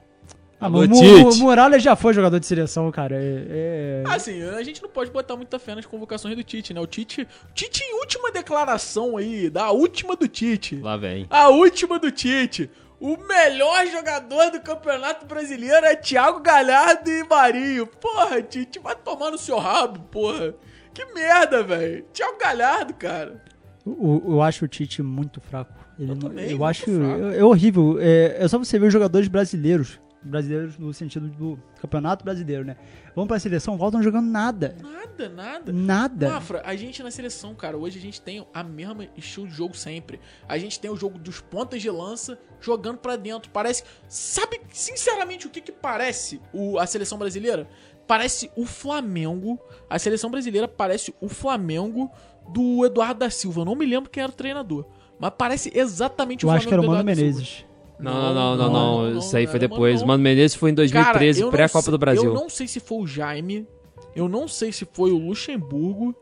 [SPEAKER 3] Ah,
[SPEAKER 1] Alô,
[SPEAKER 3] mas o Mu-
[SPEAKER 1] Tite.
[SPEAKER 3] o Muralha já foi jogador de seleção, cara. É, é-
[SPEAKER 2] Assim, a gente não pode botar muita fé nas convocações do Tite, né? O Tite, Tite em última declaração aí, da última do Tite.
[SPEAKER 1] Lá vem.
[SPEAKER 2] A última do Tite. O melhor jogador do Campeonato Brasileiro é Thiago Galhardo e Marinho. Porra, Tite, vai tomar no seu rabo, porra. Que merda, velho. Thiago Galhardo, cara.
[SPEAKER 3] Eu, eu acho o Tite muito fraco. Ele
[SPEAKER 2] Eu
[SPEAKER 3] não-
[SPEAKER 2] também,
[SPEAKER 3] eu
[SPEAKER 2] muito
[SPEAKER 3] acho.
[SPEAKER 2] fraco.
[SPEAKER 3] É, é horrível. É, é só você ver os jogadores brasileiros. Brasileiros no sentido do campeonato brasileiro, né? Vão pra seleção, voltam jogando nada.
[SPEAKER 2] Nada, nada.
[SPEAKER 3] Nada.
[SPEAKER 2] Mafra, a gente na seleção, cara, hoje a gente tem a mesma estilo de jogo sempre. A gente tem o jogo dos pontas de lança jogando pra dentro. Parece. Sabe, sinceramente, o que que parece o, a seleção brasileira? Parece o Flamengo. A seleção brasileira parece o Flamengo do Eduardo da Silva. Eu não me lembro quem era o treinador. Mas parece exatamente
[SPEAKER 3] Eu
[SPEAKER 2] o
[SPEAKER 3] acho que era
[SPEAKER 2] Flamengo
[SPEAKER 3] o
[SPEAKER 2] do
[SPEAKER 3] Mano
[SPEAKER 2] Eduardo da Silva.
[SPEAKER 3] Menezes.
[SPEAKER 1] Não, não, não, não,
[SPEAKER 2] Não,
[SPEAKER 1] não,
[SPEAKER 2] não,
[SPEAKER 1] Isso aí foi
[SPEAKER 2] não, é
[SPEAKER 1] depois.
[SPEAKER 2] não.
[SPEAKER 1] Mano Menezes foi em
[SPEAKER 2] Cara,
[SPEAKER 1] 2013,
[SPEAKER 2] eu não
[SPEAKER 1] pré-Copa
[SPEAKER 2] sei-
[SPEAKER 1] do Brasil.
[SPEAKER 2] Eu não sei se foi o Jaime. Eu não sei se foi o Luxemburgo.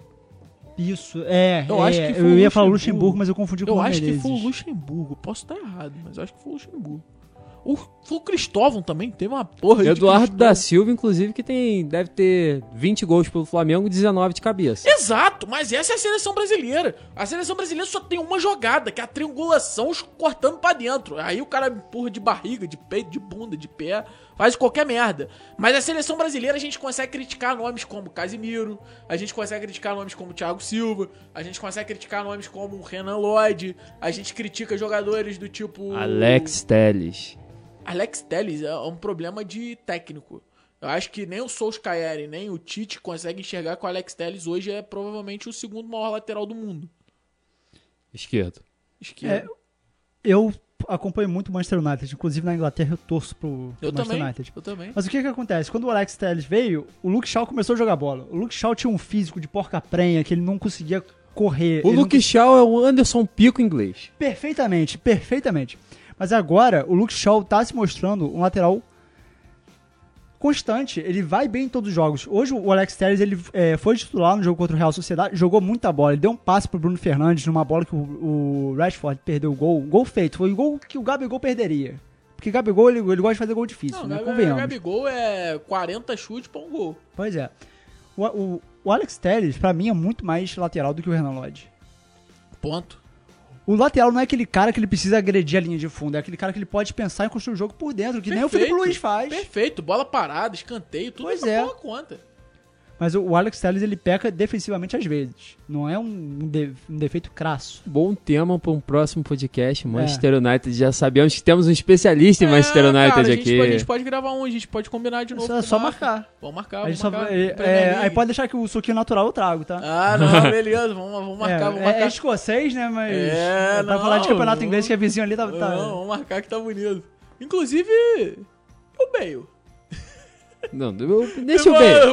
[SPEAKER 3] Isso, é.
[SPEAKER 2] Eu
[SPEAKER 3] é,
[SPEAKER 2] acho que foi
[SPEAKER 3] eu
[SPEAKER 2] o
[SPEAKER 3] ia falar
[SPEAKER 2] Luxemburgo.
[SPEAKER 3] Luxemburgo, mas eu confundi com o
[SPEAKER 2] Eu
[SPEAKER 3] Mano
[SPEAKER 2] acho que
[SPEAKER 3] Menezes.
[SPEAKER 2] foi o Luxemburgo. Posso estar errado, mas eu acho que foi o Luxemburgo. O, foi o Cristóvão também, teve uma porra de
[SPEAKER 1] Eduardo
[SPEAKER 2] Cristóvão.
[SPEAKER 1] da Silva, inclusive, que tem deve ter 20 gols pelo Flamengo, 19 de cabeça.
[SPEAKER 2] Exato, mas essa é a seleção brasileira. A seleção brasileira só tem uma jogada, que é a triangulação os cortando pra dentro. Aí o cara empurra de barriga, de peito, de bunda, de pé, faz qualquer merda. Mas a seleção brasileira a gente consegue criticar nomes como Casimiro, a gente consegue criticar nomes como Thiago Silva, a gente consegue criticar nomes como Renan Lloyd, a gente critica jogadores do tipo
[SPEAKER 1] Alex Telles.
[SPEAKER 2] Alex Telles é um problema de técnico. Eu acho que nem o Solskjaer, nem o Tite conseguem enxergar que o Alex Telles hoje é provavelmente o segundo maior lateral do mundo.
[SPEAKER 1] Esquerdo.
[SPEAKER 2] Esquerda.
[SPEAKER 3] É, Eu acompanho muito o Manchester United, inclusive na Inglaterra eu torço pro, pro
[SPEAKER 2] eu,
[SPEAKER 3] Manchester
[SPEAKER 2] também,
[SPEAKER 3] United.
[SPEAKER 2] eu também.
[SPEAKER 3] Mas o que que acontece? Quando o Alex Telles veio, o Luke Shaw começou a jogar bola. O Luke Shaw tinha um físico de porca-prenha que ele não conseguia correr.
[SPEAKER 1] O
[SPEAKER 3] ele não
[SPEAKER 1] Luke Shaw é o Anderson Pico inglês.
[SPEAKER 3] Perfeitamente, perfeitamente. Mas agora o Luke Shaw tá se mostrando um lateral constante. Ele vai bem em todos os jogos. Hoje o Alex Telles ele é, foi titular no jogo contra o Real Sociedade, jogou muita bola. Ele deu um passe pro Bruno Fernandes numa bola que o, o Rashford perdeu o gol. Gol feito, foi o gol que o Gabigol perderia. Porque Gabigol, ele, ele gosta de fazer gol difícil,
[SPEAKER 2] Não,
[SPEAKER 3] né?
[SPEAKER 2] Gabi-
[SPEAKER 3] Convenhamos.
[SPEAKER 2] Gabigol é 40 chutes pra um gol.
[SPEAKER 3] Pois é. O, o- o Alex Telles, pra mim, é muito mais lateral do que o Renan Lodge.
[SPEAKER 2] Ponto.
[SPEAKER 3] O lateral não é aquele cara que ele precisa agredir a linha de fundo, é aquele cara que ele pode pensar em construir o jogo por dentro, que nem o Felipe
[SPEAKER 2] Perfeito.
[SPEAKER 3] Luiz faz.
[SPEAKER 2] Perfeito, bola parada, escanteio, tudo
[SPEAKER 3] Pois
[SPEAKER 2] essa
[SPEAKER 3] é.
[SPEAKER 2] porra conta.
[SPEAKER 3] Mas o, o Alex Telles, ele peca defensivamente às vezes. Não é um, de- um defeito crasso.
[SPEAKER 1] Bom tema para um próximo podcast. Manchester United, já sabemos que temos um especialista em Manchester
[SPEAKER 2] É,
[SPEAKER 1] United
[SPEAKER 2] cara, a gente
[SPEAKER 1] aqui.
[SPEAKER 2] pode- a gente pode gravar um, a gente pode combinar de
[SPEAKER 3] É
[SPEAKER 2] novo.
[SPEAKER 3] só-
[SPEAKER 2] com o
[SPEAKER 3] só
[SPEAKER 2] Marcos.
[SPEAKER 3] marcar.
[SPEAKER 2] Vamos marcar,
[SPEAKER 3] A gente
[SPEAKER 2] vamos
[SPEAKER 3] só,
[SPEAKER 2] marcar.
[SPEAKER 3] é-
[SPEAKER 2] Premier
[SPEAKER 3] é,
[SPEAKER 2] League.
[SPEAKER 3] aí pode deixar que o suquinho natural eu trago, tá?
[SPEAKER 2] Ah, não, beleza, vamos, vamos
[SPEAKER 3] É,
[SPEAKER 2] marcar, vamos
[SPEAKER 3] é-
[SPEAKER 2] marcar.
[SPEAKER 3] é, escocês, né? Mas.
[SPEAKER 2] É,
[SPEAKER 3] pra
[SPEAKER 2] não,
[SPEAKER 3] falar de campeonato
[SPEAKER 2] não.
[SPEAKER 3] inglês que é vizinho ali, tá. tá-
[SPEAKER 2] Não, vamos marcar que tá bonito. Inclusive, o Bale.
[SPEAKER 1] Não, eu- deixa eu
[SPEAKER 2] Vou-
[SPEAKER 1] ver.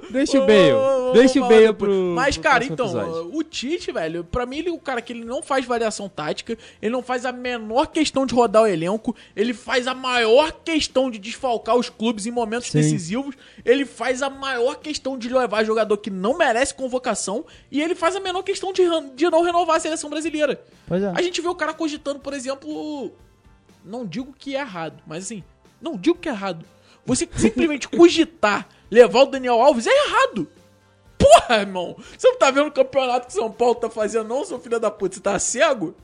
[SPEAKER 2] vou-
[SPEAKER 1] Deixa o
[SPEAKER 2] vou-
[SPEAKER 1] Bale.
[SPEAKER 2] vou- vou
[SPEAKER 1] Deixa o
[SPEAKER 2] falar
[SPEAKER 1] Bale
[SPEAKER 2] depois.
[SPEAKER 1] pro-
[SPEAKER 2] Mas,
[SPEAKER 1] pro
[SPEAKER 2] cara,
[SPEAKER 1] próximo
[SPEAKER 2] então,
[SPEAKER 1] episódio.
[SPEAKER 2] o Tite, velho, pra mim ele é o cara que ele não faz variação tática, ele não faz a menor questão de rodar o elenco, ele faz a maior questão de desfalcar os clubes em momentos
[SPEAKER 3] Sim.
[SPEAKER 2] decisivos, ele faz a maior questão de levar jogador que não merece convocação e ele faz a menor questão de, ran- de não renovar a seleção brasileira.
[SPEAKER 3] Pois é.
[SPEAKER 2] A gente vê o cara cogitando, por exemplo. Não digo que é errado, mas assim, não digo que é errado. Você simplesmente cogitar levar o Daniel Alves é errado. Porra, irmão! Você não tá vendo o campeonato que São Paulo tá fazendo, não, seu filho da puta? Você tá cego?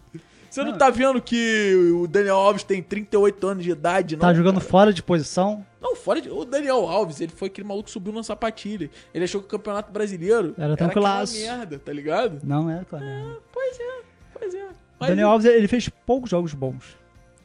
[SPEAKER 2] Você não, tá vendo que o Daniel Alves tem 38 anos de idade, não?
[SPEAKER 3] Tá jogando fora de posição.
[SPEAKER 2] Não, fora de. O Daniel Alves, ele foi aquele maluco que subiu na sapatilha. Ele achou que o campeonato brasileiro
[SPEAKER 3] Era
[SPEAKER 2] aquela
[SPEAKER 3] tranquilaço.
[SPEAKER 2] merda, tá ligado?
[SPEAKER 3] Não, é, claro. né?
[SPEAKER 2] Pois é, pois é.
[SPEAKER 3] O
[SPEAKER 2] Mas
[SPEAKER 3] Daniel Alves, ele fez poucos jogos bons.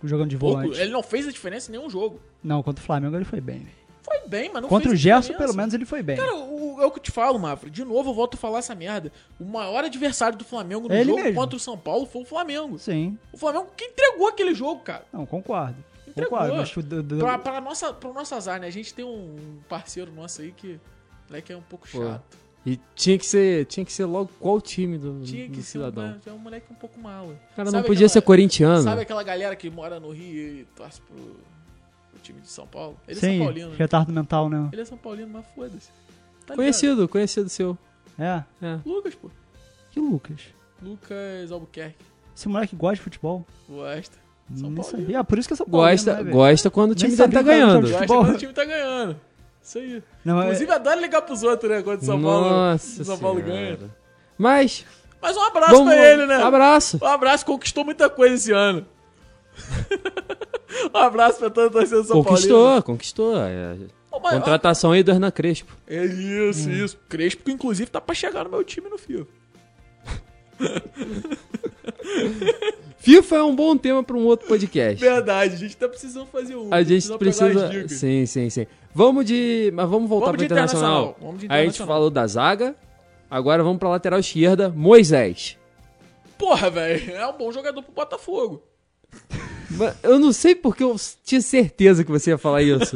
[SPEAKER 3] Jogando de
[SPEAKER 2] pouco,
[SPEAKER 3] volante.
[SPEAKER 2] ele não fez a diferença em nenhum jogo.
[SPEAKER 3] Não, contra o Flamengo ele foi bem. né?
[SPEAKER 2] Foi bem, mas não
[SPEAKER 3] contra o
[SPEAKER 2] fez
[SPEAKER 3] Gerson,
[SPEAKER 2] diferença.
[SPEAKER 3] pelo menos, ele foi bem.
[SPEAKER 2] Cara, o, é o que eu te falo, Mafra. De novo, eu volto a falar essa merda. O maior adversário do Flamengo no
[SPEAKER 3] É ele
[SPEAKER 2] jogo
[SPEAKER 3] mesmo.
[SPEAKER 2] contra o São Paulo foi o Flamengo.
[SPEAKER 3] Sim,
[SPEAKER 2] O Flamengo que entregou aquele jogo, cara.
[SPEAKER 3] não, concordo.
[SPEAKER 2] Entregou.
[SPEAKER 3] Concordo, mas o do- do-
[SPEAKER 2] Pra, pra nossa, pro nosso azar, né? A gente tem um parceiro nosso aí que. Moleque é um pouco
[SPEAKER 1] Pô,
[SPEAKER 2] chato.
[SPEAKER 1] E tinha que ser, tinha que ser logo qual time do,
[SPEAKER 3] um
[SPEAKER 2] Tinha que
[SPEAKER 1] do
[SPEAKER 2] ser
[SPEAKER 1] cidadão.
[SPEAKER 2] uma- é um moleque um pouco mala.
[SPEAKER 1] O cara não
[SPEAKER 2] Sabe
[SPEAKER 1] podia
[SPEAKER 2] aquela-
[SPEAKER 1] ser corintiano.
[SPEAKER 2] Sabe aquela galera que mora no Rio e torce pro, pro time de São Paulo? Ele é
[SPEAKER 3] Sim,
[SPEAKER 2] São Paulino, né?
[SPEAKER 3] retardo mental, né?
[SPEAKER 2] Ele é São Paulino, mas foda-se. Tá ligado?
[SPEAKER 1] Conhecido, conhecido seu.
[SPEAKER 3] É.
[SPEAKER 1] É.
[SPEAKER 2] Lucas, pô.
[SPEAKER 3] E o Lucas?
[SPEAKER 2] Lucas Albuquerque.
[SPEAKER 3] Esse moleque gosta de futebol?
[SPEAKER 2] Gosta. São
[SPEAKER 3] Não
[SPEAKER 2] Paulino.
[SPEAKER 3] sabia. É, por isso que é São Paulo.
[SPEAKER 1] Gosta, gosta quando o
[SPEAKER 3] Nem
[SPEAKER 1] time dele
[SPEAKER 3] sabia
[SPEAKER 1] tá
[SPEAKER 3] que era
[SPEAKER 1] ganhando.
[SPEAKER 3] jogo
[SPEAKER 2] Gosta
[SPEAKER 3] Futebol.
[SPEAKER 2] quando o time tá ganhando. Isso aí.
[SPEAKER 3] Não, é-
[SPEAKER 2] Inclusive, adoro ligar pros outros, né? Quando o São Paulo,
[SPEAKER 1] Nossa
[SPEAKER 2] São Paulo
[SPEAKER 1] Senhora.
[SPEAKER 2] ganha.
[SPEAKER 1] Mas,
[SPEAKER 2] Mas um abraço
[SPEAKER 1] vamos-
[SPEAKER 2] pra ele, né?
[SPEAKER 1] Abraço.
[SPEAKER 2] Um abraço, conquistou muita coisa esse ano. um abraço pra toda a torcida do São Paulino.
[SPEAKER 1] Conquistou, conquistou. É,
[SPEAKER 2] Ô, mas-
[SPEAKER 1] Contratação aí do Hernan Crespo.
[SPEAKER 2] É isso,
[SPEAKER 1] Hum.
[SPEAKER 2] isso. Crespo, que inclusive tá pra chegar no meu time no fio.
[SPEAKER 1] FIFA é um bom tema pra um outro podcast.
[SPEAKER 2] Verdade, a gente tá precisando fazer um.
[SPEAKER 1] A gente
[SPEAKER 2] precisa pegar
[SPEAKER 1] precisa.
[SPEAKER 2] as dicas.
[SPEAKER 1] Sim, sim, sim. Vamos de. Mas vamos voltar
[SPEAKER 2] Vamos
[SPEAKER 1] pro
[SPEAKER 2] de
[SPEAKER 1] internacional.
[SPEAKER 2] internacional, vamos de
[SPEAKER 1] Aí a gente
[SPEAKER 2] internacional.
[SPEAKER 1] falou da zaga. Agora vamos pra lateral esquerda, Moisés.
[SPEAKER 2] Porra, velho, é um bom jogador pro Botafogo.
[SPEAKER 1] Mas Eu não sei porque eu tinha certeza que você ia falar isso.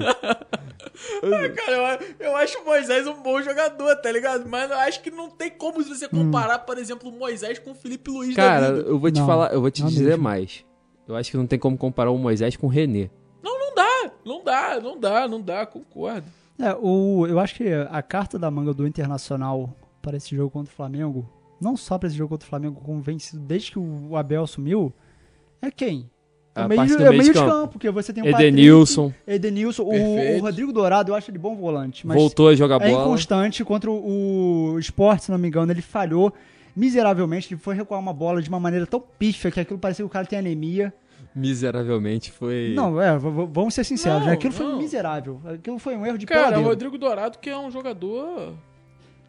[SPEAKER 2] É, Cara, eu, eu acho o Moisés um bom jogador, tá ligado? Mas eu acho que não tem como você
[SPEAKER 3] Hum.
[SPEAKER 2] comparar, por exemplo, o Moisés com o Felipe Luiz
[SPEAKER 1] Cara,
[SPEAKER 2] da vida.
[SPEAKER 1] eu vou te
[SPEAKER 3] Não,
[SPEAKER 1] falar, eu vou te
[SPEAKER 3] não
[SPEAKER 1] dizer
[SPEAKER 3] mesmo.
[SPEAKER 1] mais. Eu acho que não tem como comparar o Moisés com o René.
[SPEAKER 2] Não, não dá, não dá, não dá, não dá, concordo.
[SPEAKER 3] É, o, eu acho que a carta da manga do Internacional para esse jogo contra o Flamengo, não só para esse jogo contra o Flamengo, como vem sido desde que o Abel sumiu, é quem? É
[SPEAKER 1] A
[SPEAKER 3] o meio,
[SPEAKER 1] parte
[SPEAKER 3] de-
[SPEAKER 1] do
[SPEAKER 3] é o
[SPEAKER 1] meio
[SPEAKER 3] meio
[SPEAKER 1] de
[SPEAKER 3] de campo,
[SPEAKER 1] campo.
[SPEAKER 3] porque você tem o
[SPEAKER 1] Edenilson
[SPEAKER 3] Patrick, Edenilson, o,
[SPEAKER 2] Perfeito.
[SPEAKER 3] o Rodrigo Dourado, eu acho ele bom volante, mas
[SPEAKER 1] voltou a jogar
[SPEAKER 3] é
[SPEAKER 1] bola.
[SPEAKER 3] inconstante contra o Sport, se não me engano, ele falhou miseravelmente, ele foi recuar uma bola de uma maneira tão pífia que aquilo parecia que o cara tem anemia.
[SPEAKER 1] Miseravelmente foi.
[SPEAKER 3] Não, é, v- v- vamos ser sinceros,
[SPEAKER 2] Não,
[SPEAKER 3] né? aquilo foi
[SPEAKER 2] não.
[SPEAKER 3] miserável, aquilo foi um erro de
[SPEAKER 2] Cara, o
[SPEAKER 3] peladeiro.
[SPEAKER 2] Rodrigo Dourado que é um jogador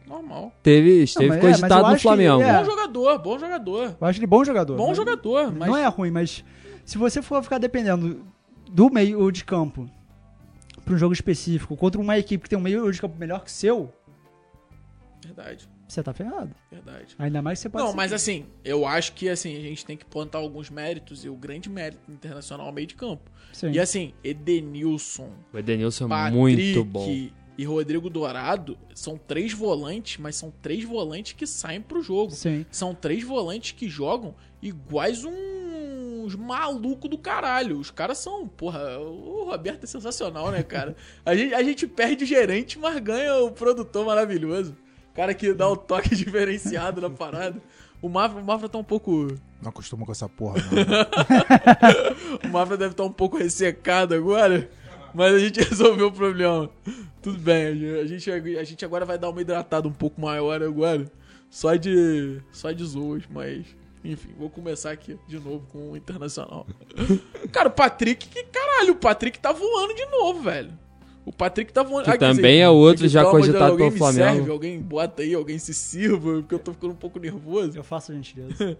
[SPEAKER 2] normal.
[SPEAKER 1] Teve, esteve
[SPEAKER 3] mas é, mas eu
[SPEAKER 1] cogitado
[SPEAKER 3] acho
[SPEAKER 1] no
[SPEAKER 3] que-
[SPEAKER 1] Flamengo.
[SPEAKER 3] é.
[SPEAKER 2] Bom jogador, bom jogador.
[SPEAKER 3] Eu acho ele bom jogador.
[SPEAKER 2] Bom
[SPEAKER 3] mas-
[SPEAKER 2] jogador, mas
[SPEAKER 3] Não é ruim, mas se você for ficar dependendo do meio de campo para um jogo específico contra uma equipe que tem um meio de campo melhor que o seu, é-
[SPEAKER 2] verdade,
[SPEAKER 3] você tá ferrado.
[SPEAKER 2] verdade.
[SPEAKER 3] Ainda mais que você pode
[SPEAKER 2] Não,
[SPEAKER 3] ser-
[SPEAKER 2] mas assim, eu acho que assim, a gente tem que plantar alguns méritos e o grande mérito do internacional é o meio de campo.
[SPEAKER 3] Sim.
[SPEAKER 2] E assim, Edenilson,
[SPEAKER 1] O Edenilson é
[SPEAKER 2] Patrick
[SPEAKER 1] muito bom.
[SPEAKER 2] e Rodrigo Dourado são três volantes, mas são três volantes que saem pro jogo.
[SPEAKER 3] Sim.
[SPEAKER 2] São três volantes que jogam iguais uns malucos do caralho. Os caras são, porra, o Roberto é sensacional, né, cara? A gente, a gente perde o gerente, mas ganha o produtor maravilhoso. O cara que dá o toque diferenciado na parada. O Mafra, o Mafra tá um pouco.
[SPEAKER 4] Não acostuma com essa porra, não.
[SPEAKER 2] O Mafra deve estar um pouco ressecado agora. Mas a gente resolveu o problema. Tudo bem, a gente, a gente agora vai dar uma hidratada um pouco maior agora. Só de. Só de zoas, mas. Enfim, vou começar aqui de novo com o Internacional. Cara, o Patrick, que caralho, o Patrick tá voando de novo, velho. O Patrick tá voando.
[SPEAKER 1] Que
[SPEAKER 2] quer
[SPEAKER 1] também é outro
[SPEAKER 2] que
[SPEAKER 1] já
[SPEAKER 2] toma,
[SPEAKER 1] cogitado pelo
[SPEAKER 2] alguém me
[SPEAKER 1] Flamengo.
[SPEAKER 2] Serve, alguém bota aí, alguém se sirva, porque eu tô ficando um pouco nervoso.
[SPEAKER 3] Eu faço a gentileza.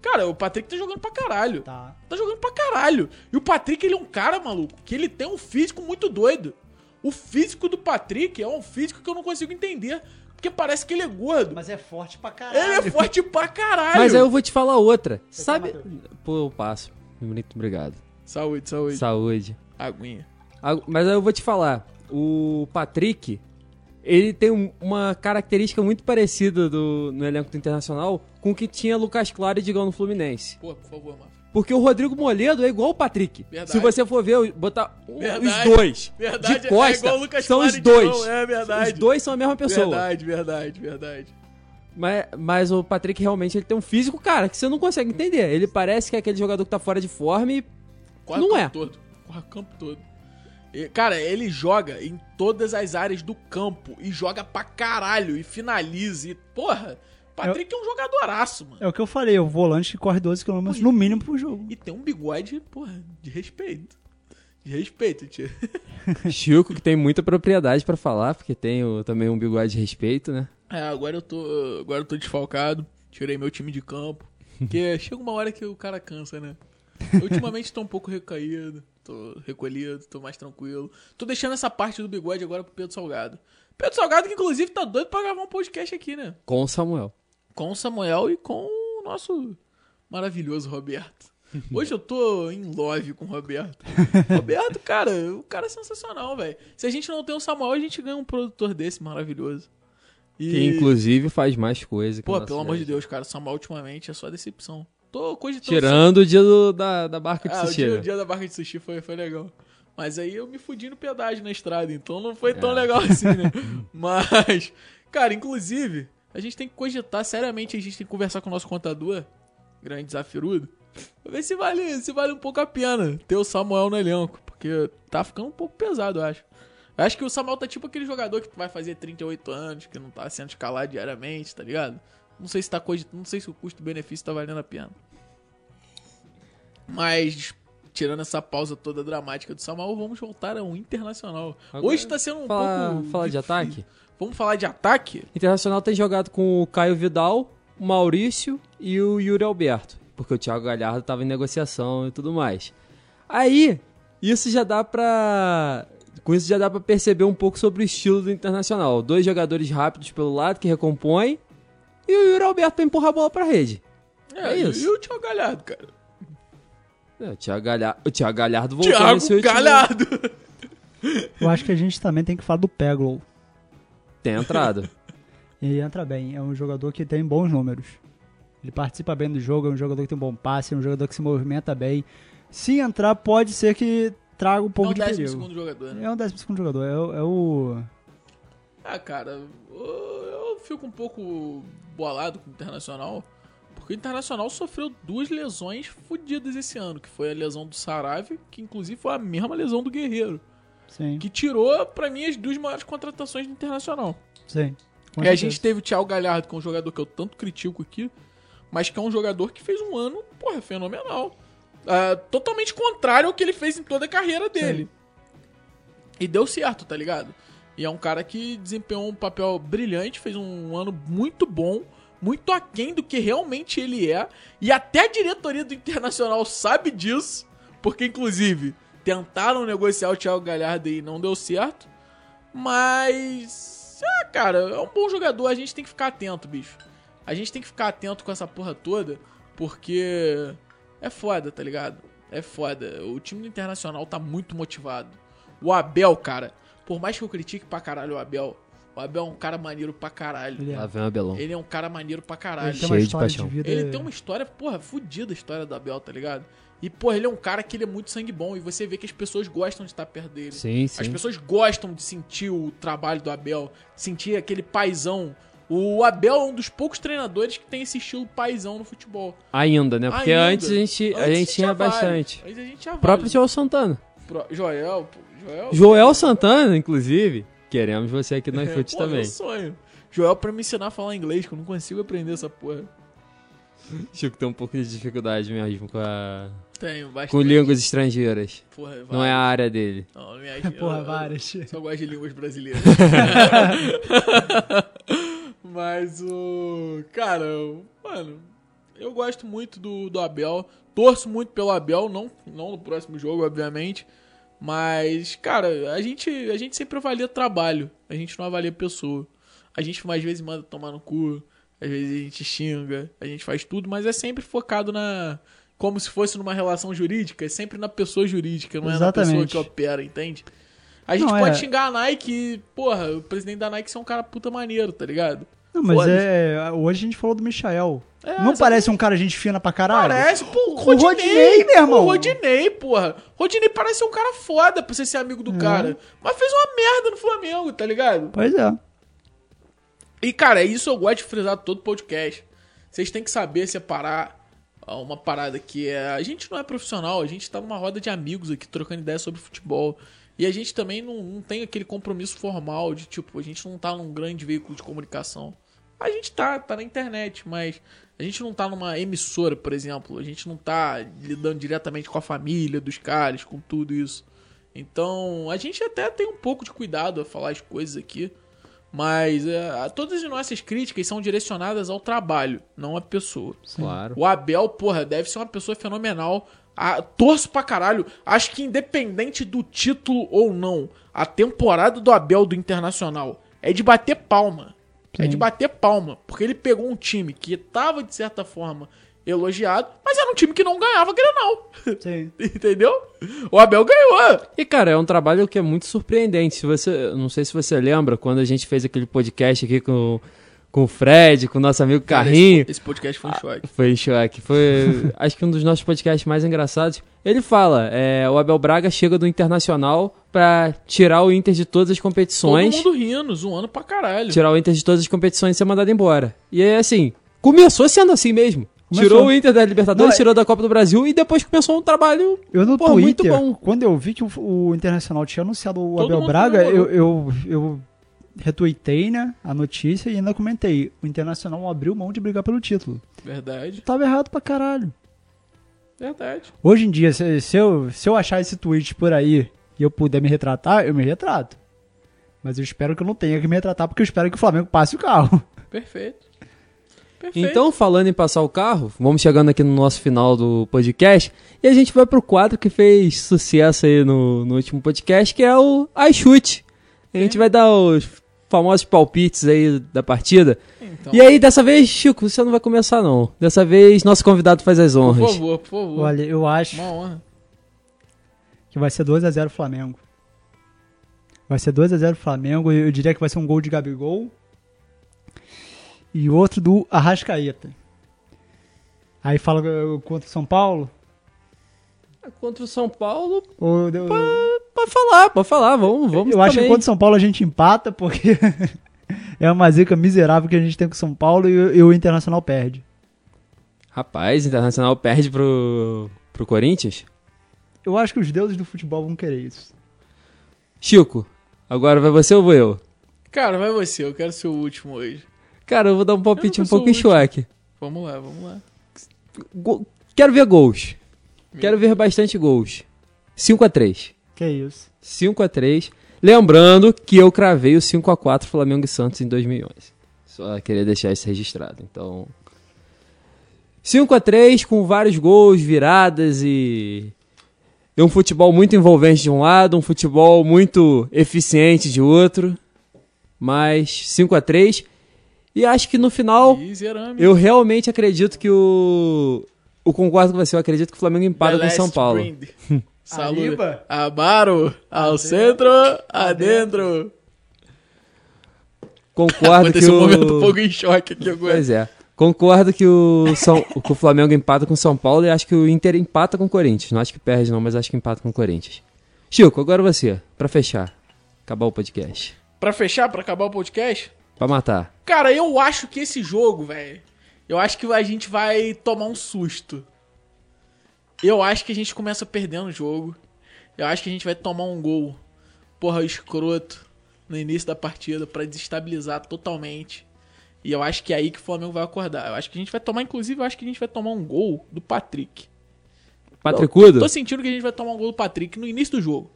[SPEAKER 2] Cara, o Patrick tá jogando pra caralho.
[SPEAKER 3] Tá.
[SPEAKER 2] Tá jogando pra caralho. E o Patrick, ele é um cara, maluco, que ele tem um físico muito doido. O físico do Patrick é um físico que eu não consigo entender. Porque parece que ele é gordo.
[SPEAKER 3] Mas é forte pra caralho.
[SPEAKER 2] ele é forte pra caralho.
[SPEAKER 1] Mas aí eu vou te falar outra. Sabe.
[SPEAKER 3] quer,
[SPEAKER 1] Pô, eu passo. Muito obrigado.
[SPEAKER 2] Saúde, saúde.
[SPEAKER 1] Saúde.
[SPEAKER 2] Aguinha.
[SPEAKER 1] Ah, Mas aí eu vou te falar. O Patrick, ele tem um- uma característica muito parecida do, no elenco do Internacional com o que tinha Lucas Claro e Digão no Fluminense.
[SPEAKER 2] Pô, por favor, Mafra.
[SPEAKER 1] Porque o Rodrigo Moledo é igual o Patrick.
[SPEAKER 2] Verdade.
[SPEAKER 1] Se você for ver, botar um-
[SPEAKER 2] Verdade.
[SPEAKER 1] os dois
[SPEAKER 2] Verdade,
[SPEAKER 1] de
[SPEAKER 2] é
[SPEAKER 1] costa,
[SPEAKER 2] igual o Lucas
[SPEAKER 1] são
[SPEAKER 2] Claro
[SPEAKER 1] os
[SPEAKER 2] e Digão,
[SPEAKER 1] dois.
[SPEAKER 2] é verdade.
[SPEAKER 1] Os dois são a mesma pessoa.
[SPEAKER 2] Verdade, verdade, verdade.
[SPEAKER 1] Mas, mas o Patrick realmente ele tem um físico, cara, que você não consegue entender. Ele parece que é aquele jogador que tá fora de forma e
[SPEAKER 2] Corre
[SPEAKER 1] Não
[SPEAKER 2] o campo
[SPEAKER 1] é.
[SPEAKER 2] todo. Corre o campo todo. E, cara, ele joga em todas as áreas do campo. E joga pra caralho. E finaliza. E, porra, Patrick é um jogadoraço, mano.
[SPEAKER 3] É o que eu falei, o volante que corre 12 km no mínimo pro jogo.
[SPEAKER 2] E tem um bigode, porra, de respeito. De respeito, tio.
[SPEAKER 1] Chico, que tem muita propriedade pra falar, porque tem o- também um bigode de respeito, né?
[SPEAKER 2] É, agora eu tô. Agora eu tô desfalcado. Tirei meu time de campo. Porque chega uma hora que o cara cansa, né? Eu, Ultimamente tô um pouco recaído, tô recolhido, tô mais tranquilo. Tô deixando essa parte do bigode agora pro Pedro Salgado. Pedro Salgado, que inclusive tá doido pra gravar um podcast aqui, né?
[SPEAKER 1] Com o Samuel.
[SPEAKER 2] Com o Samuel e com o nosso maravilhoso Roberto. Hoje eu tô em love com o Roberto. Roberto, cara, o cara é sensacional, velho. Se a gente não tem o Samuel, a gente ganha um produtor desse maravilhoso. E,
[SPEAKER 1] Que inclusive faz mais coisa. que
[SPEAKER 2] pô,
[SPEAKER 1] o nosso
[SPEAKER 2] pelo amor de
[SPEAKER 1] Deus.
[SPEAKER 2] Deus, cara, o Samuel ultimamente é só decepção. Tô cogitando...
[SPEAKER 1] Tirando o dia do- da, da barca de
[SPEAKER 2] Ah, o
[SPEAKER 1] sushi.
[SPEAKER 2] dia,
[SPEAKER 1] né?
[SPEAKER 2] o dia da barca de sushi foi, foi legal. Mas aí eu me fudi no pedágio na estrada, então não foi
[SPEAKER 1] É.
[SPEAKER 2] tão legal assim, né? Mas, cara, inclusive, a gente tem que cogitar seriamente, a gente tem que conversar com o nosso contador, grande Zafirudo, pra ver se vale, se vale um pouco a pena ter o Samuel no elenco, porque tá ficando um pouco pesado, eu acho. Eu acho que o Samuel tá tipo aquele jogador que vai fazer 38 anos, que não tá sendo escalado diariamente, tá ligado? Não sei se tá cogitando, não sei se o custo-benefício tá valendo a pena. Mas, tirando essa pausa toda dramática do Samuel, vamos voltar ao internacional.
[SPEAKER 1] Agora,
[SPEAKER 2] Hoje tá sendo um
[SPEAKER 1] Fala,
[SPEAKER 2] pouco.
[SPEAKER 1] fala de
[SPEAKER 2] difícil.
[SPEAKER 1] ataque.
[SPEAKER 2] Vamos falar de ataque?
[SPEAKER 1] Internacional tem jogado com o Caio Vidal, o Maurício e o Yuri Alberto. Porque o Thiago Galhardo tava em negociação e tudo mais. Aí, isso já dá pra. Com isso já dá pra perceber um pouco sobre o estilo do Internacional. Dois jogadores rápidos pelo lado que recompõem e o Yuri Alberto pra empurrar a bola pra rede. É
[SPEAKER 2] e-
[SPEAKER 1] isso.
[SPEAKER 2] E o Thiago Galhardo, cara.
[SPEAKER 1] É, O Thiago Galhardo, o Thiago Galhardo voltou nesse
[SPEAKER 2] Thiago
[SPEAKER 1] último...
[SPEAKER 2] Galhardo.
[SPEAKER 1] um
[SPEAKER 3] Eu acho que a gente também tem que falar do Peglow.
[SPEAKER 1] Tem entrado.
[SPEAKER 3] Ele entra bem, é um jogador que tem bons números. Ele participa bem do jogo, é um jogador que tem um bom passe, é um jogador que se movimenta bem. Se entrar, pode ser que traga um pouco
[SPEAKER 2] é o
[SPEAKER 3] de
[SPEAKER 2] décimo
[SPEAKER 3] perigo.
[SPEAKER 2] segundo jogador, né?
[SPEAKER 3] É um 12 segundo jogador, é, o- é o...
[SPEAKER 2] Ah, cara, eu, eu fico um pouco bolado com o Internacional, porque o Internacional sofreu duas lesões fodidas esse ano, que foi a lesão do Sarave, que inclusive foi a mesma lesão do Guerreiro,
[SPEAKER 3] Sim,
[SPEAKER 2] que tirou, pra mim, as duas maiores contratações do Internacional.
[SPEAKER 3] sim. com
[SPEAKER 2] E É, a
[SPEAKER 3] certeza.
[SPEAKER 2] gente teve o Thiago Galhardo, que é um jogador que eu tanto critico aqui, mas que é um jogador que fez um ano, porra, fenomenal. Ah, totalmente contrário ao que ele fez em toda a carreira dele. E deu certo, tá ligado? E é um cara que desempenhou um papel brilhante, fez um ano muito bom, muito aquém do que realmente ele é. E até a diretoria do Internacional sabe disso, porque inclusive tentaram negociar o Thiago Galhardo e não deu certo. Mas. Ah, cara, é um bom jogador, a gente tem que ficar atento, bicho. A gente tem que ficar atento com essa porra toda, porque. É foda, tá ligado? É foda. O time do Internacional tá muito motivado. O Abel, cara, por mais que eu critique pra caralho o Abel, o Abel é um cara maneiro pra caralho.
[SPEAKER 3] Ele é-
[SPEAKER 1] Lá vem o Abelão.
[SPEAKER 2] Ele é um cara maneiro pra
[SPEAKER 3] ele
[SPEAKER 2] caralho.
[SPEAKER 3] tem
[SPEAKER 1] Cheio
[SPEAKER 3] uma
[SPEAKER 1] de
[SPEAKER 3] história de,
[SPEAKER 1] paixão.
[SPEAKER 3] vida...
[SPEAKER 2] tá Ele tem um uma história, porra, fodida a história do Abel, tá ligado? E, porra, ele é um cara que ele é muito sangue bom e você vê que as pessoas gostam de estar perto dele.
[SPEAKER 1] Sim,
[SPEAKER 2] As
[SPEAKER 1] sim.
[SPEAKER 2] pessoas gostam de sentir o trabalho do Abel, sentir aquele paizão, o O Abel é um dos poucos treinadores que tem esse estilo paizão no futebol.
[SPEAKER 1] Ainda, né? Porque
[SPEAKER 2] Ainda.
[SPEAKER 1] antes a gente, a
[SPEAKER 2] Antes
[SPEAKER 1] gente tinha
[SPEAKER 2] vários.
[SPEAKER 1] bastante.
[SPEAKER 2] Antes a gente tinha
[SPEAKER 1] O próprio
[SPEAKER 2] vários.
[SPEAKER 1] Joel Santana.
[SPEAKER 2] Pro- Joel, pô, Joel.
[SPEAKER 1] Joel Santana, inclusive, queremos você aqui no
[SPEAKER 2] É,
[SPEAKER 1] iFoot
[SPEAKER 2] pô,
[SPEAKER 1] também.
[SPEAKER 2] Meu sonho. Joel pra me ensinar a falar inglês, que eu não consigo aprender essa porra.
[SPEAKER 1] Chico tem um pouco de dificuldade mesmo com, a...
[SPEAKER 2] Tenho bastante.
[SPEAKER 1] com línguas estrangeiras.
[SPEAKER 2] Porra, várias.
[SPEAKER 1] Não é a área dele.
[SPEAKER 2] Não, não me acha. eu-
[SPEAKER 3] Porra,
[SPEAKER 2] eu-
[SPEAKER 3] várias.
[SPEAKER 2] Só gosto de línguas brasileiras. Mas o. Cara, o- mano, eu gosto muito do, do Abel. Torço muito pelo Abel, não, não no próximo jogo, obviamente. Mas, cara, a gente, a gente sempre avalia trabalho. A gente não avalia pessoa. A gente às vezes manda tomar no cu, às vezes a gente xinga, a gente faz tudo, mas é sempre focado na. Como se fosse numa relação jurídica, é sempre na pessoa jurídica, não é na pessoa
[SPEAKER 3] Exatamente.
[SPEAKER 2] que opera, entende? A gente
[SPEAKER 3] Não,
[SPEAKER 2] pode
[SPEAKER 3] é-
[SPEAKER 2] xingar a Nike, e, porra, o presidente da Nike é um cara puta maneiro, tá ligado?
[SPEAKER 3] Não, mas
[SPEAKER 2] Foda-se.
[SPEAKER 3] é. Hoje a gente falou do Michael.
[SPEAKER 2] É,
[SPEAKER 3] não parece um cara gente fina pra caralho?
[SPEAKER 2] Parece, pô, o
[SPEAKER 3] Rodinei,
[SPEAKER 2] Rodinei,
[SPEAKER 3] meu irmão.
[SPEAKER 2] O Rodinei, porra. Rodinei parece ser um cara foda pra você ser amigo
[SPEAKER 3] É.
[SPEAKER 2] do cara. Mas fez uma merda no Flamengo, tá ligado?
[SPEAKER 3] Pois é.
[SPEAKER 2] E, cara, é isso eu gosto de frisar todo podcast. Vocês têm que saber separar ah, uma parada que é. A gente não é profissional, a gente tá numa roda de amigos aqui trocando ideias sobre futebol. E a gente também não, não tem aquele compromisso formal de tipo, a gente não tá num grande veículo de comunicação. A gente tá, tá na internet, mas a gente não tá numa emissora, por exemplo. A gente não tá lidando diretamente com a família dos caras, com tudo isso. Então, a gente até tem um pouco de cuidado a falar as coisas aqui. Mas é, todas as nossas críticas são direcionadas ao trabalho, não à pessoa.
[SPEAKER 1] Claro.
[SPEAKER 2] O Abel, porra, deve ser uma pessoa fenomenal. Ah, torço pra caralho. Acho que independente do título ou não, a temporada do Abel do Internacional é de bater palma. É
[SPEAKER 3] Sim.
[SPEAKER 2] de bater palma. Porque ele pegou um time que tava, de certa forma, elogiado, mas era um time que não ganhava Grenal.
[SPEAKER 3] Sim.
[SPEAKER 2] Entendeu? O Abel ganhou.
[SPEAKER 1] E, cara, é um trabalho que é muito surpreendente. Se você, eu não sei se você lembra, quando a gente fez aquele podcast aqui com, com o Fred, com o nosso amigo Carrinho.
[SPEAKER 2] Esse podcast foi um choque.
[SPEAKER 1] Foi choque. Foi, acho que um dos nossos podcasts mais engraçados. Ele fala, é, o Abel Braga chega do Internacional pra tirar o Inter de todas as
[SPEAKER 2] Todo
[SPEAKER 1] competições.
[SPEAKER 2] mundo rindo, zoando pra caralho.
[SPEAKER 1] Tirar o Inter de todas as competições e ser mandado embora. E é assim, começou sendo assim mesmo.
[SPEAKER 3] Começou.
[SPEAKER 1] Tirou o Inter da Libertadores,
[SPEAKER 3] Não, é-
[SPEAKER 1] tirou da Copa do Brasil e depois começou um trabalho
[SPEAKER 3] Eu no
[SPEAKER 1] Pô, muito
[SPEAKER 3] Twitter,
[SPEAKER 1] bom.
[SPEAKER 3] quando eu vi que o, o Internacional tinha anunciado o
[SPEAKER 2] Todo
[SPEAKER 3] Abel
[SPEAKER 2] mundo
[SPEAKER 3] Braga, eu,
[SPEAKER 2] comemorou.
[SPEAKER 3] eu, eu retuitei, né, a notícia e ainda comentei. O Internacional abriu mão de brigar pelo título.
[SPEAKER 2] Verdade,
[SPEAKER 3] Tava errado pra caralho.
[SPEAKER 2] verdade.
[SPEAKER 3] Hoje em dia, se, se eu, se eu achar esse tweet por aí e eu puder me retratar, eu me retrato. Mas eu espero que eu não tenha que me retratar, porque eu espero que o Flamengo passe o carro.
[SPEAKER 2] Perfeito. Perfeito.
[SPEAKER 1] Então, falando em passar o carro, vamos chegando aqui no nosso final do podcast e a gente vai pro quadro que fez sucesso aí no, no último podcast, que é o iChute. A gente vai dar os famosos palpites aí da partida.
[SPEAKER 2] Então,
[SPEAKER 1] E aí, dessa vez, Chico, você não vai começar não. Dessa vez, nosso convidado faz as
[SPEAKER 2] por
[SPEAKER 1] honras.
[SPEAKER 2] favor, por favor.
[SPEAKER 3] Olha, eu acho
[SPEAKER 2] Uma honra.
[SPEAKER 3] que vai ser 2x0 Flamengo. Vai ser 2x0 Flamengo. Eu eu diria que vai ser um gol de Gabigol. E outro do Arrascaeta. Aí fala eh, contra o São Paulo.
[SPEAKER 1] Contra o São Paulo,
[SPEAKER 3] Ou eu-
[SPEAKER 1] pode falar, pode falar, vamos, vamos
[SPEAKER 3] eu acho que
[SPEAKER 1] também.
[SPEAKER 3] contra o São Paulo a gente empata, porque é uma zica miserável que a gente tem com o São Paulo e, o- e o Internacional perde.
[SPEAKER 1] Rapaz, Internacional perde pro, pro Corinthians?
[SPEAKER 3] Eu acho que os deuses do futebol vão querer isso.
[SPEAKER 1] Chico, agora vai você ou vou eu?
[SPEAKER 2] Cara, vai você, eu quero ser o último hoje.
[SPEAKER 1] Cara, eu vou dar um palpite
[SPEAKER 2] Eu
[SPEAKER 1] um
[SPEAKER 2] não sou
[SPEAKER 1] pouco em
[SPEAKER 2] o último.
[SPEAKER 1] choque.
[SPEAKER 2] Vamos lá, vamos lá.
[SPEAKER 1] Go- Quero ver gols.
[SPEAKER 2] Meu
[SPEAKER 1] Quero ver bastante gols. 5 a 3
[SPEAKER 3] Que isso.
[SPEAKER 1] 5 a 3 Lembrando que eu cravei o 5 a 4 Flamengo e Santos em 2011. Só queria deixar isso registrado. Então. 5 a 3 com vários gols, viradas e. e um futebol muito envolvente de um lado, um futebol muito eficiente de outro. Mas 5 a 3 E acho que no final.
[SPEAKER 2] E zerame.
[SPEAKER 1] Eu realmente acredito que o. Eu concordo com você, eu acredito que o Flamengo
[SPEAKER 2] The
[SPEAKER 1] empata com o
[SPEAKER 2] last
[SPEAKER 1] São Paulo.
[SPEAKER 2] brand. Salud.
[SPEAKER 3] Arriba.
[SPEAKER 2] Abaro, ao centro, adentro.
[SPEAKER 1] Concordo que
[SPEAKER 2] Aconteceu um
[SPEAKER 1] o.
[SPEAKER 2] momento um pouco em choque aqui agora.
[SPEAKER 1] Pois é. Concordo que o, São... que o Flamengo empata com o São Paulo e acho que o Inter empata com o Corinthians. Não acho que perde, não, mas acho que empata com o Corinthians. Chico, agora você, pra fechar. Acabar o podcast.
[SPEAKER 2] Pra fechar, pra acabar o podcast,
[SPEAKER 1] Pra matar.
[SPEAKER 2] Cara, eu acho que esse jogo, velho. Eu acho que a gente vai tomar um susto. Eu acho que a gente começa perdendo o jogo. Eu acho que a gente vai tomar um gol. Porra, escroto. No início da partida, pra desestabilizar totalmente. E eu acho que é aí que o Flamengo vai acordar. Eu acho que a gente vai tomar, inclusive, eu acho que a gente vai tomar um gol do Patrick.
[SPEAKER 1] Patricudo?
[SPEAKER 2] Tô sentindo que a gente vai tomar um gol do Patrick no início do jogo.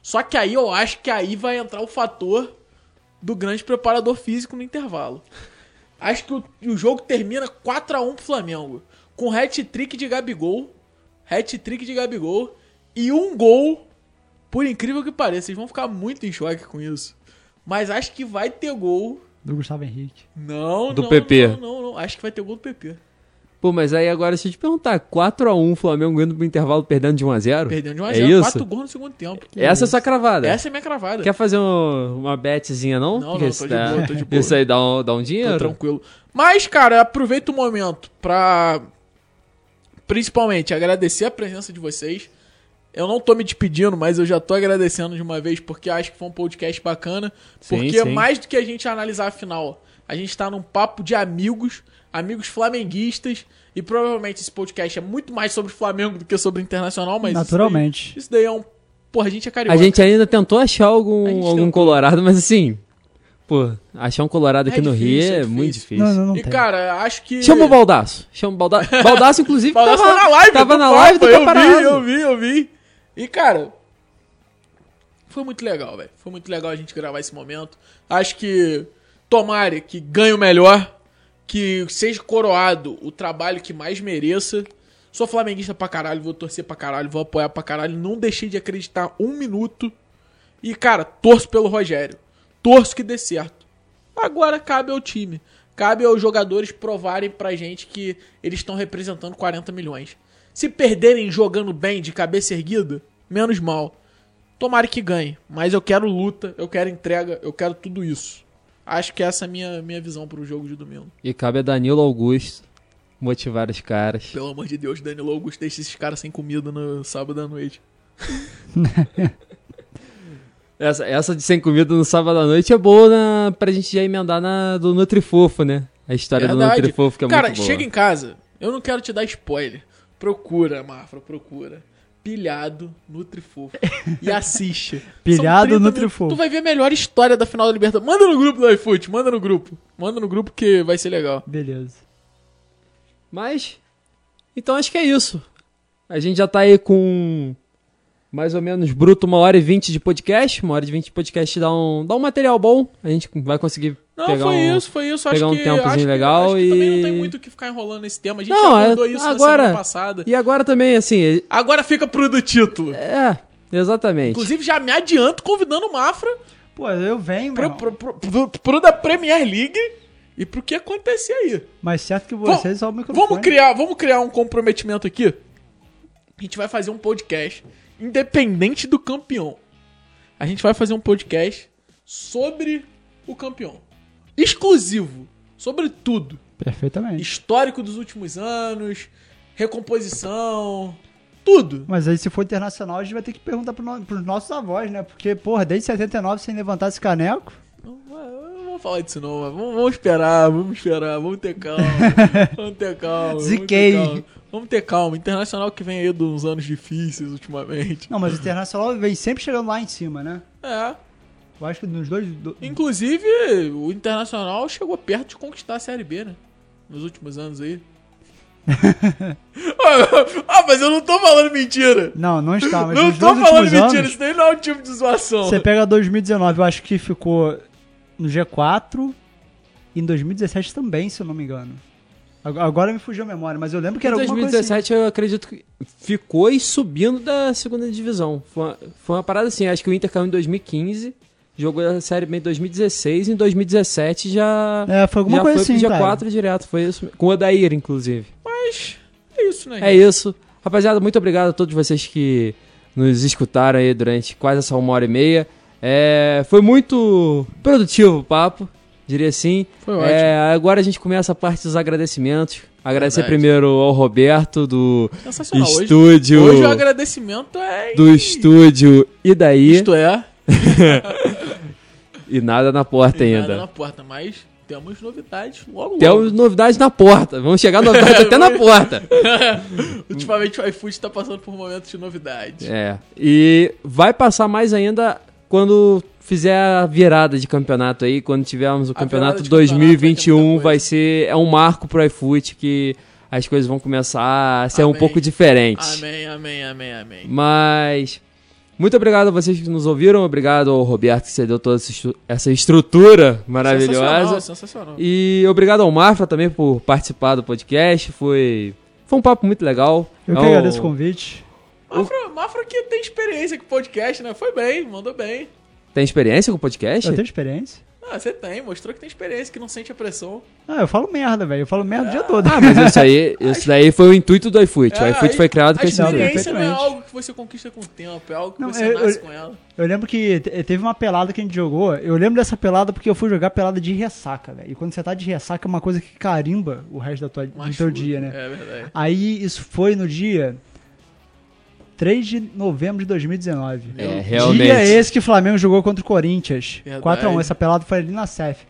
[SPEAKER 2] Só que aí eu acho que aí vai entrar o fator do grande preparador físico no intervalo. Acho que o, o jogo termina 4 a 1 pro Flamengo. Com hat-trick de Gabigol. Hat-trick de Gabigol. E um gol. Por incrível que pareça, vocês vão ficar muito em choque com isso. Mas acho que vai ter gol.
[SPEAKER 3] Do Gustavo Henrique.
[SPEAKER 2] Não,
[SPEAKER 1] Do
[SPEAKER 2] não,
[SPEAKER 1] PP.
[SPEAKER 2] Não, não, não. Acho que vai ter gol do PP.
[SPEAKER 1] Pô, mas aí agora, se eu te perguntar, 4x1 Flamengo ganhando pro intervalo, perdendo de 1x0?
[SPEAKER 2] Perdendo de 1 a
[SPEAKER 1] É
[SPEAKER 2] 0,
[SPEAKER 1] isso?
[SPEAKER 2] 4 gols no segundo tempo.
[SPEAKER 1] Essa é sua cravada.
[SPEAKER 2] Essa é minha cravada.
[SPEAKER 1] Quer fazer um- uma betzinha, não?
[SPEAKER 2] Não,
[SPEAKER 1] Porque
[SPEAKER 2] não,
[SPEAKER 1] isso
[SPEAKER 2] tô de
[SPEAKER 1] dá-
[SPEAKER 2] boa, tô de boa.
[SPEAKER 1] Isso aí dá um, dá um
[SPEAKER 2] Tô
[SPEAKER 1] dinheiro.
[SPEAKER 2] tranquilo. Mas, cara, aproveita o momento pra. Principalmente agradecer a presença de vocês. Eu não tô me despedindo, mas eu já tô agradecendo de uma vez, porque acho que foi um podcast bacana.
[SPEAKER 1] Sim,
[SPEAKER 2] porque
[SPEAKER 1] sim.
[SPEAKER 2] mais do que a gente analisar a final, a gente tá num papo de amigos, amigos flamenguistas, e provavelmente esse podcast é muito mais sobre Flamengo do que sobre internacional, mas. isso daí-
[SPEAKER 3] Naturalmente.
[SPEAKER 2] Isso daí, é um. Porra, a gente é
[SPEAKER 1] A
[SPEAKER 2] carioca.
[SPEAKER 1] gente ainda tentou achar
[SPEAKER 2] A gente
[SPEAKER 1] algum, algum
[SPEAKER 2] tentou.
[SPEAKER 1] colorado, mas assim... Pô, achar um colorado aqui
[SPEAKER 2] É
[SPEAKER 1] no
[SPEAKER 2] difícil,
[SPEAKER 1] Rio
[SPEAKER 2] é
[SPEAKER 1] é,
[SPEAKER 2] difícil.
[SPEAKER 1] muito difícil.
[SPEAKER 3] Não, não, não
[SPEAKER 2] E,
[SPEAKER 3] tem.
[SPEAKER 2] cara, acho que.
[SPEAKER 1] Chama o Baldaço. Chama o Baldaço. Baldaço, inclusive,
[SPEAKER 2] Baldaço
[SPEAKER 1] tava,
[SPEAKER 2] tá na live,
[SPEAKER 1] tava
[SPEAKER 2] do
[SPEAKER 1] na
[SPEAKER 2] Papa,
[SPEAKER 1] live tá do
[SPEAKER 2] eu
[SPEAKER 1] Paparazzo.
[SPEAKER 2] vi, eu vi, eu vi. E, cara, foi muito legal, velho. Foi muito legal a gente gravar esse momento. Acho que tomara que ganhe o melhor, que seja coroado o trabalho que mais mereça. Sou flamenguista pra caralho, vou torcer pra caralho, vou apoiar pra caralho. Não deixei de acreditar um minuto. E, cara, torço pelo Rogério. Torço que dê certo. Agora cabe ao time. Cabe aos jogadores provarem pra gente que eles estão representando 40 milhões. Se perderem jogando bem, de cabeça erguida, menos mal. Tomara que ganhe. Mas eu quero luta, eu quero entrega, eu quero tudo isso. Acho que essa é a minha, minha visão pro jogo de domingo.
[SPEAKER 1] E cabe a Danilo Augusto motivar os caras.
[SPEAKER 2] Pelo amor de Deus, Danilo Augusto deixa esses caras sem comida no sábado à noite.
[SPEAKER 1] Essa, essa de sem comida no sábado à noite é boa na, pra gente já emendar na do Nutrifofo, né? A história do
[SPEAKER 2] Verdade.
[SPEAKER 1] Nutrifofo, que é
[SPEAKER 2] Cara,
[SPEAKER 1] muito boa.
[SPEAKER 2] chega em casa. Eu não quero te dar spoiler. Procura, Mafra, procura. Pilhado Nutrifofo. E assiste. São
[SPEAKER 3] Pilhado
[SPEAKER 2] 30
[SPEAKER 3] Nutrifofo.
[SPEAKER 2] Tu vai ver a melhor história da final da Libertadores. Manda no grupo do iFoot, manda no grupo. Manda no grupo que vai ser legal.
[SPEAKER 3] Beleza.
[SPEAKER 1] Mas, então acho que é isso. A gente já tá aí com mais ou menos bruto uma hora e vinte de podcast. Uma hora e vinte de podcast dá um, dá um material bom. A gente vai conseguir
[SPEAKER 2] Não,
[SPEAKER 1] pegar
[SPEAKER 2] foi
[SPEAKER 1] um...
[SPEAKER 2] isso, foi isso.
[SPEAKER 1] pegar
[SPEAKER 2] acho
[SPEAKER 1] um
[SPEAKER 2] que,
[SPEAKER 1] tempozinho
[SPEAKER 2] acho que-
[SPEAKER 1] legal
[SPEAKER 2] acho que também não tem
[SPEAKER 1] e-
[SPEAKER 2] muito o que ficar enrolando esse tema. A gente
[SPEAKER 1] Não,
[SPEAKER 2] já abordou
[SPEAKER 1] é-
[SPEAKER 2] isso na
[SPEAKER 1] agora-
[SPEAKER 2] semana passada.
[SPEAKER 1] E agora também, assim,
[SPEAKER 2] Agora fica pro do título.
[SPEAKER 1] é, exatamente.
[SPEAKER 2] Inclusive, já me adianto convidando o Mafra
[SPEAKER 3] Pô, eu venho,
[SPEAKER 2] pro,
[SPEAKER 3] mano.
[SPEAKER 2] pro, pro, pro- pro da Premier League e pro que acontecer aí.
[SPEAKER 3] Mas certo que vocês só o microfone.
[SPEAKER 2] Vamos criar, vamos criar um comprometimento aqui. A gente vai fazer um podcast independente do campeão. A gente vai fazer um podcast sobre o campeão. Exclusivo, sobre tudo.
[SPEAKER 3] Perfeitamente.
[SPEAKER 2] Histórico dos últimos anos, recomposição, tudo.
[SPEAKER 3] Mas aí se for internacional, a gente vai ter que perguntar pro no- pros nossos avós, né? Porque, porra, desde 79 sem levantar esse caneco.
[SPEAKER 2] Não, não vou falar disso não, mas vamos, vamos esperar, vamos esperar, vamos ter calma. Vamos ter calma.
[SPEAKER 3] Ziquei.
[SPEAKER 2] Vamos ter calma. Vamos ter calma. Internacional que vem aí de uns anos difíceis ultimamente.
[SPEAKER 3] Não, mas o internacional vem sempre chegando lá em cima, né?
[SPEAKER 2] É.
[SPEAKER 3] Eu acho que nos dois. do-
[SPEAKER 2] Inclusive, o Internacional chegou perto de conquistar a Série B, né? Nos últimos anos aí. ah, mas eu não tô falando mentira!
[SPEAKER 3] Não, não está, Tá, mas
[SPEAKER 2] não
[SPEAKER 3] nos
[SPEAKER 2] tô
[SPEAKER 3] dois
[SPEAKER 2] falando
[SPEAKER 3] últimos
[SPEAKER 2] mentira,
[SPEAKER 3] anos.
[SPEAKER 2] isso daí não é um tipo de zoação.
[SPEAKER 3] Você pega 2019, eu acho que ficou no G4 e em 2017 também, se eu não me engano. Ag- Agora me fugiu a memória, mas eu lembro que
[SPEAKER 1] Em
[SPEAKER 3] era alguma coisa assim.
[SPEAKER 1] 2017, eu acredito que ficou e subindo da segunda divisão. Foi uma, foi uma parada assim, acho que o Inter caiu em 2015, jogou a Série B em 2016 e em 2017 já,
[SPEAKER 3] É, foi alguma
[SPEAKER 1] já
[SPEAKER 3] coisa
[SPEAKER 1] foi
[SPEAKER 3] assim,
[SPEAKER 1] pro
[SPEAKER 3] cara.
[SPEAKER 1] G4 direto. Foi isso, com o Odair, inclusive.
[SPEAKER 2] Mas é isso, né?
[SPEAKER 1] É isso. Rapaziada, muito obrigado a todos vocês que nos escutaram aí durante quase essa uma hora e meia. É, foi muito produtivo o papo, diria assim.
[SPEAKER 2] Foi ótimo.
[SPEAKER 1] É, agora a gente começa a parte dos agradecimentos. Agradecer
[SPEAKER 2] Verdade.
[SPEAKER 1] primeiro ao Roberto do
[SPEAKER 3] É
[SPEAKER 2] Sensacional. Hoje,
[SPEAKER 1] estúdio
[SPEAKER 2] hoje o agradecimento é. em-
[SPEAKER 1] do estúdio e daí
[SPEAKER 2] Isto é.
[SPEAKER 1] E nada na porta
[SPEAKER 2] Tem nada
[SPEAKER 1] ainda.
[SPEAKER 2] na porta, mas temos novidades logo logo.
[SPEAKER 1] Temos novidades na porta. Vamos chegar novidades até na porta.
[SPEAKER 2] Ultimamente o iFood tá passando por momentos de novidades.
[SPEAKER 1] É. E vai passar mais ainda quando fizer a virada de campeonato aí, quando tivermos o
[SPEAKER 2] A virada
[SPEAKER 1] campeonato
[SPEAKER 2] de campeonato vai ter muita
[SPEAKER 1] 2021,
[SPEAKER 2] coisa.
[SPEAKER 1] vai ser é um marco pro iFoot que as coisas vão começar a ser um
[SPEAKER 2] Amém.
[SPEAKER 1] pouco diferentes.
[SPEAKER 2] Amém, amém, amém, amém.
[SPEAKER 1] Mas muito obrigado a vocês que nos ouviram, obrigado ao Roberto que cedeu toda essa estru- essa estrutura maravilhosa.
[SPEAKER 2] Sensacional, sensacional.
[SPEAKER 1] E obrigado ao Mafra também por participar do podcast. Foi, foi um papo muito legal.
[SPEAKER 3] Eu
[SPEAKER 1] É
[SPEAKER 3] que
[SPEAKER 1] um-
[SPEAKER 3] agradeço o convite.
[SPEAKER 2] Mafra, Mafra que tem experiência com podcast, né? Foi bem, mandou bem.
[SPEAKER 1] Tem experiência com podcast?
[SPEAKER 3] Eu tenho experiência.
[SPEAKER 2] Ah, você tem, mostrou que tem experiência, que não sente a pressão.
[SPEAKER 3] Ah, eu falo merda, velho. Eu falo merda o dia todo.
[SPEAKER 1] Ah, mas isso aí, isso daí foi o intuito do iFoot. o
[SPEAKER 2] É,
[SPEAKER 1] iFoot
[SPEAKER 2] a-
[SPEAKER 1] foi criado
[SPEAKER 2] A
[SPEAKER 1] com esse intuito.
[SPEAKER 2] experiência não é
[SPEAKER 3] Perfeitamente.
[SPEAKER 2] algo que você conquista com o tempo, é algo que
[SPEAKER 3] Não,
[SPEAKER 2] você
[SPEAKER 3] eu-
[SPEAKER 2] nasce
[SPEAKER 3] eu-
[SPEAKER 2] com ela.
[SPEAKER 3] Eu lembro que te- teve uma pelada que a gente jogou. Eu lembro dessa pelada porque eu fui jogar pelada de ressaca, velho. E quando você tá de ressaca é uma coisa que carimba o resto da tua, do
[SPEAKER 2] Mas
[SPEAKER 3] teu
[SPEAKER 2] foi-
[SPEAKER 3] dia, né?
[SPEAKER 2] É verdade.
[SPEAKER 3] Aí isso foi no dia 3 de novembro de 2019.
[SPEAKER 1] É,
[SPEAKER 3] Dia
[SPEAKER 1] realmente.
[SPEAKER 3] esse que o Flamengo jogou contra o Corinthians.
[SPEAKER 2] Verdade.
[SPEAKER 3] 4x1. Essa pelada foi ali na CEF.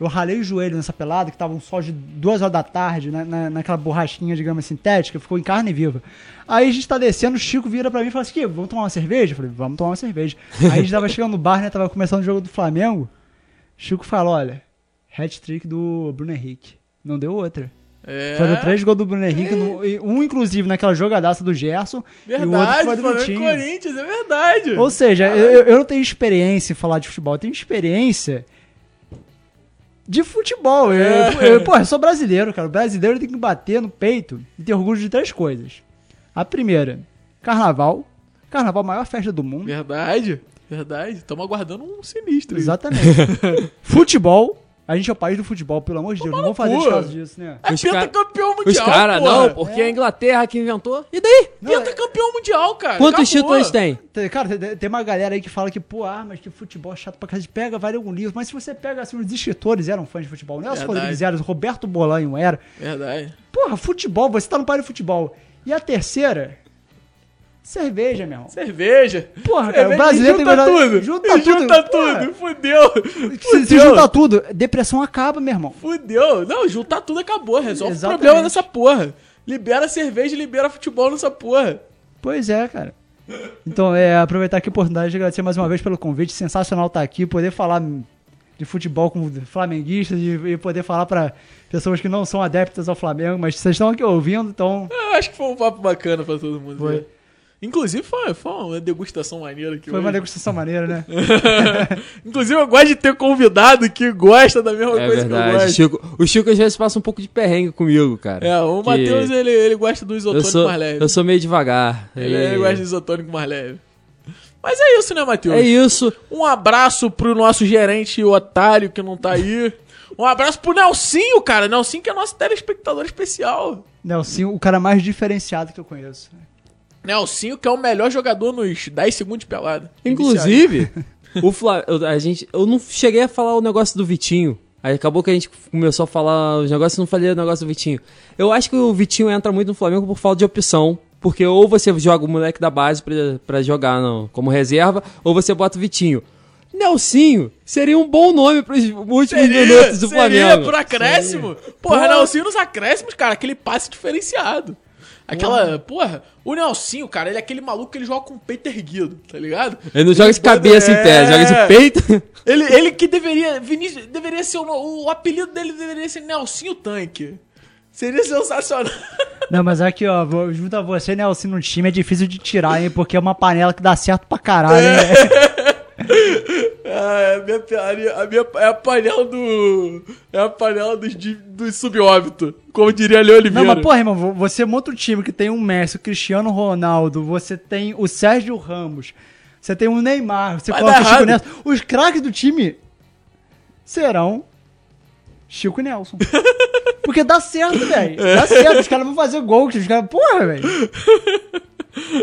[SPEAKER 3] Eu ralei o joelho nessa pelada, que tava um sol de 2 horas da tarde, na, na- naquela borrachinha de grama sintética, ficou em carne viva. Aí a gente tá descendo, o Chico vira pra mim e fala assim: "Kiko, vamos tomar uma cerveja? Eu falei, vamos tomar uma cerveja. Aí a gente tava chegando no bar, né? Tava começando o jogo do Flamengo. Chico fala: olha, hat-trick do Bruno Henrique. Não deu outra.
[SPEAKER 2] É.
[SPEAKER 3] Foram três gols do Bruno Henrique, no- e um inclusive naquela jogadaça do Gerson e o outro
[SPEAKER 2] Verdade,
[SPEAKER 3] foi do
[SPEAKER 2] Flamengo e
[SPEAKER 3] Vitinho.
[SPEAKER 2] Corinthians, é verdade.
[SPEAKER 3] Ou seja, eu, eu- eu não tenho experiência em falar de futebol, eu tenho experiência de futebol. Eu,
[SPEAKER 2] É.
[SPEAKER 3] eu, eu- porra, eu sou brasileiro, cara. O brasileiro tem que bater no peito e ter orgulho de três coisas. A primeira, carnaval. Carnaval, a maior festa do mundo.
[SPEAKER 2] Verdade, verdade. Estamos aguardando um sinistro. aí.
[SPEAKER 3] Exatamente. futebol. A gente é o país do futebol, pelo amor de Deus. Não vamos fazer
[SPEAKER 2] cu.
[SPEAKER 3] descaso disso, né?
[SPEAKER 2] É
[SPEAKER 1] Os ca-
[SPEAKER 2] pentacampeão
[SPEAKER 1] Os
[SPEAKER 2] mundial,
[SPEAKER 1] caras,
[SPEAKER 2] porra.
[SPEAKER 1] não, porque é a Inglaterra que inventou. E daí?
[SPEAKER 3] é-
[SPEAKER 2] Pentacampeão mundial, cara.
[SPEAKER 1] Quantos
[SPEAKER 2] acabou.
[SPEAKER 1] títulos tem?
[SPEAKER 3] Tem- Cara, tem- tem uma galera aí que fala que, pô, ah, mas que futebol é chato pra casa. Pega, vale algum livro. Mas se você pega, assim, os escritores eram fãs de futebol. Nelson
[SPEAKER 2] Verdade.
[SPEAKER 3] Rodrigues era, Roberto Bolanho era.
[SPEAKER 2] Verdade.
[SPEAKER 3] Porra, futebol, você tá no país do futebol. E a terceira? Cerveja, meu irmão.
[SPEAKER 2] Cerveja.
[SPEAKER 3] Porra, cara,
[SPEAKER 2] Cerveja,
[SPEAKER 3] o brasileiro tem
[SPEAKER 2] junta
[SPEAKER 3] verdade-
[SPEAKER 2] tudo.
[SPEAKER 3] junta tudo,
[SPEAKER 2] Junta
[SPEAKER 3] porra.
[SPEAKER 2] tudo. Fudeu.
[SPEAKER 3] Se, se
[SPEAKER 2] Fudeu.
[SPEAKER 3] juntar tudo, depressão acaba, meu irmão.
[SPEAKER 2] Fudeu. Não, juntar tudo acabou. Resolve o
[SPEAKER 3] Exatamente.
[SPEAKER 2] problema nessa porra. Libera cerveja e libera futebol nessa porra.
[SPEAKER 3] Pois é, cara. Então, é, aproveitar aqui a oportunidade de agradecer mais uma vez pelo convite. Sensacional estar aqui, poder falar de futebol com flamenguistas e, e poder falar pra pessoas que não são adeptas ao Flamengo, mas vocês estão aqui ouvindo, então.
[SPEAKER 2] Eu acho que foi um papo bacana pra todo mundo.
[SPEAKER 3] Foi.
[SPEAKER 2] ver. Inclusive, foi, foi uma degustação maneira aqui
[SPEAKER 3] Foi
[SPEAKER 2] hoje.
[SPEAKER 3] uma degustação maneira, né?
[SPEAKER 2] Inclusive, eu gosto de ter convidado que gosta da mesma
[SPEAKER 1] É
[SPEAKER 2] coisa que eu
[SPEAKER 1] verdade.
[SPEAKER 2] gosto.
[SPEAKER 1] Chico, o Chico às vezes passa um pouco de perrengue comigo, cara.
[SPEAKER 2] É, o
[SPEAKER 1] Que
[SPEAKER 2] Matheus, ele, ele gosta do
[SPEAKER 1] eu
[SPEAKER 2] isotônico
[SPEAKER 1] sou,
[SPEAKER 2] mais leve.
[SPEAKER 1] eu sou meio devagar.
[SPEAKER 2] Ele, é,
[SPEAKER 1] E-
[SPEAKER 2] ele gosta do isotônico mais leve. Mas é isso, né, Matheus?
[SPEAKER 1] É isso.
[SPEAKER 2] Um abraço pro nosso gerente otário que não tá aí. Um abraço pro Nelsinho, cara. Nelsinho que é nosso telespectador especial.
[SPEAKER 3] Nelson, o cara mais diferenciado que eu conheço.
[SPEAKER 2] Nelsinho que é o melhor jogador nos 10 segundos de pelada.
[SPEAKER 1] Inclusive, o Fla... eu- a gente, eu não cheguei a falar o negócio do Vitinho. Aí acabou que a gente começou a falar os negócios e não falei o negócio do Vitinho. Eu acho que o Vitinho entra muito no Flamengo por falta de opção. Porque ou você joga o moleque da base pra, pra jogar no- como reserva, ou você bota o Vitinho. Nelsinho seria um bom nome pros últimos
[SPEAKER 2] Seria,
[SPEAKER 1] minutos do
[SPEAKER 2] seria
[SPEAKER 1] Flamengo.
[SPEAKER 2] por acréscimo. Porra, Nelsinho nos acréscimos, cara, aquele passe diferenciado. Aquela, porra, o Nelsinho, cara, ele é aquele maluco que ele joga com o peito erguido, tá ligado?
[SPEAKER 1] Ele não joga de
[SPEAKER 2] bota-
[SPEAKER 1] cabeça em pé,
[SPEAKER 2] É.
[SPEAKER 1] joga de peito.
[SPEAKER 2] Ele, ele que deveria. Vinícius, deveria ser. O, no- o apelido dele deveria ser Nelsinho Tanque. Seria sensacional.
[SPEAKER 3] Não, mas aqui, ó, vou- junto a você, Nelson, no time é difícil de tirar, hein? Porque é uma panela que dá certo pra caralho, né?
[SPEAKER 2] Ah, a minha, pe- a minha- a minha- é a panela do. É a panela dos, di- dos subóbito. Como diria Leo
[SPEAKER 3] Não,
[SPEAKER 2] Oliveira.
[SPEAKER 3] mas porra, irmão, vo- você monta um time que tem um Messi, o Cristiano Ronaldo, você tem o Sérgio Ramos, você tem o Neymar, você
[SPEAKER 2] Vai dar
[SPEAKER 3] coloca o Chico
[SPEAKER 2] errado.
[SPEAKER 3] Nelson. Os craques do time serão Chico e Nelson. Porque dá certo, velho.
[SPEAKER 2] É.
[SPEAKER 3] Dá certo. Os caras vão fazer gol. Os caras, porra, velho.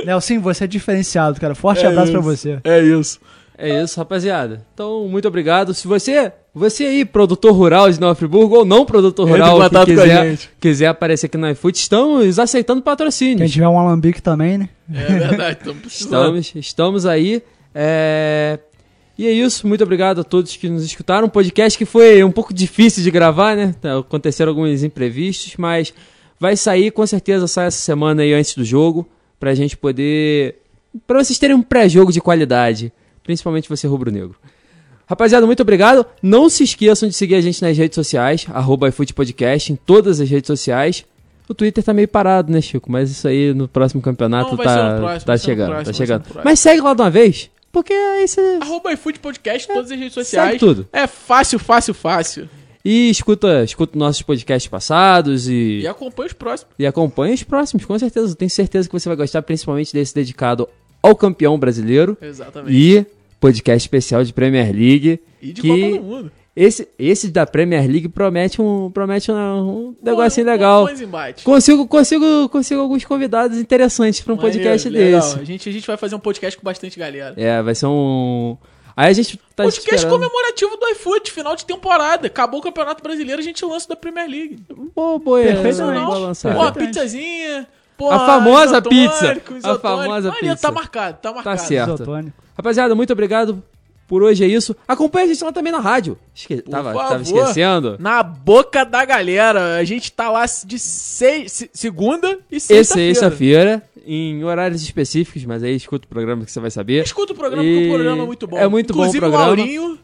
[SPEAKER 3] Nelson, você é diferenciado, cara. Forte
[SPEAKER 2] É
[SPEAKER 3] abraço pra
[SPEAKER 2] isso,
[SPEAKER 3] você.
[SPEAKER 2] É isso.
[SPEAKER 1] É isso, rapaziada. Então, muito obrigado. Se você, você aí, produtor rural de Nova Friburgo ou não produtor
[SPEAKER 2] Entre em
[SPEAKER 1] rural, que
[SPEAKER 2] contato com a
[SPEAKER 1] quiser,
[SPEAKER 2] gente.
[SPEAKER 1] quiser aparecer aqui no iFood, estamos aceitando
[SPEAKER 3] Quem
[SPEAKER 1] patrocínios.
[SPEAKER 3] tiver um alambique também, né?
[SPEAKER 2] É verdade, estamos precisando.
[SPEAKER 1] Estamos, estamos aí. É, E é isso, muito obrigado a todos que nos escutaram. Um podcast que foi um pouco difícil de gravar, né? Aconteceram alguns imprevistos, mas vai sair, com certeza sai essa semana aí antes do jogo, pra gente poder. pra vocês terem um pré-jogo de qualidade, principalmente você rubro-negro. Rapaziada, muito obrigado. Não se esqueçam de seguir a gente nas redes sociais, arroba iFood Podcast, em todas as redes sociais. O Twitter tá meio parado, né, Chico? Mas isso aí no próximo campeonato
[SPEAKER 2] Não, vai ser
[SPEAKER 1] tá,
[SPEAKER 2] no próximo,
[SPEAKER 1] tá
[SPEAKER 2] vai ser no
[SPEAKER 1] chegando,
[SPEAKER 2] próximo,
[SPEAKER 1] tá
[SPEAKER 2] vai ser
[SPEAKER 1] chegando.
[SPEAKER 2] no próximo.
[SPEAKER 1] Mas segue lá de uma vez, porque aí você
[SPEAKER 2] Arroba iFood Podcast, todas as redes
[SPEAKER 1] segue
[SPEAKER 2] sociais.
[SPEAKER 1] tudo.
[SPEAKER 2] É fácil, fácil, fácil.
[SPEAKER 1] E escuta, escuta nossos podcasts passados e,
[SPEAKER 2] E acompanha os próximos.
[SPEAKER 1] e acompanha os próximos, com certeza. Eu tenho certeza que você vai gostar, principalmente desse dedicado ao campeão brasileiro
[SPEAKER 2] Exatamente.
[SPEAKER 1] e podcast especial de Premier League.
[SPEAKER 2] E, de
[SPEAKER 1] que-
[SPEAKER 2] Copa do Mundo.
[SPEAKER 1] Esse, esse da Premier League promete um, promete um, um negocinho
[SPEAKER 2] Bom,
[SPEAKER 1] legal.
[SPEAKER 2] bons embates.
[SPEAKER 1] Consigo, consigo, consigo alguns convidados interessantes para um
[SPEAKER 2] Maneiro,
[SPEAKER 1] podcast
[SPEAKER 2] legal.
[SPEAKER 1] desse.
[SPEAKER 2] A gente, a gente vai fazer um podcast com bastante galera.
[SPEAKER 1] É, vai ser um. Aí a gente tá
[SPEAKER 2] podcast
[SPEAKER 1] esperando.
[SPEAKER 2] comemorativo do iFood, final de temporada. Acabou o Campeonato Brasileiro, a gente lança da Premier League.
[SPEAKER 1] Boa, boa, é,
[SPEAKER 3] Perfeitamente.
[SPEAKER 1] boa
[SPEAKER 2] Pô,
[SPEAKER 1] lançada.
[SPEAKER 2] uma pizzazinha. Pô,
[SPEAKER 1] A famosa
[SPEAKER 2] isotônico,
[SPEAKER 1] pizza. A
[SPEAKER 2] isotônico.
[SPEAKER 1] famosa
[SPEAKER 2] Maneiro,
[SPEAKER 1] pizza.
[SPEAKER 2] Tá marcado, tá marcado.
[SPEAKER 1] certo.
[SPEAKER 3] Isotônico.
[SPEAKER 1] Rapaziada, muito obrigado. Por hoje é isso. Acompanha a gente lá também na rádio. Esque... Tava,
[SPEAKER 2] favor.
[SPEAKER 1] tava esquecendo.
[SPEAKER 2] Na boca da galera. A gente tá lá de seis, se- segunda e
[SPEAKER 1] Esse é
[SPEAKER 2] sexta-feira.
[SPEAKER 1] sexta-feira, em horários específicos, mas aí escuta o programa que você vai saber.
[SPEAKER 2] Escuta o programa, porque
[SPEAKER 1] E
[SPEAKER 2] o programa é muito bom.
[SPEAKER 1] é muito bom o
[SPEAKER 2] Inclusive,
[SPEAKER 1] programa.
[SPEAKER 2] Laurinho,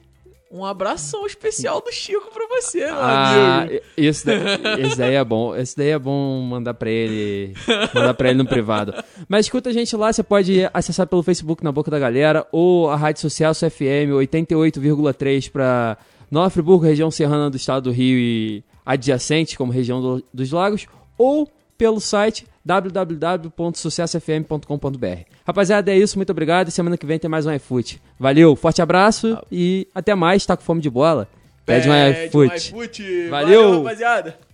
[SPEAKER 2] um abração especial do Chico pra você, meu
[SPEAKER 1] Ah,
[SPEAKER 2] amigo.
[SPEAKER 1] esse, daí, esse daí é bom. Esse daí é bom mandar pra ele. Mandar pra ele no privado. Mas escuta a gente lá, você pode acessar pelo Facebook na Boca da Galera ou a Rádio Social sua FM 88,3 pra Nova Friburgo, região serrana do estado do Rio e adjacente, como região do- dos lagos, ou pelo site www.sucessofm.com.br. Rapaziada, é isso, muito obrigado. e Semana que vem tem mais um iFoot. Valeu, forte abraço e até mais. Tá com fome de bola? Pede, um iFoot.
[SPEAKER 2] iFoot.
[SPEAKER 1] Valeu.
[SPEAKER 2] É Valeu, rapaziada.